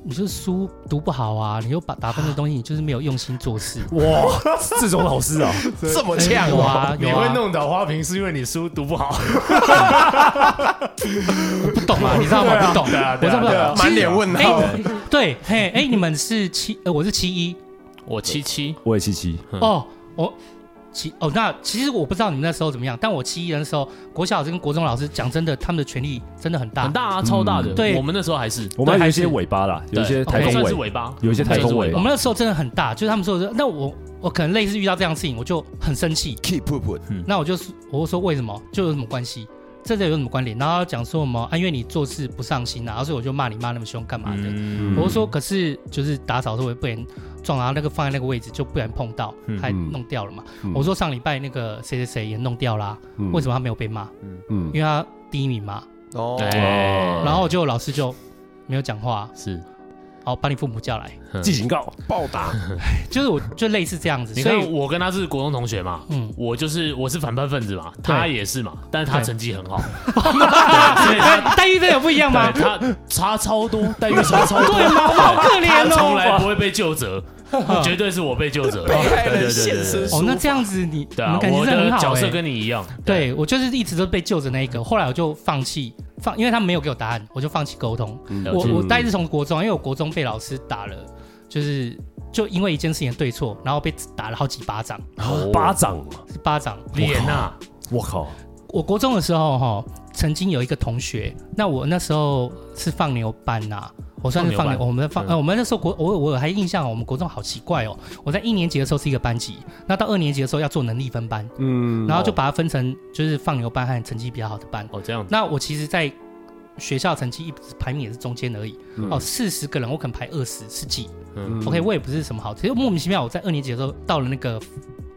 Speaker 2: 你就是书读不好啊，你又把打翻的东西，你就是没有用心做事。
Speaker 5: 哇，这种老师啊，
Speaker 1: 这么呛
Speaker 2: 有
Speaker 1: 啊！
Speaker 2: [LAUGHS] 啊，有
Speaker 6: 你
Speaker 2: 啊
Speaker 6: 会弄倒花瓶是因为你书读不好，
Speaker 2: 不懂啊，你知道吗？
Speaker 6: [LAUGHS]
Speaker 2: 不懂，
Speaker 6: 对啊
Speaker 2: 我
Speaker 6: 对
Speaker 2: 知
Speaker 6: 啊
Speaker 2: 道不
Speaker 6: 对啊
Speaker 2: 懂，
Speaker 1: 满脸问号
Speaker 2: 哎对，嘿，哎，你们是七，呃，我是七一，
Speaker 3: 我七七，
Speaker 5: 我也七七，
Speaker 3: 嗯
Speaker 2: 哦，我其哦，那其实我不知道你们那时候怎么样，但我七一的时候，国小老师跟国中老师讲真的，他们的权力真的很大，嗯
Speaker 3: 很大啊，超大的。
Speaker 2: 对
Speaker 3: 我们那时候还是
Speaker 5: 我们
Speaker 2: 对
Speaker 5: 还有一
Speaker 2: 还
Speaker 5: 些
Speaker 2: 是
Speaker 5: 尾巴啦，有
Speaker 3: 对
Speaker 5: 一些台
Speaker 3: 我们
Speaker 5: 风
Speaker 3: 算是
Speaker 5: 尾，
Speaker 3: 尾巴，
Speaker 5: 有一些台风尾
Speaker 3: 我
Speaker 2: 我
Speaker 5: 巴
Speaker 3: 们
Speaker 2: 们那时候真的很大，就是他们说的，那我我可能类似遇到这样的事情，我就很生气，
Speaker 1: keep up，
Speaker 2: 那我就是我就说为什么，就有什么关系。这这有什么关联？然后他讲说什么啊？因为你做事不上心啊，然后所以我就骂你骂那么凶干嘛的？
Speaker 3: 嗯
Speaker 2: 啊我就说，可是就是打扫的时候我也不然撞，然后那个放在那个位置就不然碰到，还弄掉了嘛。
Speaker 5: 嗯
Speaker 2: 我说上礼拜那个谁谁谁也弄掉啦、
Speaker 5: 嗯
Speaker 2: 为什么他没有被骂？
Speaker 5: 嗯
Speaker 2: 因为他第一名嘛。
Speaker 1: 哦，
Speaker 3: 哎，
Speaker 2: 然后就老师就没有讲话，
Speaker 3: 是
Speaker 2: 好把你父母叫来， [LAUGHS]
Speaker 5: 记警告，
Speaker 1: 暴打，
Speaker 2: 就是我就类似这样子，
Speaker 3: 你
Speaker 2: 所
Speaker 3: 看
Speaker 2: 以
Speaker 3: 我跟他是国中同学嘛， [LAUGHS]
Speaker 2: 嗯，
Speaker 3: 我就是我是反叛分子嘛，他也是嘛，但是他
Speaker 2: 对
Speaker 3: 成绩很好，所以
Speaker 2: 但待遇真的有不一样吗？
Speaker 3: 对他差超多，待遇差超多，
Speaker 2: [LAUGHS] 对吗？好可
Speaker 3: 他
Speaker 2: 怜
Speaker 3: 从来
Speaker 2: 哦。
Speaker 3: 不会被救责，绝对是我被
Speaker 2: [LAUGHS]
Speaker 3: 救责。
Speaker 1: 害人
Speaker 3: 对对对
Speaker 1: 现身
Speaker 3: 对对
Speaker 2: 哦，那这样子你
Speaker 3: 对
Speaker 2: 你
Speaker 3: 啊
Speaker 2: 们，感情
Speaker 3: 我
Speaker 2: 真的
Speaker 3: 的
Speaker 2: 很好
Speaker 3: 角
Speaker 2: 哎、
Speaker 3: 色跟你一样，
Speaker 2: 对我就是一直都被救着那一个，后来我就放弃放，因为他们没有给我答案，我就放弃沟通。
Speaker 3: 了
Speaker 2: 嗯我
Speaker 3: 解嗯
Speaker 2: 我大概是从国中，因为我国中被老师打了，就是就因为一件事情的对错，然后被打了好几巴掌，
Speaker 5: 巴掌，
Speaker 2: 是巴掌。
Speaker 3: 脸啊呐，
Speaker 5: 我靠，
Speaker 2: 我国中的时候哈、曾经有一个同学，那我那时候是放牛班呐、我算是放
Speaker 3: 放
Speaker 2: 牛，
Speaker 3: 牛班嗯
Speaker 2: 我们放、呃，我们那时候国我我还印象，我们国中好奇怪哦。我在一年级的时候是一个班级，那到二年级的时候要做能力分班，
Speaker 5: 嗯
Speaker 2: 然后就把它分成就是放牛班和成绩比较好的班。
Speaker 3: 哦这样子，
Speaker 2: 那我其实，在学校成绩一直排名也是中间而已，哦，四十个人我可能排二十是几、
Speaker 3: 嗯
Speaker 2: o k 我也不是什么好，其实莫名其妙我在二年级的时候到了那个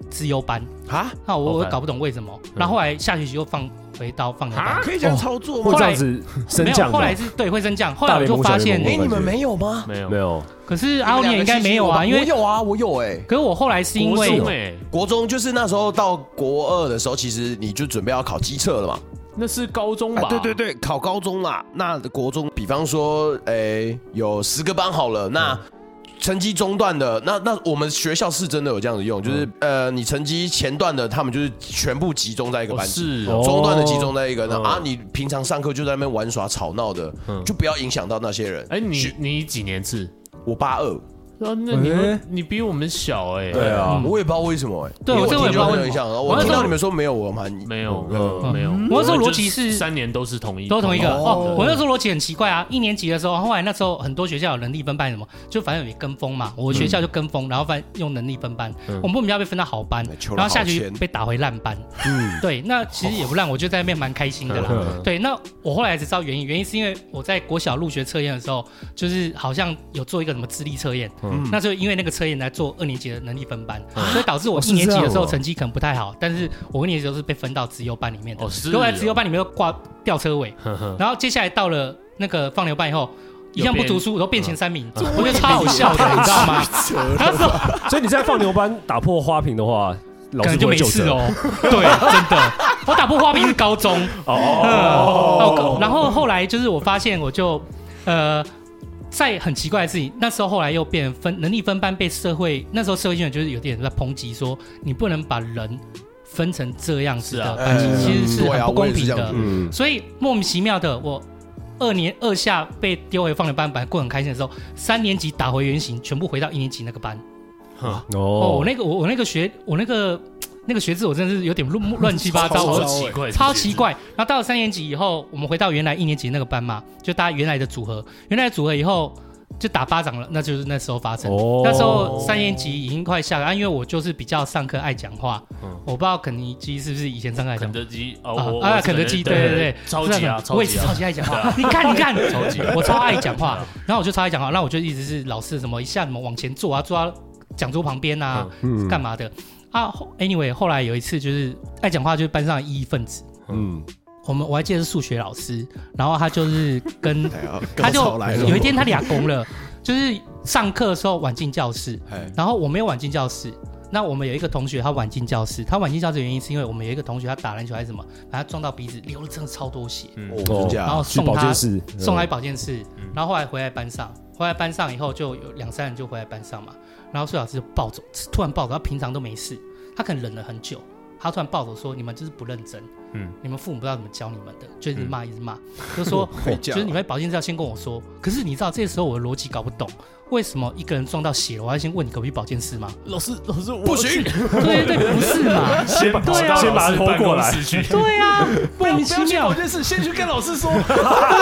Speaker 2: 资优班，
Speaker 1: 啊，
Speaker 2: 那我我
Speaker 3: OK
Speaker 2: 搞不懂为什么，
Speaker 3: 嗯
Speaker 2: 然后后来下学期又放回到放牛班。
Speaker 1: 可以这样操作吗
Speaker 2: 后？
Speaker 5: 会这
Speaker 2: 来
Speaker 5: 样子升
Speaker 2: 没有，
Speaker 5: 降
Speaker 2: 后来
Speaker 5: 的，
Speaker 2: 是对会升降，后来我就发现
Speaker 5: 大联盟小联，
Speaker 1: 哎，
Speaker 5: 盟
Speaker 1: 你们没有吗？
Speaker 3: 没有
Speaker 5: 没有，
Speaker 2: 可是阿欧你也应该没有啊，因
Speaker 1: 我
Speaker 2: 为
Speaker 1: 有啊，我有哎。
Speaker 2: 可是我后来是因
Speaker 3: 国中
Speaker 2: 为
Speaker 3: 哎，
Speaker 1: 国中就是那时候到国二的时候，其实你就准备要考机测了嘛。
Speaker 3: 那是高中吧？
Speaker 1: 啊
Speaker 3: 哦
Speaker 1: 对对对，考高中啦。那国中，比方说，诶、有十个班好了，
Speaker 2: 嗯
Speaker 1: 那。成绩中段的那那我们学校是真的有这样子用，就是、
Speaker 2: 嗯
Speaker 1: 呃你成绩前段的，他们就是全部集中在一个
Speaker 3: 哦，
Speaker 1: 班级，
Speaker 3: 是
Speaker 5: 哦
Speaker 3: 哦，
Speaker 1: 中段的集中在一
Speaker 2: 哦
Speaker 1: 个，那、
Speaker 3: 嗯
Speaker 1: 啊你平常上课就在那边玩耍吵闹的，
Speaker 3: 嗯
Speaker 1: 就不要影响到那些人。
Speaker 3: 哎你
Speaker 1: 学
Speaker 3: 你几年次？
Speaker 1: 我八二，
Speaker 3: 哦，那你们
Speaker 5: 哎
Speaker 3: 你比我们小哎，
Speaker 5: 对啊，
Speaker 1: 我也不知道为什么哎、
Speaker 2: 嗯对
Speaker 1: 因为
Speaker 2: 我真的
Speaker 1: 听
Speaker 2: 也不知道
Speaker 1: 就很有
Speaker 2: 为什么
Speaker 1: 印象，然后
Speaker 3: 我
Speaker 1: 我
Speaker 3: 那
Speaker 1: 听
Speaker 3: 时候
Speaker 1: 到你们说没有，我蛮
Speaker 3: 没有，
Speaker 5: 嗯
Speaker 3: 没有。
Speaker 2: 我那时候
Speaker 3: 们就
Speaker 2: 逻辑是
Speaker 3: 三年都是同一，
Speaker 2: 都同一个哦
Speaker 1: 哦。
Speaker 2: 我那时候逻辑很奇怪啊，一年级的时候，后来那时候很多学校有能力分班什么，就反正也跟风嘛。我学校就跟风，然后反正用能力分班，我莫名其妙被分到好班
Speaker 1: 哎求，了
Speaker 2: 然后下
Speaker 1: 好
Speaker 2: 去
Speaker 1: 签
Speaker 2: 被打回烂班。
Speaker 5: 嗯，
Speaker 2: 对，那其实也不烂，我就在那边蛮开心的啦。
Speaker 5: 嗯
Speaker 2: 对，那我后来才知道原因，原因是因为我在国小入学测验的时候，就是好像有做一个什么智力测验，
Speaker 1: 嗯
Speaker 2: 那就因为那个测验来做二年级的能力分班，所以导致我一年级的时候成绩可能不太好，但是我二年级都是被分到资优班里面的
Speaker 3: 哦，是
Speaker 2: 后来资优班里面又挂吊车尾， [LAUGHS] 然后接下来到了那个放牛班以后。一样不读书，然后变
Speaker 1: 嗯
Speaker 2: 前三名，我觉得超好笑的，你知道吗？他说
Speaker 5: 所以你在放牛班打破花瓶的话，老
Speaker 2: 可
Speaker 5: 师
Speaker 2: 能就
Speaker 5: 不会
Speaker 2: 没
Speaker 5: 救
Speaker 2: 事
Speaker 5: 责
Speaker 1: [LAUGHS]
Speaker 2: 哦。对，真的，我打破花瓶是高中，嗯
Speaker 5: 哦，
Speaker 2: 哦，然后后来就是我发现我就呃在很奇怪的事情，那时候后来又变分能力分班被社会那时候社会新闻就是有点在抨击说，你不能把人分成这样子的班级，
Speaker 1: 哎
Speaker 2: 其实是
Speaker 1: 对
Speaker 2: 很
Speaker 1: 啊
Speaker 2: 不
Speaker 1: 我
Speaker 2: 公
Speaker 1: 也是
Speaker 2: 平
Speaker 1: 这
Speaker 2: 的。
Speaker 1: 样觉得
Speaker 5: 嗯，
Speaker 2: 所以莫名其妙的，我二年二下被丢回放牛班，本来过得很开心的时候，三年级打回原形，全部回到一年级那个班。哦，我
Speaker 5: 哦，
Speaker 2: 那个我我那个学我那个那个学制，我真的是有点
Speaker 3: [LAUGHS]
Speaker 2: 乱乱七八糟，
Speaker 3: 超
Speaker 2: 我
Speaker 3: 奇怪，
Speaker 2: 超奇。怪。然后到了三年级以后，我们回到原来一年级那个班嘛，就大家原来的组合，原来的组合以后就打巴掌了，那就是那时候发生。
Speaker 5: 哦
Speaker 2: 那时候三年级已经快下了，啊、因为我就是比较上课爱讲话，
Speaker 3: 嗯
Speaker 2: 我不知道肯尼基是不是以前上课爱讲话。
Speaker 3: 肯德基
Speaker 2: 啊
Speaker 3: 哦，我
Speaker 2: 啊，
Speaker 3: 我
Speaker 2: 肯德基，
Speaker 3: 对
Speaker 2: 对对对，
Speaker 3: 超级啊，
Speaker 2: 是啊我也是超级爱讲
Speaker 3: [LAUGHS]
Speaker 2: 话。你看，你看，
Speaker 3: 超级
Speaker 2: 我超爱讲话，然后我就超爱讲话，那我就一直是老师什么一下什么往前坐啊，坐到讲桌旁边啊，
Speaker 3: 嗯
Speaker 5: 嗯
Speaker 2: 干嘛的啊后？Anyway，后来有一次就是爱讲话，就是班上的异议分子。
Speaker 5: 嗯，
Speaker 2: 我们我还记得是数学老师，然后他就是
Speaker 4: [LAUGHS]
Speaker 2: 跟
Speaker 1: 哎
Speaker 2: 他就
Speaker 4: 高潮来了
Speaker 2: 有一天他俩公了，就是上课的时候晚进教室，
Speaker 4: 哎
Speaker 2: 然后我没有晚进教室。那我们有一个同学，他晚进教室。他晚进教室的原因是因为我们有一个同学，他打篮球还是什么，把他撞到鼻子，流了真的超多血。
Speaker 3: 嗯
Speaker 1: 嗯
Speaker 4: 哦，真假？
Speaker 2: 然后
Speaker 5: 啊去
Speaker 2: 送
Speaker 5: 保
Speaker 2: 他
Speaker 5: 健室，
Speaker 2: 送来保健室，然后后来回来班上，回来班上以后就有两三人就回来班上嘛，然后苏老师就暴走，突然暴走，他平常都没事，他可能忍了很久，他突然暴走说你们就是不认真，
Speaker 3: 嗯
Speaker 2: 嗯，你们父母不知道怎么教你们的，就一直骂一直骂，就说
Speaker 4: 会这
Speaker 2: 就
Speaker 4: 样啊
Speaker 2: 是你们保健室要先跟我说，可是你知道这时候我的逻辑搞不懂，为什么一个人撞到血了，我要先问你可不可以保健室吗？
Speaker 3: 老师老师
Speaker 1: 不行，
Speaker 2: 对对对，不是嘛？
Speaker 6: 先把
Speaker 2: 对啊
Speaker 5: 先把他拖过
Speaker 3: [LAUGHS]
Speaker 5: 来
Speaker 2: 对啊，莫名其 [LAUGHS] 妙
Speaker 6: 我，就是先去跟老师说，
Speaker 2: 啊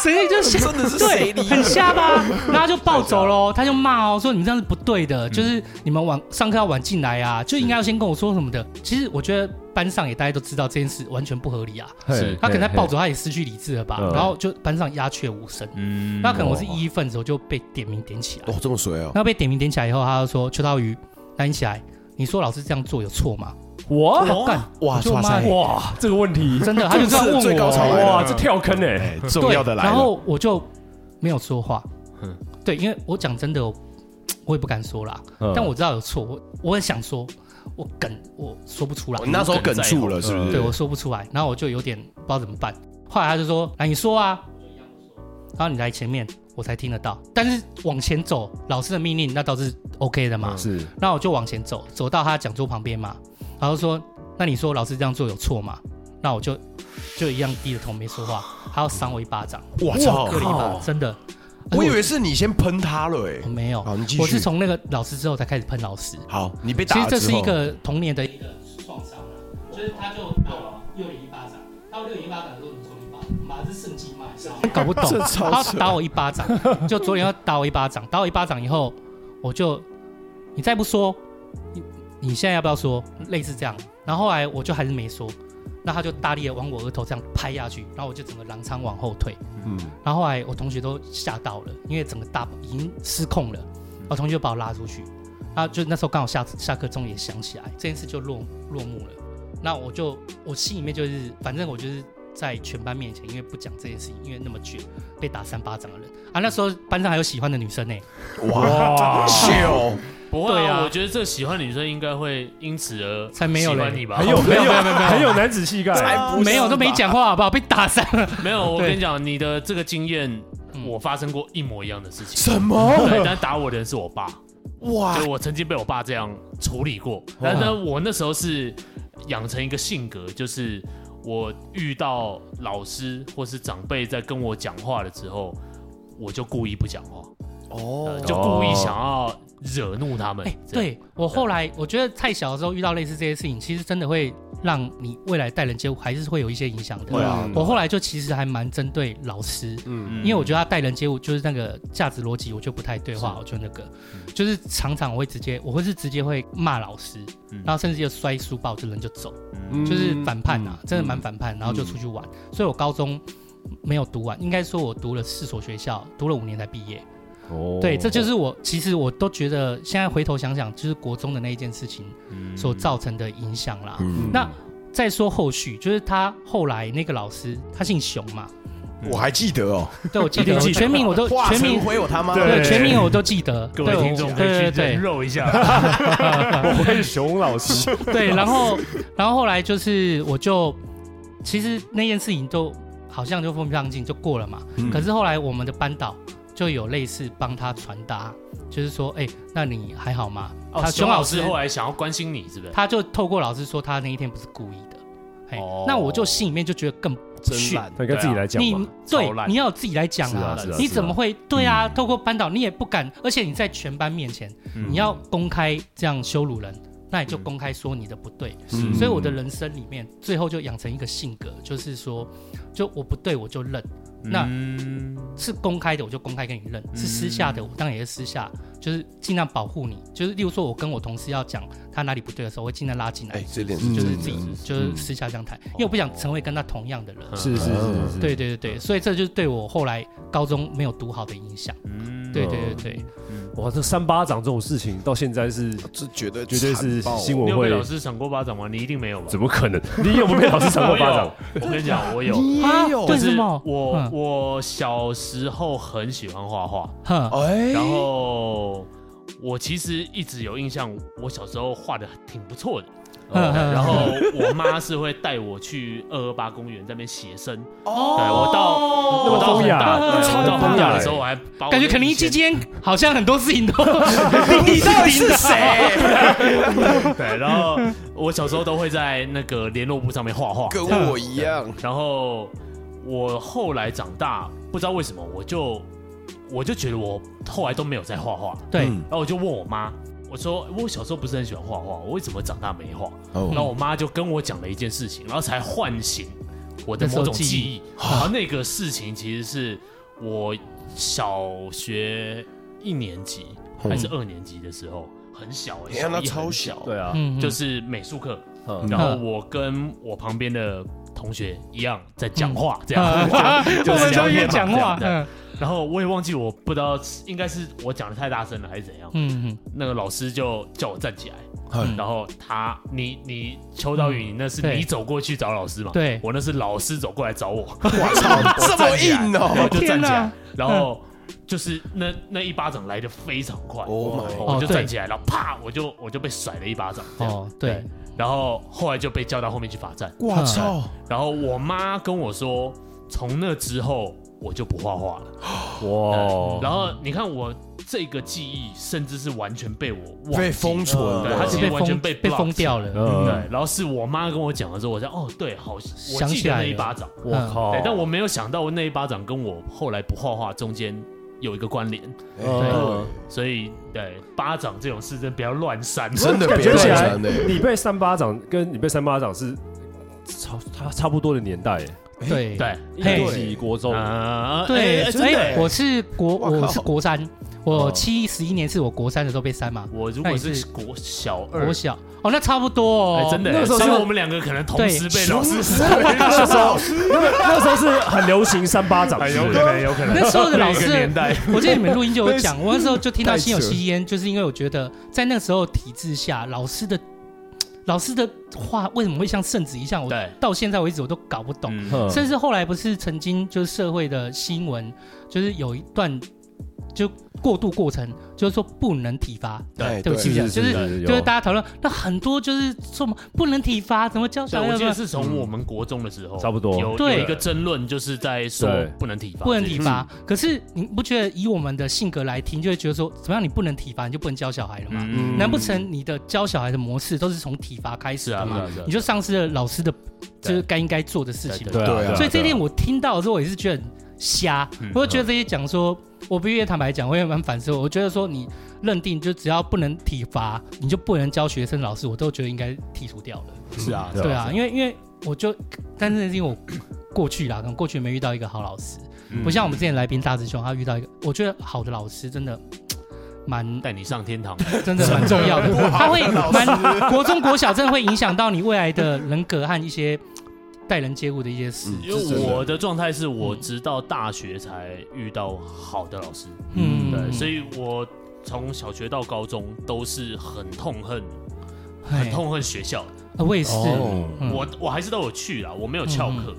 Speaker 2: 谁就瞎
Speaker 1: 真的是谁
Speaker 2: 对
Speaker 1: 理，
Speaker 2: 很瞎
Speaker 1: [LAUGHS]
Speaker 2: 吧？然后他就暴走喽，他就骂哦，说你们这样是不对的，
Speaker 1: 嗯
Speaker 2: 就是你们晚上课要晚进来啊，就应该要先跟我说什么的。其实我觉得班上也大家都知道这件事完全不合理啊，
Speaker 5: 是
Speaker 2: 他可能在暴走，他也失去理智了吧
Speaker 5: 嗯，
Speaker 2: 然后就班上鸦雀无声。
Speaker 3: 嗯
Speaker 2: 那可能我是一份子，我就被点名点起来。
Speaker 1: 哦，这么水哦，
Speaker 2: 那被点名点起来以后，他就说：“邱道宇，那你起来，你说老师这样做有错
Speaker 1: [LAUGHS]
Speaker 2: 吗？”
Speaker 5: 哇啊
Speaker 2: 我哦干，
Speaker 1: 哇
Speaker 2: 我就
Speaker 1: 哇塞
Speaker 2: 妈耶
Speaker 5: 哇，这个问题，
Speaker 2: 真的，他就这样问我。
Speaker 1: 最高潮来了
Speaker 5: 哇，这跳坑
Speaker 2: 欸
Speaker 5: 哎，
Speaker 4: 哎，重要的来
Speaker 2: 对
Speaker 4: 了，
Speaker 2: 然后我就没有说话
Speaker 3: 嗯。
Speaker 2: 对，因为我讲真的，我我也不敢说啦。
Speaker 5: 嗯
Speaker 2: 但我知道有错，我我很想说，我梗我说不出来
Speaker 1: 哦。你那时候梗住了是不是？
Speaker 2: 对，我说不出来，然后我就有点不知道怎么办。后来他就说：“来，你说啊。”然后你来前面，我才听得到。但是往前走，老师的命令那倒是 OK 的
Speaker 4: 嗯
Speaker 2: 嘛。
Speaker 5: 是
Speaker 2: 那我就往前走，走到他讲桌旁边嘛，然后说：“那你说老师这样做有错吗？”那我就就一样低着头没说话，他要扇我一巴掌。
Speaker 1: 我操
Speaker 2: 各！里吧，真的。
Speaker 1: 哦我以为是你先喷他了
Speaker 2: 我
Speaker 1: 哎。
Speaker 2: 没有
Speaker 1: 好你继，续
Speaker 2: 我是从那个老师之后才开始喷老师。
Speaker 1: 好，你被打
Speaker 2: 其
Speaker 1: 了
Speaker 2: 实
Speaker 1: 之后
Speaker 2: 这是一个童年的一个创伤啊，就是他就打我右脸一巴掌，打我右脸一巴掌的时候，你说你妈妈这圣经嘛，哎搞不懂，
Speaker 4: 这超
Speaker 2: 他
Speaker 4: 扯
Speaker 2: 打我一巴掌，就左脸要打我一巴掌，打我一巴掌以后，我就你再不说，你你现在要不要说？类似这样，然后后来我就还是没说，那他就大力的往我额头这样拍下去，然后我就整个狼仓往后退。
Speaker 5: 嗯
Speaker 2: 然后后来我同学都吓到了，因为整个大已经失控了，我同学就把我拉出去，啊，就那时候刚好下下课钟也响起来，这件事就落落幕了。那我就我心里面就是，反正我就是在全班面前，因为不讲这件事情，因为那么倔，被打三巴掌的人啊，那时候班上还有喜欢的女生呢、
Speaker 1: 哇秀，
Speaker 3: 不会
Speaker 2: 对
Speaker 3: 啊，
Speaker 2: 啊
Speaker 3: 我觉得这喜欢女生应该会因此而
Speaker 2: 才没有
Speaker 3: 喜欢
Speaker 2: 嘞
Speaker 3: 你吧？
Speaker 5: 很有很
Speaker 2: 没有
Speaker 5: 有
Speaker 2: 没有没有没有
Speaker 5: 很有男子气概，
Speaker 1: 才不是
Speaker 2: 没有都没
Speaker 1: 吧
Speaker 2: 讲话好不好？被打三了，
Speaker 3: 没有，我
Speaker 2: 对
Speaker 3: 跟你讲，你的这个经验，
Speaker 2: 嗯
Speaker 3: 我发生过一模一样的事情。
Speaker 1: 什么
Speaker 3: 对，但打我的人是我爸，
Speaker 2: 啊
Speaker 1: 哇
Speaker 3: 就我曾经被我爸这样处理过。但是呢我那时候是养成一个性格，就是我遇到老师或是长辈在跟我讲话的时候，我就故意不讲话，
Speaker 1: 哦
Speaker 3: 呃，就故意想要惹怒他们
Speaker 2: 哎、。
Speaker 3: 这样，
Speaker 2: 对我后来我觉得太小的时候遇到类似这些事情，其实真的会让你未来待人接物还是会有一些影响的。
Speaker 1: 会
Speaker 5: 嗯
Speaker 1: 啊
Speaker 2: 嗯我后来就其实还蛮针对老师，
Speaker 3: 嗯
Speaker 2: 因为我觉得他待人接物就是那个价值逻辑，我就不太对话，
Speaker 3: 是
Speaker 2: 我就那个，就是常常我会直接，我会是直接会骂老师，
Speaker 3: 嗯
Speaker 2: 然后甚至就摔书包，这人就走，
Speaker 3: 嗯
Speaker 2: 就是反叛啊，真的蛮
Speaker 1: 嗯
Speaker 2: 反叛，然后就出去玩。所以我高中没有读完，应该说我读了四所学校，读了五年才毕业。
Speaker 5: 哦
Speaker 2: 对，这就是我其实我都觉得，现在回头想想，就是国中的那一件事情所造成的影响啦。
Speaker 1: 嗯
Speaker 2: 那
Speaker 5: 哦
Speaker 2: 再说后续，就是他后来那个老师，他姓熊嘛，
Speaker 1: 我还记得哦，
Speaker 2: 对我记得全名我都
Speaker 1: 华
Speaker 2: 全
Speaker 1: 晨
Speaker 2: 名
Speaker 1: 辉我他妈
Speaker 6: 对
Speaker 2: 对全名我都记得，
Speaker 3: 各
Speaker 2: 对
Speaker 3: 位
Speaker 2: 我
Speaker 3: 听众可
Speaker 2: 对
Speaker 3: 以
Speaker 2: 对
Speaker 3: 去人
Speaker 2: 对
Speaker 3: 肉一下。
Speaker 5: 我会熊老
Speaker 2: [LAUGHS]
Speaker 5: 师，
Speaker 2: 对，然后然后后来就是我就
Speaker 5: 嗯
Speaker 2: 其实那件事情都好像就风平浪静就过了嘛，可是后来我们的班导。就有类似帮他传达，就是说，哎、那你还好吗？
Speaker 3: 哦，
Speaker 2: 他
Speaker 3: 熊
Speaker 2: 老
Speaker 3: 老师后来想要关心你，是不是？
Speaker 2: 他就透过老师说他那一天不是故意的，嘿，
Speaker 3: 哦
Speaker 2: 那我就心里面就觉得更
Speaker 1: 真
Speaker 2: 逊
Speaker 1: 懒，
Speaker 5: 他应该自己来讲
Speaker 2: 你
Speaker 5: 吧。
Speaker 3: 超
Speaker 2: 对，
Speaker 3: 烂
Speaker 2: 你要有自己来讲
Speaker 5: 是啊是啊
Speaker 2: 你
Speaker 5: 是
Speaker 2: 怎
Speaker 5: 啊
Speaker 2: 么会？对啊，透过班导你也不敢，而且你在全班面前，
Speaker 5: 嗯
Speaker 2: 你要公开这样羞辱人，那你就公开说你的不对。
Speaker 1: 嗯
Speaker 2: 所以我的人生里面，最后就养成一个性格，就是说，就我不对我就认，那
Speaker 3: 嗯
Speaker 2: 是公开的我就公开跟你
Speaker 1: 嗯
Speaker 2: 认，是私下的我当然也是私下，就是尽量保护你。就是例如说，我跟我同事要讲他哪里不对的时候，我会尽量拉进来
Speaker 1: 哎，，嗯这点
Speaker 2: 就是是
Speaker 1: 真
Speaker 2: 自
Speaker 1: 的
Speaker 2: 己就是私下这样谈，
Speaker 1: 哦
Speaker 2: 因为我不想成为跟他同样的人。
Speaker 1: 嗯
Speaker 5: 是是是是，
Speaker 2: 对对对对，所以这就是对我后来高中没有读好的影响。
Speaker 3: 嗯
Speaker 2: 对对对对，
Speaker 1: 哦
Speaker 5: 哇，这三巴掌这种事情到现在是
Speaker 1: 这绝对
Speaker 5: 绝对是
Speaker 1: 惨爆
Speaker 5: 新
Speaker 3: 你
Speaker 5: 闻
Speaker 3: 有被
Speaker 5: 会
Speaker 3: 老，师赏过巴掌吗？你一定没有吧？
Speaker 5: 怎么可能？ [LAUGHS] 你有没有被老师赏过巴
Speaker 2: [LAUGHS]
Speaker 5: 掌？
Speaker 3: 我跟你讲，我有。
Speaker 2: 啊，
Speaker 3: 就
Speaker 2: 为
Speaker 3: 是
Speaker 2: 什么？
Speaker 3: 我
Speaker 2: 嗯
Speaker 3: 我小时候很喜欢画画，
Speaker 2: 哼，
Speaker 1: 哎，
Speaker 3: 然后我其实一直有印象，我小时候画的挺不错的。哦
Speaker 2: 嗯嗯
Speaker 3: 然后我妈是会带我去二二八公园在那边写生，对
Speaker 1: 哦，
Speaker 3: 我到我到很大，
Speaker 2: 那么风雅
Speaker 3: 对我到
Speaker 5: 超
Speaker 3: 很
Speaker 5: 风
Speaker 3: 大
Speaker 5: 雅欸
Speaker 3: 的时候，我还把我
Speaker 2: 感觉肯
Speaker 3: 的
Speaker 2: 尼
Speaker 3: 以
Speaker 2: 基
Speaker 3: 前 [LAUGHS]
Speaker 2: 今天好像很多事
Speaker 1: [LAUGHS]
Speaker 2: 情都
Speaker 1: 你到底是谁？
Speaker 3: 对，然后我小时候都会在那个联络簿上面画画，
Speaker 1: 跟我一样，
Speaker 3: 然后我后来长大，不知道为什么，我就我就觉得我后来都没有在画画，
Speaker 2: 对，
Speaker 1: 嗯
Speaker 3: 然后我就问我妈，我说我小时候不是很喜欢画画，我为什么长大没画？
Speaker 1: 哦
Speaker 3: 然后我妈就跟我讲了一件事情，然后才唤醒我的
Speaker 2: 那时候
Speaker 3: 某种
Speaker 2: 记
Speaker 3: 记忆。然后那个事情其实是我小学一年级还是二年级的时候，很小欸，
Speaker 1: 你看他
Speaker 3: 小
Speaker 1: 哎
Speaker 3: 一
Speaker 1: 超
Speaker 3: 很
Speaker 1: 小
Speaker 3: 小，
Speaker 5: 对啊，
Speaker 2: 嗯，嗯
Speaker 3: 就是美术课，
Speaker 5: 嗯
Speaker 3: 然后我跟我旁边的同学一样在讲话，这样
Speaker 2: 嗯
Speaker 3: [LAUGHS] 就
Speaker 2: 我
Speaker 3: 是
Speaker 2: 们
Speaker 3: 聊
Speaker 2: 都
Speaker 3: 天
Speaker 2: 越
Speaker 3: 嘛
Speaker 2: 讲话，
Speaker 3: 这样
Speaker 2: 嗯
Speaker 3: 然后我也忘记，我不知道应该是我讲的太大声了还是怎样，
Speaker 2: 嗯嗯，
Speaker 3: 那个老师就叫我站起来，
Speaker 2: 嗯
Speaker 3: 然后他，你你邱道宇，你那是
Speaker 2: 对
Speaker 3: 你走过去找老师嘛？
Speaker 2: 对
Speaker 3: 我那是老师走过来
Speaker 1: [LAUGHS]
Speaker 3: 找我，
Speaker 1: 我
Speaker 3: [LAUGHS]
Speaker 1: 操，这么硬
Speaker 3: 然后
Speaker 1: 哦！
Speaker 3: 就
Speaker 2: 天
Speaker 3: 站起来
Speaker 2: 哪，嗯
Speaker 3: 然后就是那那一巴掌来的非常快，
Speaker 1: Oh my
Speaker 3: 我就
Speaker 2: 哦对
Speaker 3: 站起来，然后啪，我就我就被甩了一巴掌，这样
Speaker 2: 哦，对，，
Speaker 3: 然后后来就被叫到后面去罚站，
Speaker 1: 我操，
Speaker 3: 然后我妈跟我说，从那之后我就不画画了。
Speaker 5: 哇，
Speaker 3: 然后你看我这个记忆，甚至是完全被我忘记
Speaker 1: 被封存
Speaker 3: 对他
Speaker 1: 了
Speaker 3: 其
Speaker 2: 就
Speaker 3: 实
Speaker 2: 被
Speaker 3: 完全
Speaker 2: 封
Speaker 3: 被
Speaker 2: 被
Speaker 3: block
Speaker 2: 封掉了，
Speaker 5: 嗯，
Speaker 3: 对，然后是我妈跟我讲的时候，我才哦，对，好，我
Speaker 2: 想
Speaker 3: 记
Speaker 2: 起
Speaker 3: 得
Speaker 2: 来
Speaker 3: 那一
Speaker 2: 了
Speaker 3: 巴掌，
Speaker 5: 我靠
Speaker 2: 哎
Speaker 3: 对，，但我没有想到那一巴掌跟我后来不画画中间有一个关联，
Speaker 5: 嗯
Speaker 3: 所以对巴掌这种事真的不要乱扇，
Speaker 1: 嗯真的欸
Speaker 5: 感
Speaker 1: 别
Speaker 5: 觉起
Speaker 1: 乱
Speaker 5: 来
Speaker 1: 传嘞。
Speaker 5: 你被三巴掌跟你被三巴掌是差差差不多的年代，欸
Speaker 2: 对
Speaker 3: 对，
Speaker 2: 嘿
Speaker 5: 一级国中，
Speaker 3: 啊
Speaker 2: 对，
Speaker 3: 哎真的哦
Speaker 2: 哎，
Speaker 3: 哎，
Speaker 2: 我是国
Speaker 1: 哇靠
Speaker 2: 我是国三，我七十一年是我国三的时候被删嘛，
Speaker 3: 我如
Speaker 2: 那
Speaker 3: 果
Speaker 2: 你是
Speaker 3: 是国小二
Speaker 2: 国，小哦，那差不多
Speaker 3: 哎
Speaker 2: 哦，
Speaker 3: 真的
Speaker 5: 那
Speaker 3: 哎，
Speaker 5: 个时候
Speaker 3: 所以
Speaker 5: 是
Speaker 3: 我们两个可能同
Speaker 2: 对
Speaker 3: 时被老师扇，
Speaker 5: 那时候那个那时候
Speaker 2: 啊
Speaker 5: 是很流行三巴
Speaker 2: 哎
Speaker 5: 掌，是不是
Speaker 6: 能，哎有可能
Speaker 2: 那时候的
Speaker 3: [LAUGHS]
Speaker 2: 老师
Speaker 6: 那个年代，
Speaker 2: 我记得你们录音就有讲，我那时候就听到
Speaker 1: 太
Speaker 2: 心有
Speaker 1: 扯
Speaker 2: 戚戚焉，就是因为我觉得在那个时候体制下，老师的老师的话为什么会像圣旨一样，我
Speaker 3: 对
Speaker 2: 到现在为止我都搞不懂。
Speaker 3: 嗯
Speaker 5: 嗯
Speaker 2: 甚至后来不是曾经就是社会的新闻，就是有一段就过渡过程，就是说不能体罚，
Speaker 1: 哎
Speaker 2: 对不起，
Speaker 5: 是
Speaker 2: 就是
Speaker 5: 是是
Speaker 2: 是
Speaker 5: 有
Speaker 2: 就是大家讨论，那很多就是说嘛不能体罚，怎么教
Speaker 3: 对，
Speaker 2: 小
Speaker 3: 我
Speaker 2: 孩
Speaker 3: 记得是从我们国中的时候，
Speaker 5: 差不多
Speaker 3: 有有
Speaker 2: 对
Speaker 3: 一个争论，就是在说
Speaker 5: 对
Speaker 3: 不能体罚，
Speaker 2: 不能体罚？
Speaker 3: 嗯
Speaker 2: 可是你不觉得以我们的性格来听，就会觉得说怎么样你不能体罚，你就不能教小孩了吗？
Speaker 3: 嗯，
Speaker 2: 难不成你的教小孩的模式都是从体罚开
Speaker 3: 是
Speaker 2: 始
Speaker 3: 啊
Speaker 5: 嗯
Speaker 2: 的
Speaker 3: 是
Speaker 2: 吗？
Speaker 3: 啊，是啊
Speaker 2: 你就丧失了老师的
Speaker 3: 对
Speaker 2: 就是该应该做的事情
Speaker 3: 对
Speaker 2: 嘛。
Speaker 5: 对啊
Speaker 1: 对啊
Speaker 5: 对啊，
Speaker 2: 所以这一
Speaker 5: 对啊
Speaker 2: 点我听到的时候，我也是觉得很瞎
Speaker 3: 嗯。
Speaker 2: 我就觉得这些讲说，我必须也坦白讲，我也蛮反思。我觉得说你认定就只要不能体罚，你就不能教学生、老师，我都觉得应该剔除掉了。
Speaker 3: 是啊，
Speaker 5: 对啊
Speaker 2: 对啊，因为因为我就，但是因为我过去啦，可能过去没遇到一个好老师，
Speaker 5: 嗯
Speaker 2: 不像我们之前来宾大师兄，他遇到一个，我觉得好的老师真的 [CLEARS THROAT] 蛮
Speaker 3: 带你上
Speaker 2: [LAUGHS]
Speaker 3: 天堂，
Speaker 2: 真的蛮重要的，他会
Speaker 1: [LAUGHS]
Speaker 2: 蛮国中国小真的会影响到你未来的人格和一些待人接物的一嗯些事。
Speaker 1: 嗯
Speaker 3: 因为我的状态是我直到大学才遇到好的老师，
Speaker 2: 嗯，
Speaker 3: 对，所以我从小学到高中都是很痛恨、
Speaker 2: 嘿
Speaker 3: 很痛恨学校的，
Speaker 2: 啊，我也是，
Speaker 1: 哦
Speaker 2: 嗯
Speaker 3: 我我还是都有去啦，我没有翘课，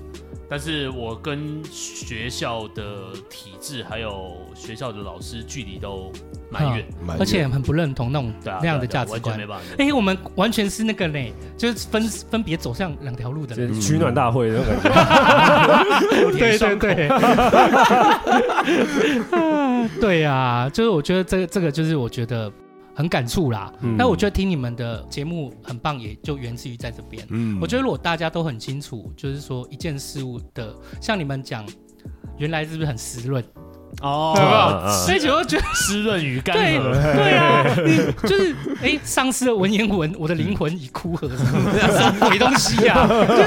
Speaker 3: 但是我跟学校的体制还有学校的老师距离都蛮远，
Speaker 1: 蛮
Speaker 2: 而且很不认同那种
Speaker 3: 对啊，
Speaker 2: 那样的
Speaker 3: 对啊
Speaker 2: 价
Speaker 3: 对啊
Speaker 2: 值
Speaker 3: 完全
Speaker 2: 观
Speaker 3: 没。办法。
Speaker 2: 哎，我们完全是那个嘞，就是分分别走向两条路的人。
Speaker 5: 就是取暖大会那种感觉。
Speaker 2: 对对对，啊 [LAUGHS] 对啊，就是我觉得这个这个就是我觉得很感触啦。
Speaker 5: 嗯
Speaker 2: 但我觉得听你们的节目很棒，也就源自于在这边。
Speaker 1: 嗯
Speaker 2: 我觉得如果大家都很清楚，就是说一件事物的，像你们讲，原来是不是很湿润？
Speaker 3: 哦
Speaker 2: 对吧
Speaker 5: 嗯嗯
Speaker 2: 所以就会觉得
Speaker 3: 湿润与干
Speaker 2: 对
Speaker 3: 涸，
Speaker 2: 对 [LAUGHS] 啊，你就是哎，丧失了文言文，我的灵魂已枯涸，什么鬼东西啊？就是，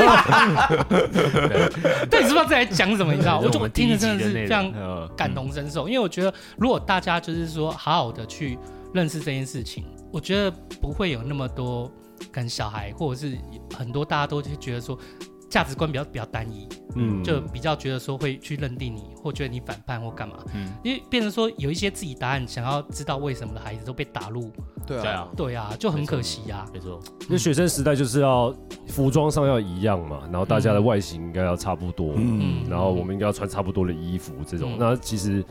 Speaker 2: 对，你知不知道在讲什么？你知道，我
Speaker 3: 这是
Speaker 2: 就
Speaker 3: 我
Speaker 2: 我
Speaker 3: 们
Speaker 2: 听着
Speaker 3: 第一集
Speaker 2: 真的是
Speaker 3: 的内
Speaker 2: 非
Speaker 3: 容
Speaker 2: 常
Speaker 5: 嗯
Speaker 2: 感同身哦受，因为我觉得如果大家就是说好好的去认识这件事情，我觉得不会有那么多跟小孩或者是很多大家都就觉得说价值观比较比较单一，[LAUGHS]
Speaker 5: 嗯
Speaker 2: 就比较觉得说会去认定你或觉得你反叛或干嘛，
Speaker 3: 嗯
Speaker 2: 因为变成说有一些自己答案想要知道为什么的孩子都被打入，
Speaker 1: 对
Speaker 3: 对啊，
Speaker 2: 对啊，就很可惜啊。
Speaker 3: 没错，
Speaker 5: 那学生时代就是要服装上要一样嘛，然后大家的外形应该要差不多，
Speaker 1: 嗯
Speaker 2: 嗯，
Speaker 5: 然后我们应该要穿差不多的衣服这种
Speaker 2: 嗯。
Speaker 5: 那其实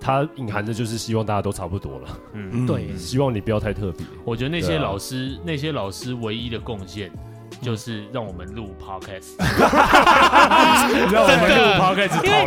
Speaker 5: 它隐含的就是希望大家都差不多了，
Speaker 3: 嗯，
Speaker 1: 嗯
Speaker 2: 对
Speaker 5: 希望你不要太特别。
Speaker 3: 我觉得那些
Speaker 5: 对啊
Speaker 3: 老师，那些老师唯一的贡献。就是让我们录 podcast，
Speaker 2: 们录
Speaker 5: 让我开始
Speaker 2: 因为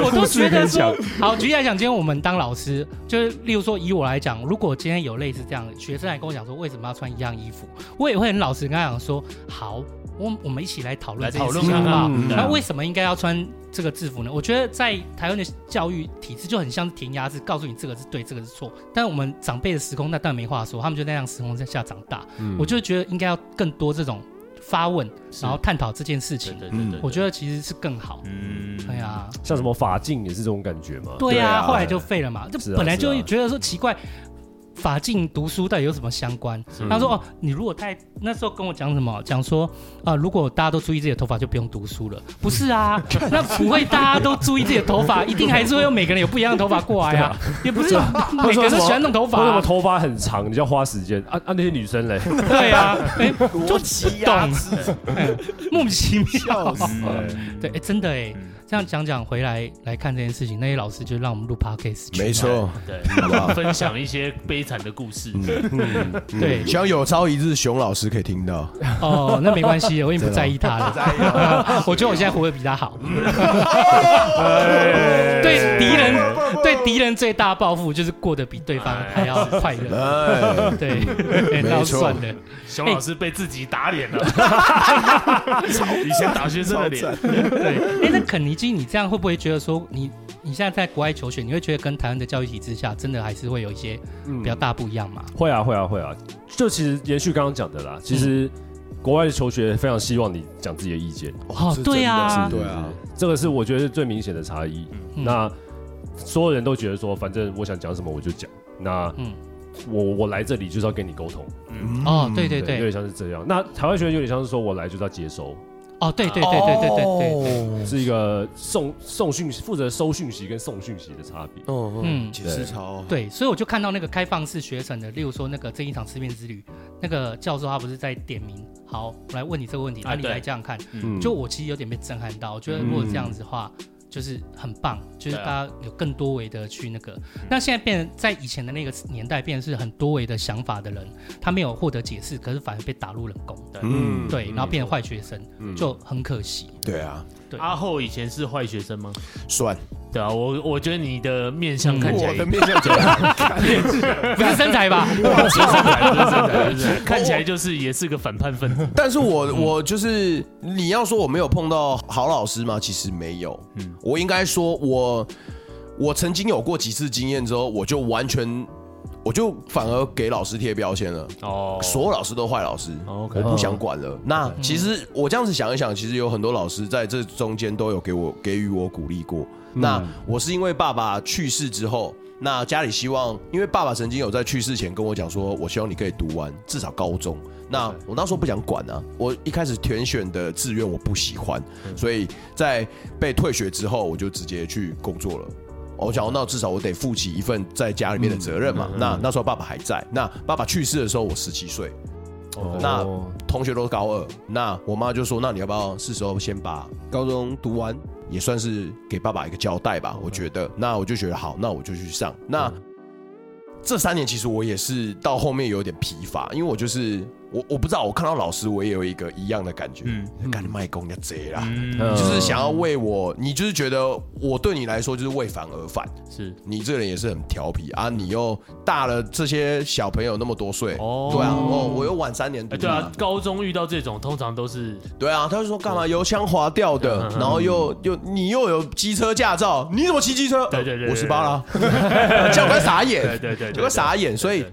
Speaker 2: 我我都觉得
Speaker 5: 讲
Speaker 2: 说，好，举例来讲，今天我们当老师，就是例如说以我来讲，如果今天有类似这样的学生来跟我讲说为什么要穿一样衣服，我也会很老实跟他讲说，好，我我们一起来讨论
Speaker 3: 来
Speaker 2: 这件
Speaker 3: 讨
Speaker 2: 事
Speaker 3: 论
Speaker 2: 情好
Speaker 3: 看
Speaker 2: 不好？
Speaker 3: 看。对
Speaker 2: 那
Speaker 3: 啊
Speaker 2: 嗯为什么应该要穿这个制服呢？我觉得在台湾的教育体制就很像是填鸭式，告诉你这个是对，这个是错。但我们长辈的时空那当然没话说，他们就那样时空下长大，
Speaker 5: 嗯
Speaker 3: 嗯
Speaker 2: 我就觉得应该要更多这种发问，然后探讨这件事情
Speaker 3: 对。对对对对，
Speaker 2: 我觉得其实是更好。
Speaker 3: 嗯，
Speaker 2: 对啊，
Speaker 5: 像什么法镜也是这种感觉嘛。
Speaker 2: 对
Speaker 1: 对啊
Speaker 2: 啊，后来就废了嘛。这
Speaker 5: 是啊
Speaker 2: 本来
Speaker 5: 是啊
Speaker 2: 就觉得说奇怪，法镜读书到底有什么相关？他说哦，你如果太那时候跟我讲什么，讲说啊、如果大家都注意自己的头发，就不用读书
Speaker 5: [LAUGHS]
Speaker 2: 了。不是啊，那不会大家都注意自己的头
Speaker 5: [LAUGHS]
Speaker 2: 发，一定还是会有每个人有不一样的头发过来啊，也不是说
Speaker 5: [LAUGHS]
Speaker 2: 每个人都喜欢弄头发
Speaker 5: 为什么
Speaker 2: 啊、
Speaker 5: 头发很长，你就要花时间啊啊！那些女生嘞， [LAUGHS]
Speaker 2: 对啊，哎、
Speaker 1: 就奇
Speaker 5: 啊
Speaker 2: 懂，哎莫名其
Speaker 5: [LAUGHS]
Speaker 2: 妙。对，
Speaker 5: 对
Speaker 2: 哎、真的哎、
Speaker 3: 嗯
Speaker 2: 这样讲讲回来来看这件事情，那些老师就让我们录 podcast，去
Speaker 1: 没错，
Speaker 3: 对
Speaker 1: 好不好，
Speaker 3: 分享一些悲惨的故事。
Speaker 1: 嗯
Speaker 2: 对
Speaker 1: 希望有朝一日熊老师可以听到。
Speaker 2: 哦，那没关系，我已经不在意他了。
Speaker 1: 在意了
Speaker 2: 我觉得我现在活得比他好。
Speaker 1: 哎
Speaker 2: 对敌人，对敌人最大报复就是过得比对方还要快乐。
Speaker 1: 哎，
Speaker 2: 对，
Speaker 1: [LAUGHS]
Speaker 2: 哎那
Speaker 1: 没错
Speaker 2: 算了。
Speaker 3: 熊老师被自己打
Speaker 2: [LAUGHS]
Speaker 3: 脸了，以前打学生的脸，
Speaker 2: 对，哎，那肯尼基，你这样会不会觉得说，你你现在在国外求学，你会觉得跟台湾的教育体制下，真的还是会有一些
Speaker 1: 嗯
Speaker 2: 比较大不一样嘛？
Speaker 5: 会啊会啊会啊！就其实延续刚刚讲的啦，其实
Speaker 2: 嗯
Speaker 5: 国外的求学非常希望你讲自己的意见，
Speaker 2: 哦，对啊，
Speaker 1: 对啊，
Speaker 5: 嗯这个是我觉得是最明显的差异。
Speaker 2: 嗯
Speaker 5: 那所有人都觉得说，反正我想讲什么我就讲。那
Speaker 2: 嗯
Speaker 5: 我我来这里就是要跟你沟通，
Speaker 2: 哦，
Speaker 1: 嗯
Speaker 2: 对对
Speaker 5: 有点
Speaker 2: 对，
Speaker 5: 像是这样。那台湾学生有点像是说我来就是要接收，
Speaker 2: 哦，对对对对对对对，
Speaker 1: 对，
Speaker 5: 是一个送送讯息，负责收讯息跟送讯息的差别。
Speaker 1: 哦，嗯，
Speaker 2: 嗯
Speaker 1: 解释潮，
Speaker 2: 对，所以我就看到那个开放式学程的，例如说那个这一场吃面之旅，那个教授他不是在点名，好，我来问你这个问题，
Speaker 3: 啊
Speaker 2: 啊，你
Speaker 3: 对
Speaker 2: 来这样看，
Speaker 5: 嗯
Speaker 2: 就我其实有点被震撼到，我觉得如果这样子的话。
Speaker 1: 嗯
Speaker 2: 就是很棒，就是
Speaker 3: 对
Speaker 2: 大
Speaker 3: 啊
Speaker 2: 家有更多维的去那个。那现在变成在以前的那个年代，变成是很多维的想法的人，他没有获得解释，可是反而被打入冷宫，
Speaker 1: 嗯，
Speaker 2: 对，然后变成坏学生，
Speaker 5: 嗯
Speaker 2: 就很可惜。
Speaker 1: 对啊，
Speaker 2: 对
Speaker 3: 阿厚以前是坏学生吗？
Speaker 1: 算，
Speaker 3: 对啊，我我觉得你嗯的面相看起来
Speaker 1: 我的面相怎样？
Speaker 2: 不是身材
Speaker 1: [LAUGHS]
Speaker 2: 吧？嗯
Speaker 3: 不是身材不是身材 [LAUGHS] 不是身材看起来就是也是个反叛分子。
Speaker 1: [LAUGHS] 但是我我就是你要说我没有碰到好老师吗？其实没有，嗯，我应该说我我曾经有过几次经验之后，我就完全我就反而给老师贴标签了。
Speaker 3: 哦
Speaker 1: 所有老师都坏老师，
Speaker 3: OK 嗯
Speaker 1: 我不想管了。那其实我这样子想一想，其实有很多老师在这中间都有给我给予我鼓励过。
Speaker 3: 嗯
Speaker 1: 那我是因为爸爸去世之后，那家里希望，因为爸爸曾经有在去世前跟我讲说，我希望你可以读完至少高中。那我那时候不想管啊，我一开始填选的志愿我不喜欢，
Speaker 3: 嗯
Speaker 1: 所以在被退学之后，我就直接去工作了。哦我想，那至少我得负起一份在家里面的责任嘛。那那时候爸爸还在，那爸爸去世的时候我十七岁，
Speaker 5: 哦
Speaker 1: 那同学都高二，那我妈就说，那你要不要是时候先把高中读完，也算是给爸爸一个交代吧？我觉得，那我就觉得好，那我就去上。那这三年其实我也是到后面有点疲乏，因为我就是我我不知道，我看到老师我也有一个一样的感觉，嗯，干你卖公家贼啦，
Speaker 5: 嗯
Speaker 1: 就是想要为我，你就是觉得我对你来说就是为反而反，
Speaker 3: 是
Speaker 1: 你这个人也是很调皮啊，你又大了这些小朋友那么多岁，
Speaker 3: 哦
Speaker 1: 对啊，哦，我又晚三年读
Speaker 3: 哎，
Speaker 1: 嘛，
Speaker 3: 对啊，高中遇到这种通常都是
Speaker 1: 对啊，他就说干嘛油腔滑调的，
Speaker 3: 嗯
Speaker 1: 然后又又你又有机车驾照，你怎么骑机车？呃
Speaker 3: 对对对对
Speaker 1: 我十八
Speaker 3: [LAUGHS]
Speaker 1: 啦，教官傻眼，
Speaker 3: 对对对对
Speaker 1: 教官傻眼，所以
Speaker 3: 对。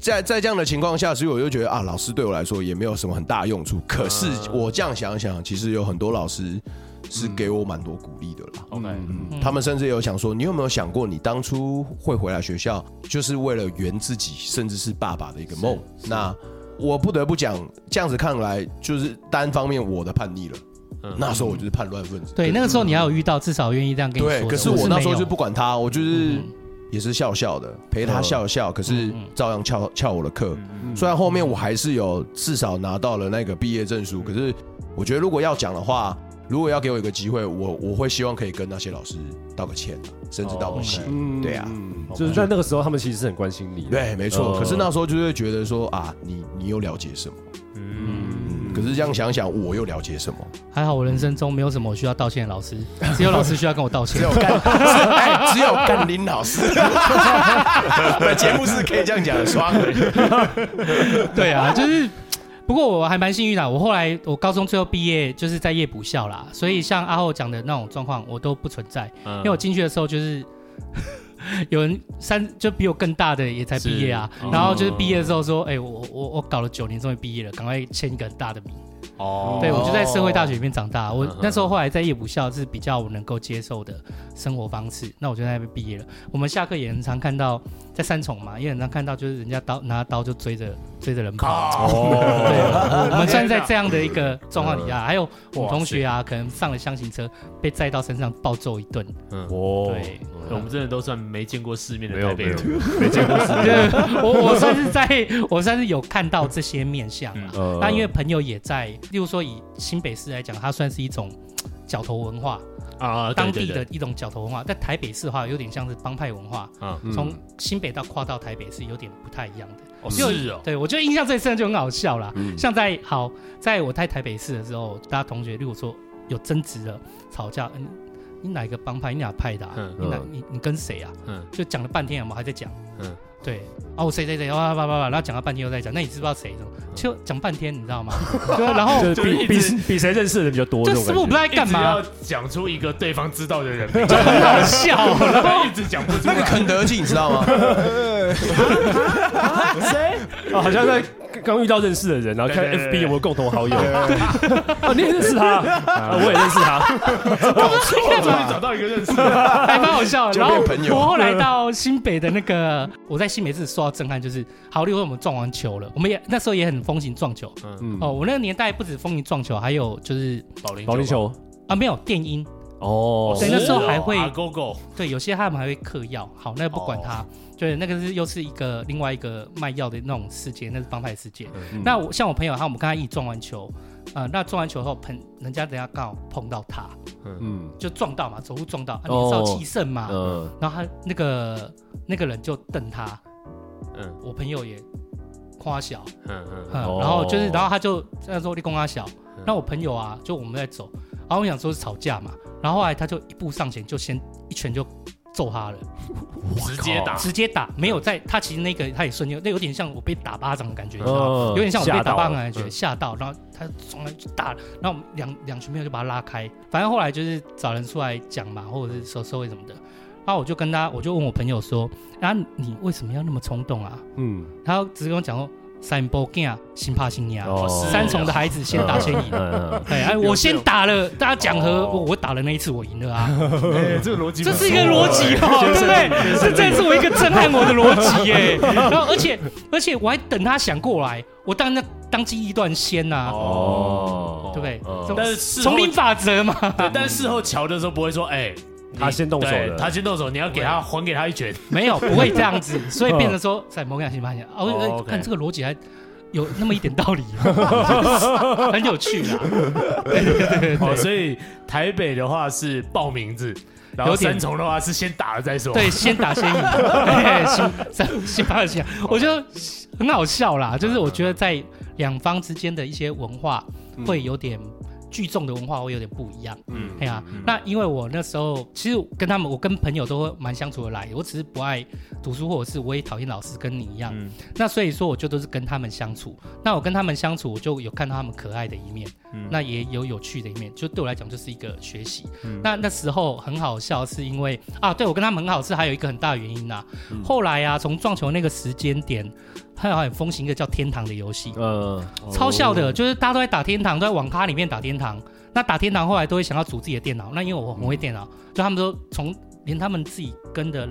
Speaker 1: 在在这样的情况下，所以我就觉得啊，老师对我来说也没有什么很大用处。可是
Speaker 3: 嗯
Speaker 1: 我这样想想，其实有很多老师是给我蛮多鼓励的啦。
Speaker 3: OK，
Speaker 1: 嗯他们甚至有想说，你有没有想过，你当初会回来学校，就是为了圆自己，甚至是爸爸的一个梦？那我不得不讲，这样子看来，就是单方面我的叛逆了。那时候我就是叛乱分子。
Speaker 2: 对，那个时候你要有遇到，至少愿意这样跟你说
Speaker 1: 对，
Speaker 2: 的。
Speaker 1: 可是
Speaker 2: 我
Speaker 1: 我那时候
Speaker 2: 没有
Speaker 1: 就不管他，我就是也是笑笑的陪他笑笑，可是照样翘翘我的课。
Speaker 3: 嗯
Speaker 2: 嗯
Speaker 1: 虽然后面我还是有至少拿到了那个毕业证书，可是我觉得如果要讲的话，如果要给我一个机会，我我会希望可以跟那些老师道个歉，甚至道个歉。
Speaker 5: 嗯
Speaker 1: 对啊，
Speaker 5: 就是在那个时候，他们其实是很关心你的。
Speaker 1: 对，没错。
Speaker 5: 嗯
Speaker 1: 可是那时候就会觉得说啊，你你又了解什么？嗯，可是这样想想，我又了解什 [LAUGHS] 么？
Speaker 2: 还好，我人生中没有什么需要道歉的老
Speaker 1: [LAUGHS]
Speaker 2: 师，只有老师需要跟我道歉
Speaker 1: 只。有干，哎，只有干林老师。本节目是可以这样讲的，双人。
Speaker 2: [LAUGHS] 对啊，就是。不过我还蛮幸运的，我后来我高中最后毕业就是在夜补校啦，所以像阿后讲的那种状况我都不存在，
Speaker 3: 嗯
Speaker 2: 因为我进去的时候就是 [LAUGHS] 有人三就比我更大的也才毕业啊，
Speaker 3: 是
Speaker 2: 然后就是毕业的时候说，哎、我我我搞了九年终于毕业了，赶快签一个很大的名。
Speaker 3: 哦
Speaker 2: 对我就在社会大学里面长大，我那时候后来在夜补校是比较我能够接受的生活方式，那我就在那边毕业了。我们下课也很常看到在三重嘛，也很常看到就是人家刀拿刀就追着追着人跑。
Speaker 5: 哦
Speaker 2: [LAUGHS] 对，我们算在这样的一个状况底下，还有我们同学啊，可能上了箱型车被载到身上暴揍一顿。
Speaker 5: 哦，
Speaker 2: 对，
Speaker 3: 嗯我们真的都算没见过世面的
Speaker 5: 没有
Speaker 3: 台
Speaker 5: 没
Speaker 3: 北
Speaker 5: 有
Speaker 3: 人，，
Speaker 5: 没见过世面。
Speaker 2: 对，我我算是在我算是有看到这些面相啦。
Speaker 5: 呃
Speaker 2: 那因为朋友也在，例如说以新北市来讲，它算是一种角头文化，
Speaker 3: 啊，对
Speaker 2: 当
Speaker 3: 对
Speaker 2: 地的
Speaker 3: 对
Speaker 2: 一种角头文化，在台北市的话，有点像是帮派文化，
Speaker 3: 啊，
Speaker 5: 嗯
Speaker 2: 从新北到跨到台北是有点不太一样的。
Speaker 3: 哦
Speaker 2: 因为
Speaker 3: 是哦，
Speaker 2: 对我觉得印象最深的就很好笑啦。像在好，在我在台北市的时候，大家同学如果说有争执了、吵架，嗯，你哪一个帮派？你哪派的啊、
Speaker 3: 嗯
Speaker 2: 你哪
Speaker 5: 嗯
Speaker 2: 你你跟谁啊？
Speaker 3: 嗯
Speaker 2: 就讲了半天，我们还在讲。
Speaker 3: 嗯
Speaker 2: 对，哦，我谁谁谁，哇哇哇哇，然后讲了半天又在讲，那你知不知道谁？就讲半天，你知道吗？对啊，然后
Speaker 5: 就是
Speaker 3: 就是一
Speaker 5: 比比比谁认识的人比较多，
Speaker 2: 这
Speaker 5: 种
Speaker 2: 师
Speaker 5: 感
Speaker 2: 傅
Speaker 5: 觉
Speaker 2: 不知道在干嘛
Speaker 6: 一，
Speaker 3: [LAUGHS]
Speaker 6: 直要讲出一个对方知道的人名， [LAUGHS]
Speaker 2: 很好笑。
Speaker 3: [LAUGHS]
Speaker 2: 然后
Speaker 6: 一直讲不出
Speaker 1: 那个
Speaker 6: 来。
Speaker 1: 肯德基你知道吗？ [LAUGHS]
Speaker 5: [LAUGHS] 啊，好像在刚遇到认识的人，然后看
Speaker 6: 对对对
Speaker 5: FB 有没有共同好友。啊， [LAUGHS] 你也认识他，
Speaker 2: [LAUGHS]
Speaker 5: 啊我也认识他。
Speaker 6: 我终于找到一个认识的，
Speaker 5: [LAUGHS]
Speaker 2: 还蛮好笑的。
Speaker 1: 就
Speaker 2: 然
Speaker 1: 变
Speaker 2: 后
Speaker 1: 朋友
Speaker 2: 我后来到新北的那个，我在新北市受到震撼，就是好，例如说我们撞完球了，我们也那时候也很风行撞球。
Speaker 5: 嗯，
Speaker 2: 哦，我那个年代不止风行撞球，还有就是
Speaker 3: 保龄
Speaker 5: 保龄
Speaker 3: 吧，
Speaker 5: 球
Speaker 2: 啊，没有电音，
Speaker 5: 哦，
Speaker 2: 对那时候还会
Speaker 3: 勾勾，
Speaker 2: 对，有些他们还会嗑药。好，那个不管他，对，那个是又是一个另外一个卖药的那种世界，那是帮派世界。
Speaker 5: 嗯
Speaker 2: 那我像我朋友，他我们刚才一起撞完球，呃，那撞完球后碰人家等下刚好碰到他，
Speaker 5: 嗯
Speaker 2: 就撞到嘛，走路撞到，啊、
Speaker 5: 哦
Speaker 2: 年少气盛嘛，
Speaker 5: 嗯，
Speaker 2: 然后他那个那个人就瞪他，
Speaker 3: 嗯
Speaker 2: 我朋友也夸小，
Speaker 3: 嗯
Speaker 2: 嗯
Speaker 5: 哦
Speaker 2: 然后就是，然后他就那时候立功他小，那我朋友啊，就我们在走，然后我想说是吵架嘛，然后后来他就一步上前就先一拳就揍他了，
Speaker 3: 嗯，直接打，
Speaker 2: 直接打，没有在他其实那个他也瞬间，那有点像我被打巴掌的感觉，你知道吗？
Speaker 5: 嗯
Speaker 2: 啊有点像我被打啊巴掌的
Speaker 5: 吓
Speaker 2: 感
Speaker 5: 嗯
Speaker 2: 觉，吓到，然后他从来就打，然后我们两两群朋友就把他拉开，反正后来就是找人出来讲嘛，或者是收收尾什么的，然后我就跟他，我就问我朋友说，啊，你为什么要那么冲动啊？
Speaker 5: 嗯，
Speaker 2: 他只是跟我讲说，三波囝，心怕心呀，
Speaker 5: 哦
Speaker 3: 是
Speaker 2: 三重的孩子先打先赢。 [LAUGHS]
Speaker 5: 嗯哦
Speaker 2: 哎哎，我先打了，大家讲和，我我打了那一次，我赢了啊，
Speaker 6: [LAUGHS] 哎这个逻辑
Speaker 2: 这
Speaker 6: 不错，
Speaker 2: 是一个逻辑
Speaker 5: [LAUGHS]
Speaker 2: 哦，对不对？这真是我一个震撼我的逻辑
Speaker 6: [LAUGHS]
Speaker 2: 耶。 [LAUGHS] 然后，而且而且我还等他想过来，我当那当机立断先呐，
Speaker 5: 哦
Speaker 2: 对不对？
Speaker 5: 嗯
Speaker 2: 这种
Speaker 3: 但是事后
Speaker 2: 丛林法则
Speaker 3: [LAUGHS]
Speaker 2: 嘛，
Speaker 3: 对但是事后瞧的时候不会说，哎，你
Speaker 5: 他先动手
Speaker 3: 对
Speaker 5: 的
Speaker 3: 他先动手，你要给他还
Speaker 5: [LAUGHS]
Speaker 3: 给他一拳， [LAUGHS]
Speaker 2: 没有不会这样子，所以变成说在某个情况下，哦，
Speaker 3: 哦
Speaker 2: 哎
Speaker 3: ，OK
Speaker 2: 看这个逻辑还有那么一点
Speaker 3: [LAUGHS]
Speaker 2: 道理， [LAUGHS] 很有趣啊啦。对对对对
Speaker 3: 哦，
Speaker 2: 对，
Speaker 3: 所以
Speaker 6: 台北的话是报名字，然后
Speaker 2: 有点
Speaker 6: 三重的话是先打了再说。
Speaker 5: [LAUGHS]
Speaker 2: 对，先打
Speaker 1: [LAUGHS]
Speaker 2: 先赢，哎先三先发先，我觉得很好笑啦。就是我觉得在两方之间的一些文化会有点聚众的文化会有点不一样。
Speaker 1: 嗯
Speaker 2: 哎呀，那因为我那时候其实跟他们，我跟朋友都蛮相处得来，我只是不爱读书，或者是我也讨厌老师，跟你一样。
Speaker 3: 嗯
Speaker 2: 那所以说，我就都是跟他们相处。那我跟他们相处，我就有看到他们可爱的一面，那也有有趣的一面，就对我来讲就是一个学习。那那时候很好笑，是因为啊，对我跟他们很好是还有一个很大的原因呐、后来啊，从撞球那个时间点，它好像很风行一个叫天堂的游戏，
Speaker 5: 呃，
Speaker 2: 超笑的，就是大家都在打天堂，都在网咖里面打天堂。那打天堂后来都会想要组自己的电脑，那因为我很会电脑，就他们都从连他们自己跟的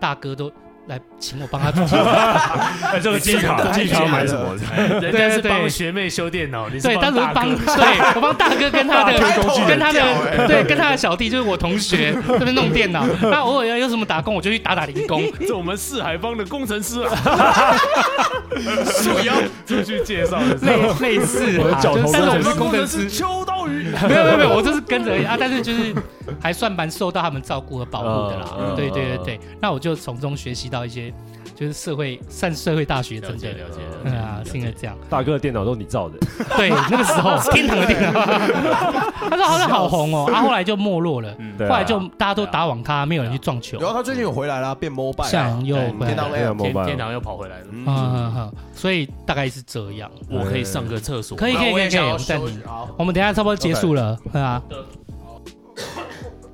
Speaker 2: 大哥都来请我帮 [LAUGHS] 他组电脑。
Speaker 5: 哎，这个金卡金卡买什么？
Speaker 1: 啊 [LAUGHS]
Speaker 6: 人家哎是
Speaker 2: 对对
Speaker 6: 帮学妹修电脑，你是
Speaker 2: 对，但是我
Speaker 6: 大
Speaker 2: 帮
Speaker 6: 哥
Speaker 2: 对我帮大哥跟 [LAUGHS] 他的哎
Speaker 1: 大哥工具人
Speaker 2: 跟他
Speaker 1: 掉欸
Speaker 2: 的对跟他的小弟，就是我同学这边弄电脑。那偶尔要有什么打工，我就去打打零 [LAUGHS] 工。
Speaker 6: [LAUGHS] 这我们四海帮的工程师啊，
Speaker 2: [LAUGHS]
Speaker 1: 素瑶
Speaker 6: 出去介绍的时候，
Speaker 2: 类类似
Speaker 5: 我的
Speaker 2: 啊，
Speaker 5: 脚
Speaker 2: 就
Speaker 5: 头
Speaker 2: 是但是我们
Speaker 5: 真的
Speaker 2: 是
Speaker 5: 是
Speaker 2: 工程
Speaker 6: 师
Speaker 2: 师，
Speaker 6: 秋刀鱼，
Speaker 2: 没有没有没有，我这是跟着而已啊，但是就是还算蛮受到他们照顾和保护的
Speaker 5: 嗯
Speaker 2: 啦
Speaker 5: 嗯。
Speaker 2: 对对对对，那我就从中学习到一些就是社会上社会大学真的。
Speaker 3: [LAUGHS] 了解了解
Speaker 2: 嗯啊，是因为这样。
Speaker 5: 大哥的电脑都是你造的，
Speaker 2: 对，那个时候天堂的电脑，他说好像好红哦，啊，后来就没落了，
Speaker 5: 对啊
Speaker 2: 后来就大家都打网咖，没有人去撞球。
Speaker 1: 然后他最近有回来
Speaker 2: 嗯
Speaker 1: 啦，变 mobile 啊
Speaker 2: 向
Speaker 1: 啦。
Speaker 2: 右
Speaker 3: 对
Speaker 2: 回
Speaker 1: 啊天堂
Speaker 2: 来，
Speaker 1: 类
Speaker 5: 电脑
Speaker 3: 天
Speaker 5: 啊 mobile
Speaker 3: 天堂又跑回来了，
Speaker 2: 嗯嗯嗯，所以大概是这样。
Speaker 3: 我可以上个厕所，
Speaker 2: 可以可以可以可以，我们暂停。我们等一下差不多结束了，对啊，
Speaker 3: [COUGHS]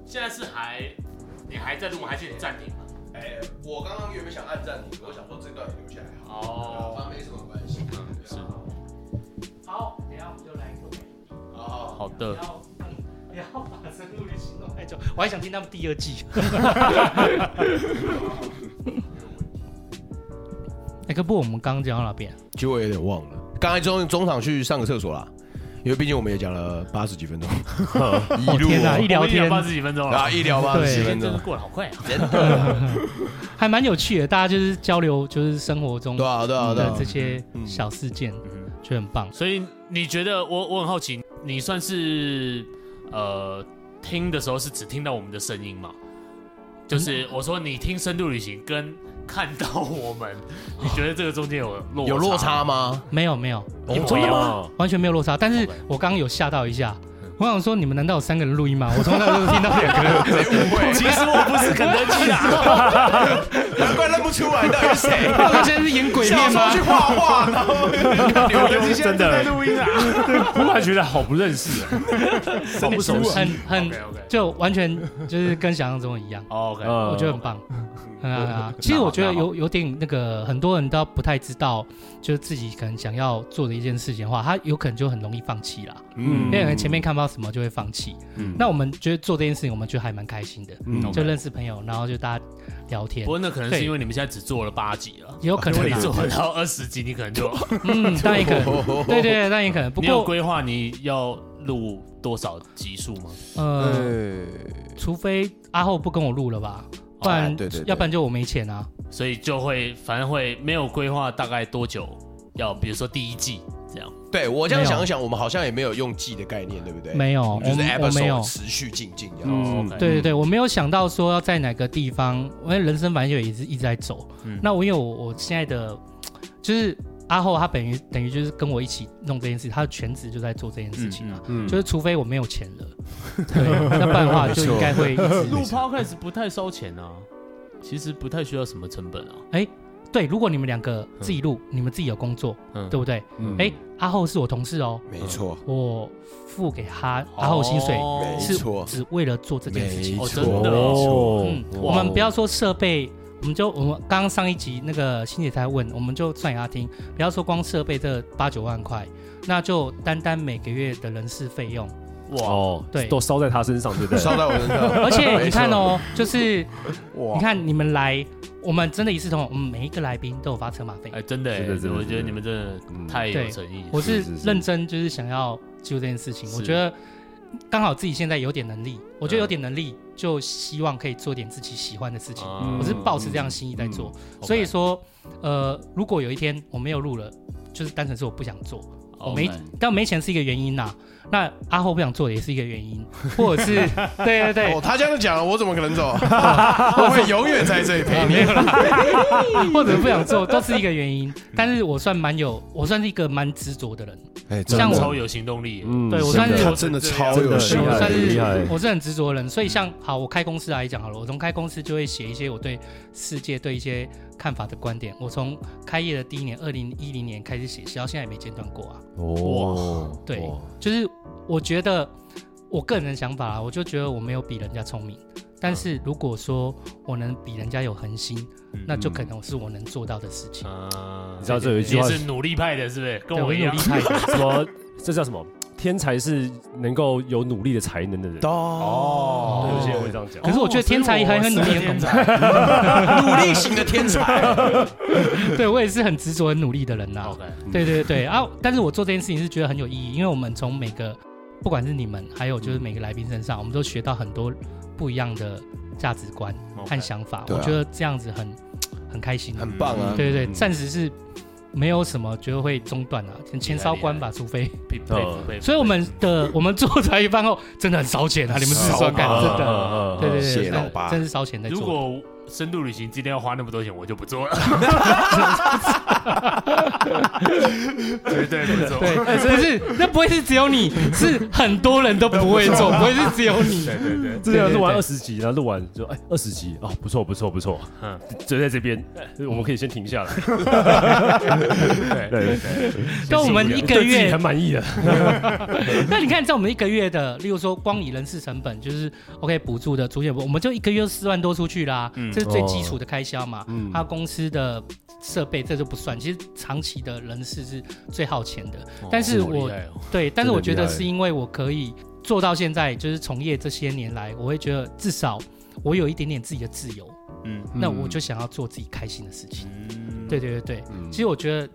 Speaker 3: 现在是还你还在录吗？还是你暂停了？
Speaker 1: 哎，我刚刚原本想按暂停，我想说这段留下来好，
Speaker 3: 哦，
Speaker 1: 像没什么关系。
Speaker 3: 是，
Speaker 2: 好，等一下我们就来一
Speaker 1: 好，
Speaker 3: 好的
Speaker 2: 个，。不要把生物旅行弄太久，我还想听他们第二季。 [LAUGHS] 哎，可不，我们刚刚讲到哪边？
Speaker 1: 其实我有点忘了，刚才中中场去上个厕所啦，因为毕竟我们也讲了八十几分钟， [LAUGHS] 一路
Speaker 2: 天哪，哦一
Speaker 1: 哦
Speaker 2: 聊
Speaker 3: 我们已经
Speaker 2: 天
Speaker 3: 八十几分钟
Speaker 1: 啊
Speaker 3: 了，
Speaker 1: 一聊八十几
Speaker 2: 对
Speaker 1: 分
Speaker 3: 真的
Speaker 1: 钟
Speaker 3: 是，过得好快啊！
Speaker 2: 还蛮有趣的，大家就是交流，就是生活中
Speaker 1: 对啊对啊嗯对
Speaker 2: 的
Speaker 1: 啊
Speaker 2: 嗯这，些小事件，就很棒。
Speaker 3: 所以你觉得我我很好奇，你算是呃听的时候是只听到我们的声音吗？就是我说你听深度旅行跟看到我们，你觉得这个中间有落
Speaker 1: 有落差
Speaker 3: 吗？
Speaker 1: 吗？
Speaker 2: 没有没有，
Speaker 1: 哦
Speaker 3: 真的吗？
Speaker 2: 完全没有落差。但是我刚刚有吓到一下，我想说你们难道有三个人
Speaker 1: [LAUGHS]
Speaker 2: 录音吗？我从那时候听到两个人，
Speaker 1: 谁误会？
Speaker 3: 其实我不是肯德基啊啦， [LAUGHS]
Speaker 1: 难怪认不出来到底是谁。
Speaker 2: 他们现在是演 [LAUGHS] 鬼
Speaker 1: 小
Speaker 2: 面
Speaker 1: 时
Speaker 2: 吗
Speaker 1: 候去？画画，
Speaker 2: [LAUGHS]
Speaker 1: 然后
Speaker 5: 有有是真的，
Speaker 6: 录音啊，
Speaker 5: 突然觉得好不
Speaker 2: [LAUGHS]
Speaker 5: 认识，啊好不熟悉。
Speaker 2: 很
Speaker 1: [LAUGHS]
Speaker 2: 很
Speaker 3: OK，
Speaker 2: 就完全就是跟想象中一样
Speaker 3: OK，
Speaker 5: 呃
Speaker 2: 我觉得很棒。嗯啊啊其实我觉得有有点那个，很多人都不太知道，就是自己可能想要做的一件事情的话，他有可能就很容易放弃啦。
Speaker 5: 嗯
Speaker 2: 因为可能前面看不到什么就会放弃。那我们觉得做这件事情，我们就还蛮开心的，
Speaker 5: 嗯
Speaker 2: 就认识朋友，然后就大家聊天
Speaker 3: 不，过那可能是因为你们现在只做了八集了，
Speaker 2: 也有可
Speaker 3: 如果
Speaker 2: 能
Speaker 3: 你
Speaker 2: 啊。
Speaker 3: 做到二十集，你可能就
Speaker 2: 嗯，但也可能，对对对，但也可能。不
Speaker 3: 你有
Speaker 2: 过
Speaker 3: 规划你要录多少集数吗？
Speaker 2: 呃，除非阿后不跟我录了吧，不然
Speaker 1: 啊对对对
Speaker 2: 要不然就我没钱啊。
Speaker 3: 所以就会反正会没有规划大概多久要，比如说第一季这样。
Speaker 1: 对我这样想一想，我们好像也没有用季的概念，对不对？
Speaker 2: 哦没有
Speaker 1: 我们就是
Speaker 2: 我我没有
Speaker 1: episode 持续进进这样。
Speaker 5: 哎
Speaker 3: 嗯，
Speaker 2: 对对对，我没有想到说要在哪个地方，因为人生反正就一直一直在走。
Speaker 3: 嗯
Speaker 2: 那我因为我我现在的就是阿后，他等于等于就是跟我一起弄这件事，他的全职就在做这件事情啊。
Speaker 1: 嗯
Speaker 2: 就是除非我没有钱了，对，那不然的话就应该会一
Speaker 3: 录
Speaker 2: 直
Speaker 3: podcast 不太烧钱啊，其实不太需要什么成本啊。
Speaker 2: 对。如果你们两个自己录，你们自己有工作，
Speaker 3: 嗯
Speaker 2: 对不对？
Speaker 5: 嗯
Speaker 2: 哎，阿后是我同事哦，
Speaker 1: 没错，
Speaker 2: 我付给他阿后啊薪水
Speaker 3: 哦
Speaker 1: 没
Speaker 2: 是
Speaker 1: 错
Speaker 2: 只为了做这件事情
Speaker 1: 没。
Speaker 3: 哦，
Speaker 1: 错
Speaker 3: 真的
Speaker 5: 哦
Speaker 2: 嗯，
Speaker 5: 哇
Speaker 2: 我们不要说设备，我们就我们刚刚上一集那个欣姐在问，我们就算给她听，不要说光设备这八九万块，那就单单每个月的人事费用，
Speaker 3: 哇，
Speaker 5: 哦，
Speaker 2: 对
Speaker 5: 都烧在他身上，对不对？
Speaker 1: 烧在我身上。
Speaker 2: 而且你看
Speaker 1: 没
Speaker 2: 哦，就是你看你们来，我们真的一视同仁，我们每一个来宾都有发车马费，
Speaker 3: 哎，真的欸，
Speaker 5: 是的是的
Speaker 3: 我觉
Speaker 5: 是
Speaker 3: 得
Speaker 5: 的
Speaker 3: 你们真
Speaker 5: 嗯
Speaker 3: 的太有诚意了。
Speaker 2: 我是
Speaker 5: 是是
Speaker 2: 认真就是想要记录这件事情，
Speaker 3: 是
Speaker 2: 我觉得刚好自己现在有点能力，我觉得有点能力就希望可以做点自己喜欢的事情。
Speaker 3: 啊
Speaker 5: 嗯
Speaker 2: 我是抱持这样的心意在做。
Speaker 3: 嗯
Speaker 2: 所以说，呃，如果有一天我没有录了，就是单纯是我不想做，
Speaker 3: 哦
Speaker 2: 我没
Speaker 3: 那
Speaker 2: 但没钱是一个原因呐、那阿后不想做的也是一个原因，或者是对对对，
Speaker 1: 哦，他这样讲了，我怎么可
Speaker 2: [LAUGHS]
Speaker 1: 能走？我会永远在这里陪你。
Speaker 2: 或者不想做，都是一个原因。但是我算蛮有，我算是一个蛮执着的人，
Speaker 1: 哎，
Speaker 2: 真的像
Speaker 3: 超有行动力耶，
Speaker 5: 嗯
Speaker 2: 对我
Speaker 5: 真
Speaker 2: 算是
Speaker 5: 的
Speaker 1: 他真的超有
Speaker 2: 对
Speaker 1: 心
Speaker 5: 真
Speaker 2: 我
Speaker 5: 的
Speaker 1: 啊
Speaker 2: 算！
Speaker 5: 厉
Speaker 2: 是
Speaker 5: 害嗯
Speaker 2: 我是很执着的人，所以像好，我开公司来讲好了，我从开公司就会写一些我对世界对一些看法的观点。我从开业的第一年，二零一零年开始写，写到现在也没间断过啊。
Speaker 5: 哦，
Speaker 2: 对
Speaker 5: 哇
Speaker 2: 就是我觉得我个人的想法啊，我就觉得我没有比人家聪明，但是如果说我能比人家有恒心，那就可能是我能做到的事情。
Speaker 3: 嗯，
Speaker 5: 你知道这有一句
Speaker 3: 也
Speaker 5: 话
Speaker 3: 是努力派的，是不是？跟
Speaker 2: 对
Speaker 3: 我
Speaker 2: 我
Speaker 3: 一
Speaker 2: 有
Speaker 3: 样
Speaker 2: 厉，害，
Speaker 5: 什么？这叫什么？天才是能够有努力的才能的人。
Speaker 1: 哦
Speaker 5: 对有些人会这样讲。
Speaker 2: 可是我
Speaker 3: 哦
Speaker 2: 觉得天才还很努力
Speaker 6: 所以我是个
Speaker 2: 很
Speaker 6: 天
Speaker 2: 恐
Speaker 6: 才，
Speaker 2: 怖
Speaker 1: 努力型的天才，
Speaker 2: 对我也是很执着、很努力的人呐、
Speaker 3: OK，
Speaker 2: [LAUGHS] 对对对啊！但是我做这件事情是觉得很有意义，因为我们从每个，不管是你们，还有就是每个来宾身上，我们都学到很多不一样的价值观
Speaker 3: 嗯 OK
Speaker 2: 和想法。
Speaker 1: 对啊
Speaker 2: 我觉得这样子很很开心、
Speaker 1: [LAUGHS] 很棒啊！
Speaker 2: 对对
Speaker 5: 嗯
Speaker 2: 对，暂时是没有什么觉得会中断啊，钱烧关吧，除非。
Speaker 3: 佩佩服佩服。
Speaker 2: 所以我们的我们做茶余饭后真的很烧钱啊，你们自己
Speaker 1: 烧
Speaker 2: 算看，
Speaker 1: 吧
Speaker 2: 真
Speaker 5: 嗯
Speaker 2: 的。
Speaker 5: 嗯嗯
Speaker 2: 对对
Speaker 1: 谢
Speaker 2: 对，
Speaker 1: 老
Speaker 2: 真
Speaker 1: 爸
Speaker 2: 真是烧钱在做
Speaker 3: 如
Speaker 2: 的。
Speaker 3: 果深度旅行今天要花那么多钱，我就不做了。绝对不做。 [LAUGHS]
Speaker 2: 对，不是，那不会是只有你，是很多人都不会
Speaker 1: [LAUGHS]
Speaker 2: 做，不会是只有你。
Speaker 3: 对对对，
Speaker 5: 之前录
Speaker 2: 对对对
Speaker 5: 完二十集，然后录完就哎二十集啊，不错不错不错，
Speaker 3: 嗯
Speaker 5: 就在这边，我们可以先停下来，
Speaker 2: 嗯
Speaker 5: 对，
Speaker 2: 跟我们一个
Speaker 5: 对自己
Speaker 2: 月
Speaker 5: 很，满意的，
Speaker 2: [LAUGHS] 那你看，在我们一个月的，例如说光你人事成本就是 OK 补助的主演，我们就一个月四万多出去啦，
Speaker 3: 嗯
Speaker 2: 这是最基础的开销
Speaker 1: 哦
Speaker 2: 嘛。
Speaker 5: 嗯
Speaker 2: 还有公司的设备，这就不算。其实长期的人事是最耗钱的，但是
Speaker 3: 好厉
Speaker 2: 我
Speaker 3: 害哦
Speaker 2: 对，但是我觉
Speaker 5: 厉
Speaker 2: 得
Speaker 5: 害
Speaker 2: 是因为我可以做到现在，就是从业这些年来，我会觉得至少我有一点点自己的自由，
Speaker 3: 嗯
Speaker 2: 那我就想要做自己开心的事情。
Speaker 3: 嗯
Speaker 2: 对对对对，
Speaker 5: 嗯
Speaker 2: 其实我觉得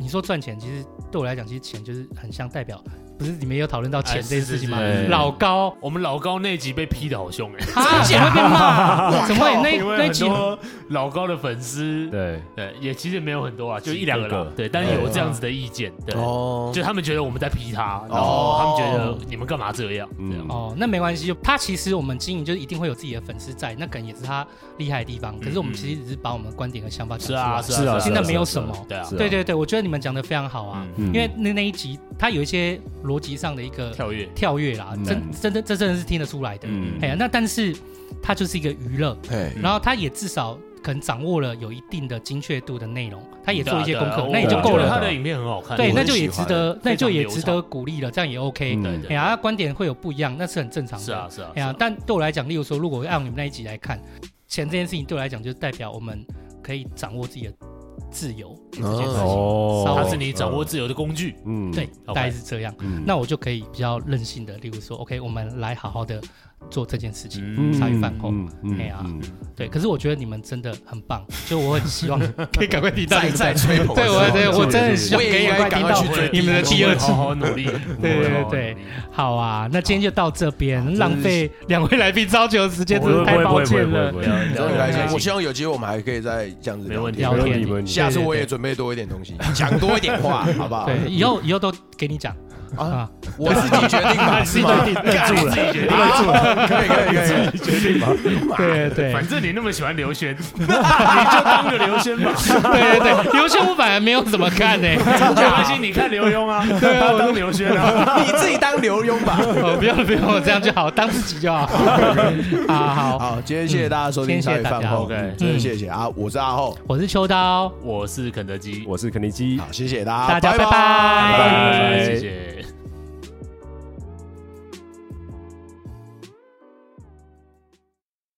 Speaker 2: 你说赚钱，其实对我来讲，其实钱就是很像代表，不是你们也有讨论到钱
Speaker 3: 哎
Speaker 2: 这件事情吗？
Speaker 3: 是是
Speaker 5: 是是
Speaker 2: 老高
Speaker 3: 我们老高那集被批的好凶哎，
Speaker 2: 啊，怎么会被骂？
Speaker 3: [LAUGHS]
Speaker 2: 怎么会
Speaker 3: 因
Speaker 2: 那
Speaker 3: 为
Speaker 2: 那
Speaker 3: 很
Speaker 2: 集
Speaker 3: 多老高的粉丝，
Speaker 5: 对，
Speaker 3: 对，也其实没有很多啊，就一两个
Speaker 5: 几
Speaker 3: 啦
Speaker 5: 个，
Speaker 3: 对，但有这样子的意见，对，
Speaker 1: 哦，
Speaker 3: 就他们觉得我们在批他，然后他们觉得你们干嘛这样，啊这样，
Speaker 2: 哦，那没关系，就他其实我们经营就是一定会有自己的粉丝在，那可能也是他厉害的地方。可是我们其实只是把我们的观点和想法讲
Speaker 3: 嗯是
Speaker 2: 出来
Speaker 3: 啊，，
Speaker 5: 是
Speaker 3: 啊，
Speaker 5: 啊
Speaker 2: 真
Speaker 5: 是
Speaker 2: 的
Speaker 5: 啊
Speaker 2: 没有什么。
Speaker 3: 对啊
Speaker 5: 是，啊
Speaker 2: 对对对，我觉得你们讲的非常好啊，
Speaker 3: 嗯，
Speaker 5: 因
Speaker 2: 因为那那一集它有一些逻辑上的一个
Speaker 3: 跳跃，
Speaker 2: 跳跃啦，
Speaker 5: 嗯
Speaker 2: 真真的这真的是听得出来的。
Speaker 5: 嗯
Speaker 2: 哎呀，那但是它就是一个娱乐，
Speaker 1: 哎，
Speaker 3: 嗯
Speaker 2: 然后他也至少可能掌握了有一定的精确度的内容，他
Speaker 3: 他
Speaker 2: 也做一些功课，那
Speaker 5: 也
Speaker 2: 也就够
Speaker 5: 对啊
Speaker 3: 他
Speaker 2: 了。
Speaker 3: 的影片很好看，
Speaker 2: 对，
Speaker 1: 我
Speaker 2: 那
Speaker 1: 很
Speaker 2: 就也
Speaker 1: 喜
Speaker 2: 值
Speaker 1: 欢
Speaker 2: 得，那就也
Speaker 3: 非常
Speaker 2: 值得鼓励了，这样也 OK。
Speaker 3: 对
Speaker 2: 哎
Speaker 3: 对，
Speaker 2: 呀，观点会有不一样，那是很正常
Speaker 3: 是
Speaker 2: 的
Speaker 3: 啊。是啊，
Speaker 2: 哎呀，但对我来讲，例如说，如果按你们那一集来看，钱这件事情对我来讲，就是代表我们可以掌握自己的自由这件事情。
Speaker 5: 哦
Speaker 2: 稍微
Speaker 3: 它是你掌握，自由的工
Speaker 2: 哦
Speaker 3: 具，
Speaker 5: 嗯
Speaker 2: 对，
Speaker 3: OK
Speaker 2: 大概是这样。
Speaker 5: 嗯
Speaker 2: 那我就可以比较任性的，例如说，OK，我们来好好的做这件事情。
Speaker 3: 嗯
Speaker 2: 茶余饭后
Speaker 5: 嗯
Speaker 2: 哎呀
Speaker 5: 嗯
Speaker 2: 对，可是我觉得你们真的很棒，就我很希望 [LAUGHS] 可以赶快听到
Speaker 1: 再
Speaker 2: 你们
Speaker 1: 再吹捧，
Speaker 2: [LAUGHS] 对我对我真的希望
Speaker 1: 我
Speaker 2: 可
Speaker 1: 也
Speaker 2: 以
Speaker 1: 应该
Speaker 2: 赶
Speaker 1: 赶快
Speaker 2: 快
Speaker 1: 去
Speaker 2: 听到
Speaker 1: 追
Speaker 2: 你们的第二集
Speaker 3: 好。好努力，
Speaker 2: 对对对，好啊，那今天就到这边，浪费两位来宾超久的时间，真的太抱歉了。
Speaker 1: 真的很开心。我
Speaker 3: 我
Speaker 1: 希望有机会我们还可以再这样子
Speaker 3: 没问题
Speaker 1: 聊
Speaker 2: 聊
Speaker 1: 天
Speaker 2: 天
Speaker 5: 没问题没问题
Speaker 1: 下次我也准备多一点东西，讲多一点
Speaker 2: [LAUGHS]
Speaker 1: 话，好不好？
Speaker 2: 对，以后以后都给你讲
Speaker 1: 啊，
Speaker 2: 啊，
Speaker 1: 我自己决定
Speaker 2: [LAUGHS]
Speaker 1: 吧，
Speaker 2: 自己决定，
Speaker 1: 干
Speaker 2: 住了，
Speaker 3: 自己决定，
Speaker 1: 好可以可以可以。
Speaker 2: [LAUGHS] 对对对
Speaker 3: 反正你那么喜欢刘轩， [LAUGHS] 你就当个刘轩吧， [LAUGHS]
Speaker 2: [LAUGHS] 对对对，刘秀我反而没有怎么看呢，
Speaker 3: 没关系，你看刘墉啊，他当刘轩啊，
Speaker 1: 你自己当刘墉吧。
Speaker 2: 哦，不要了不用了，这样就好，当自己就好。好好，
Speaker 1: 好，今天谢谢大家收听
Speaker 2: 嗯
Speaker 1: 茶余
Speaker 2: 先谢谢大家嗯
Speaker 1: 饭后，
Speaker 3: OK
Speaker 1: 真的谢谢啊！我是阿厚，
Speaker 2: 我是秋刀，
Speaker 3: 我是肯德基，
Speaker 5: 我是肯尼基，
Speaker 1: 好，谢谢大家，
Speaker 2: 大家拜
Speaker 1: 拜
Speaker 2: 拜
Speaker 3: 拜，谢谢。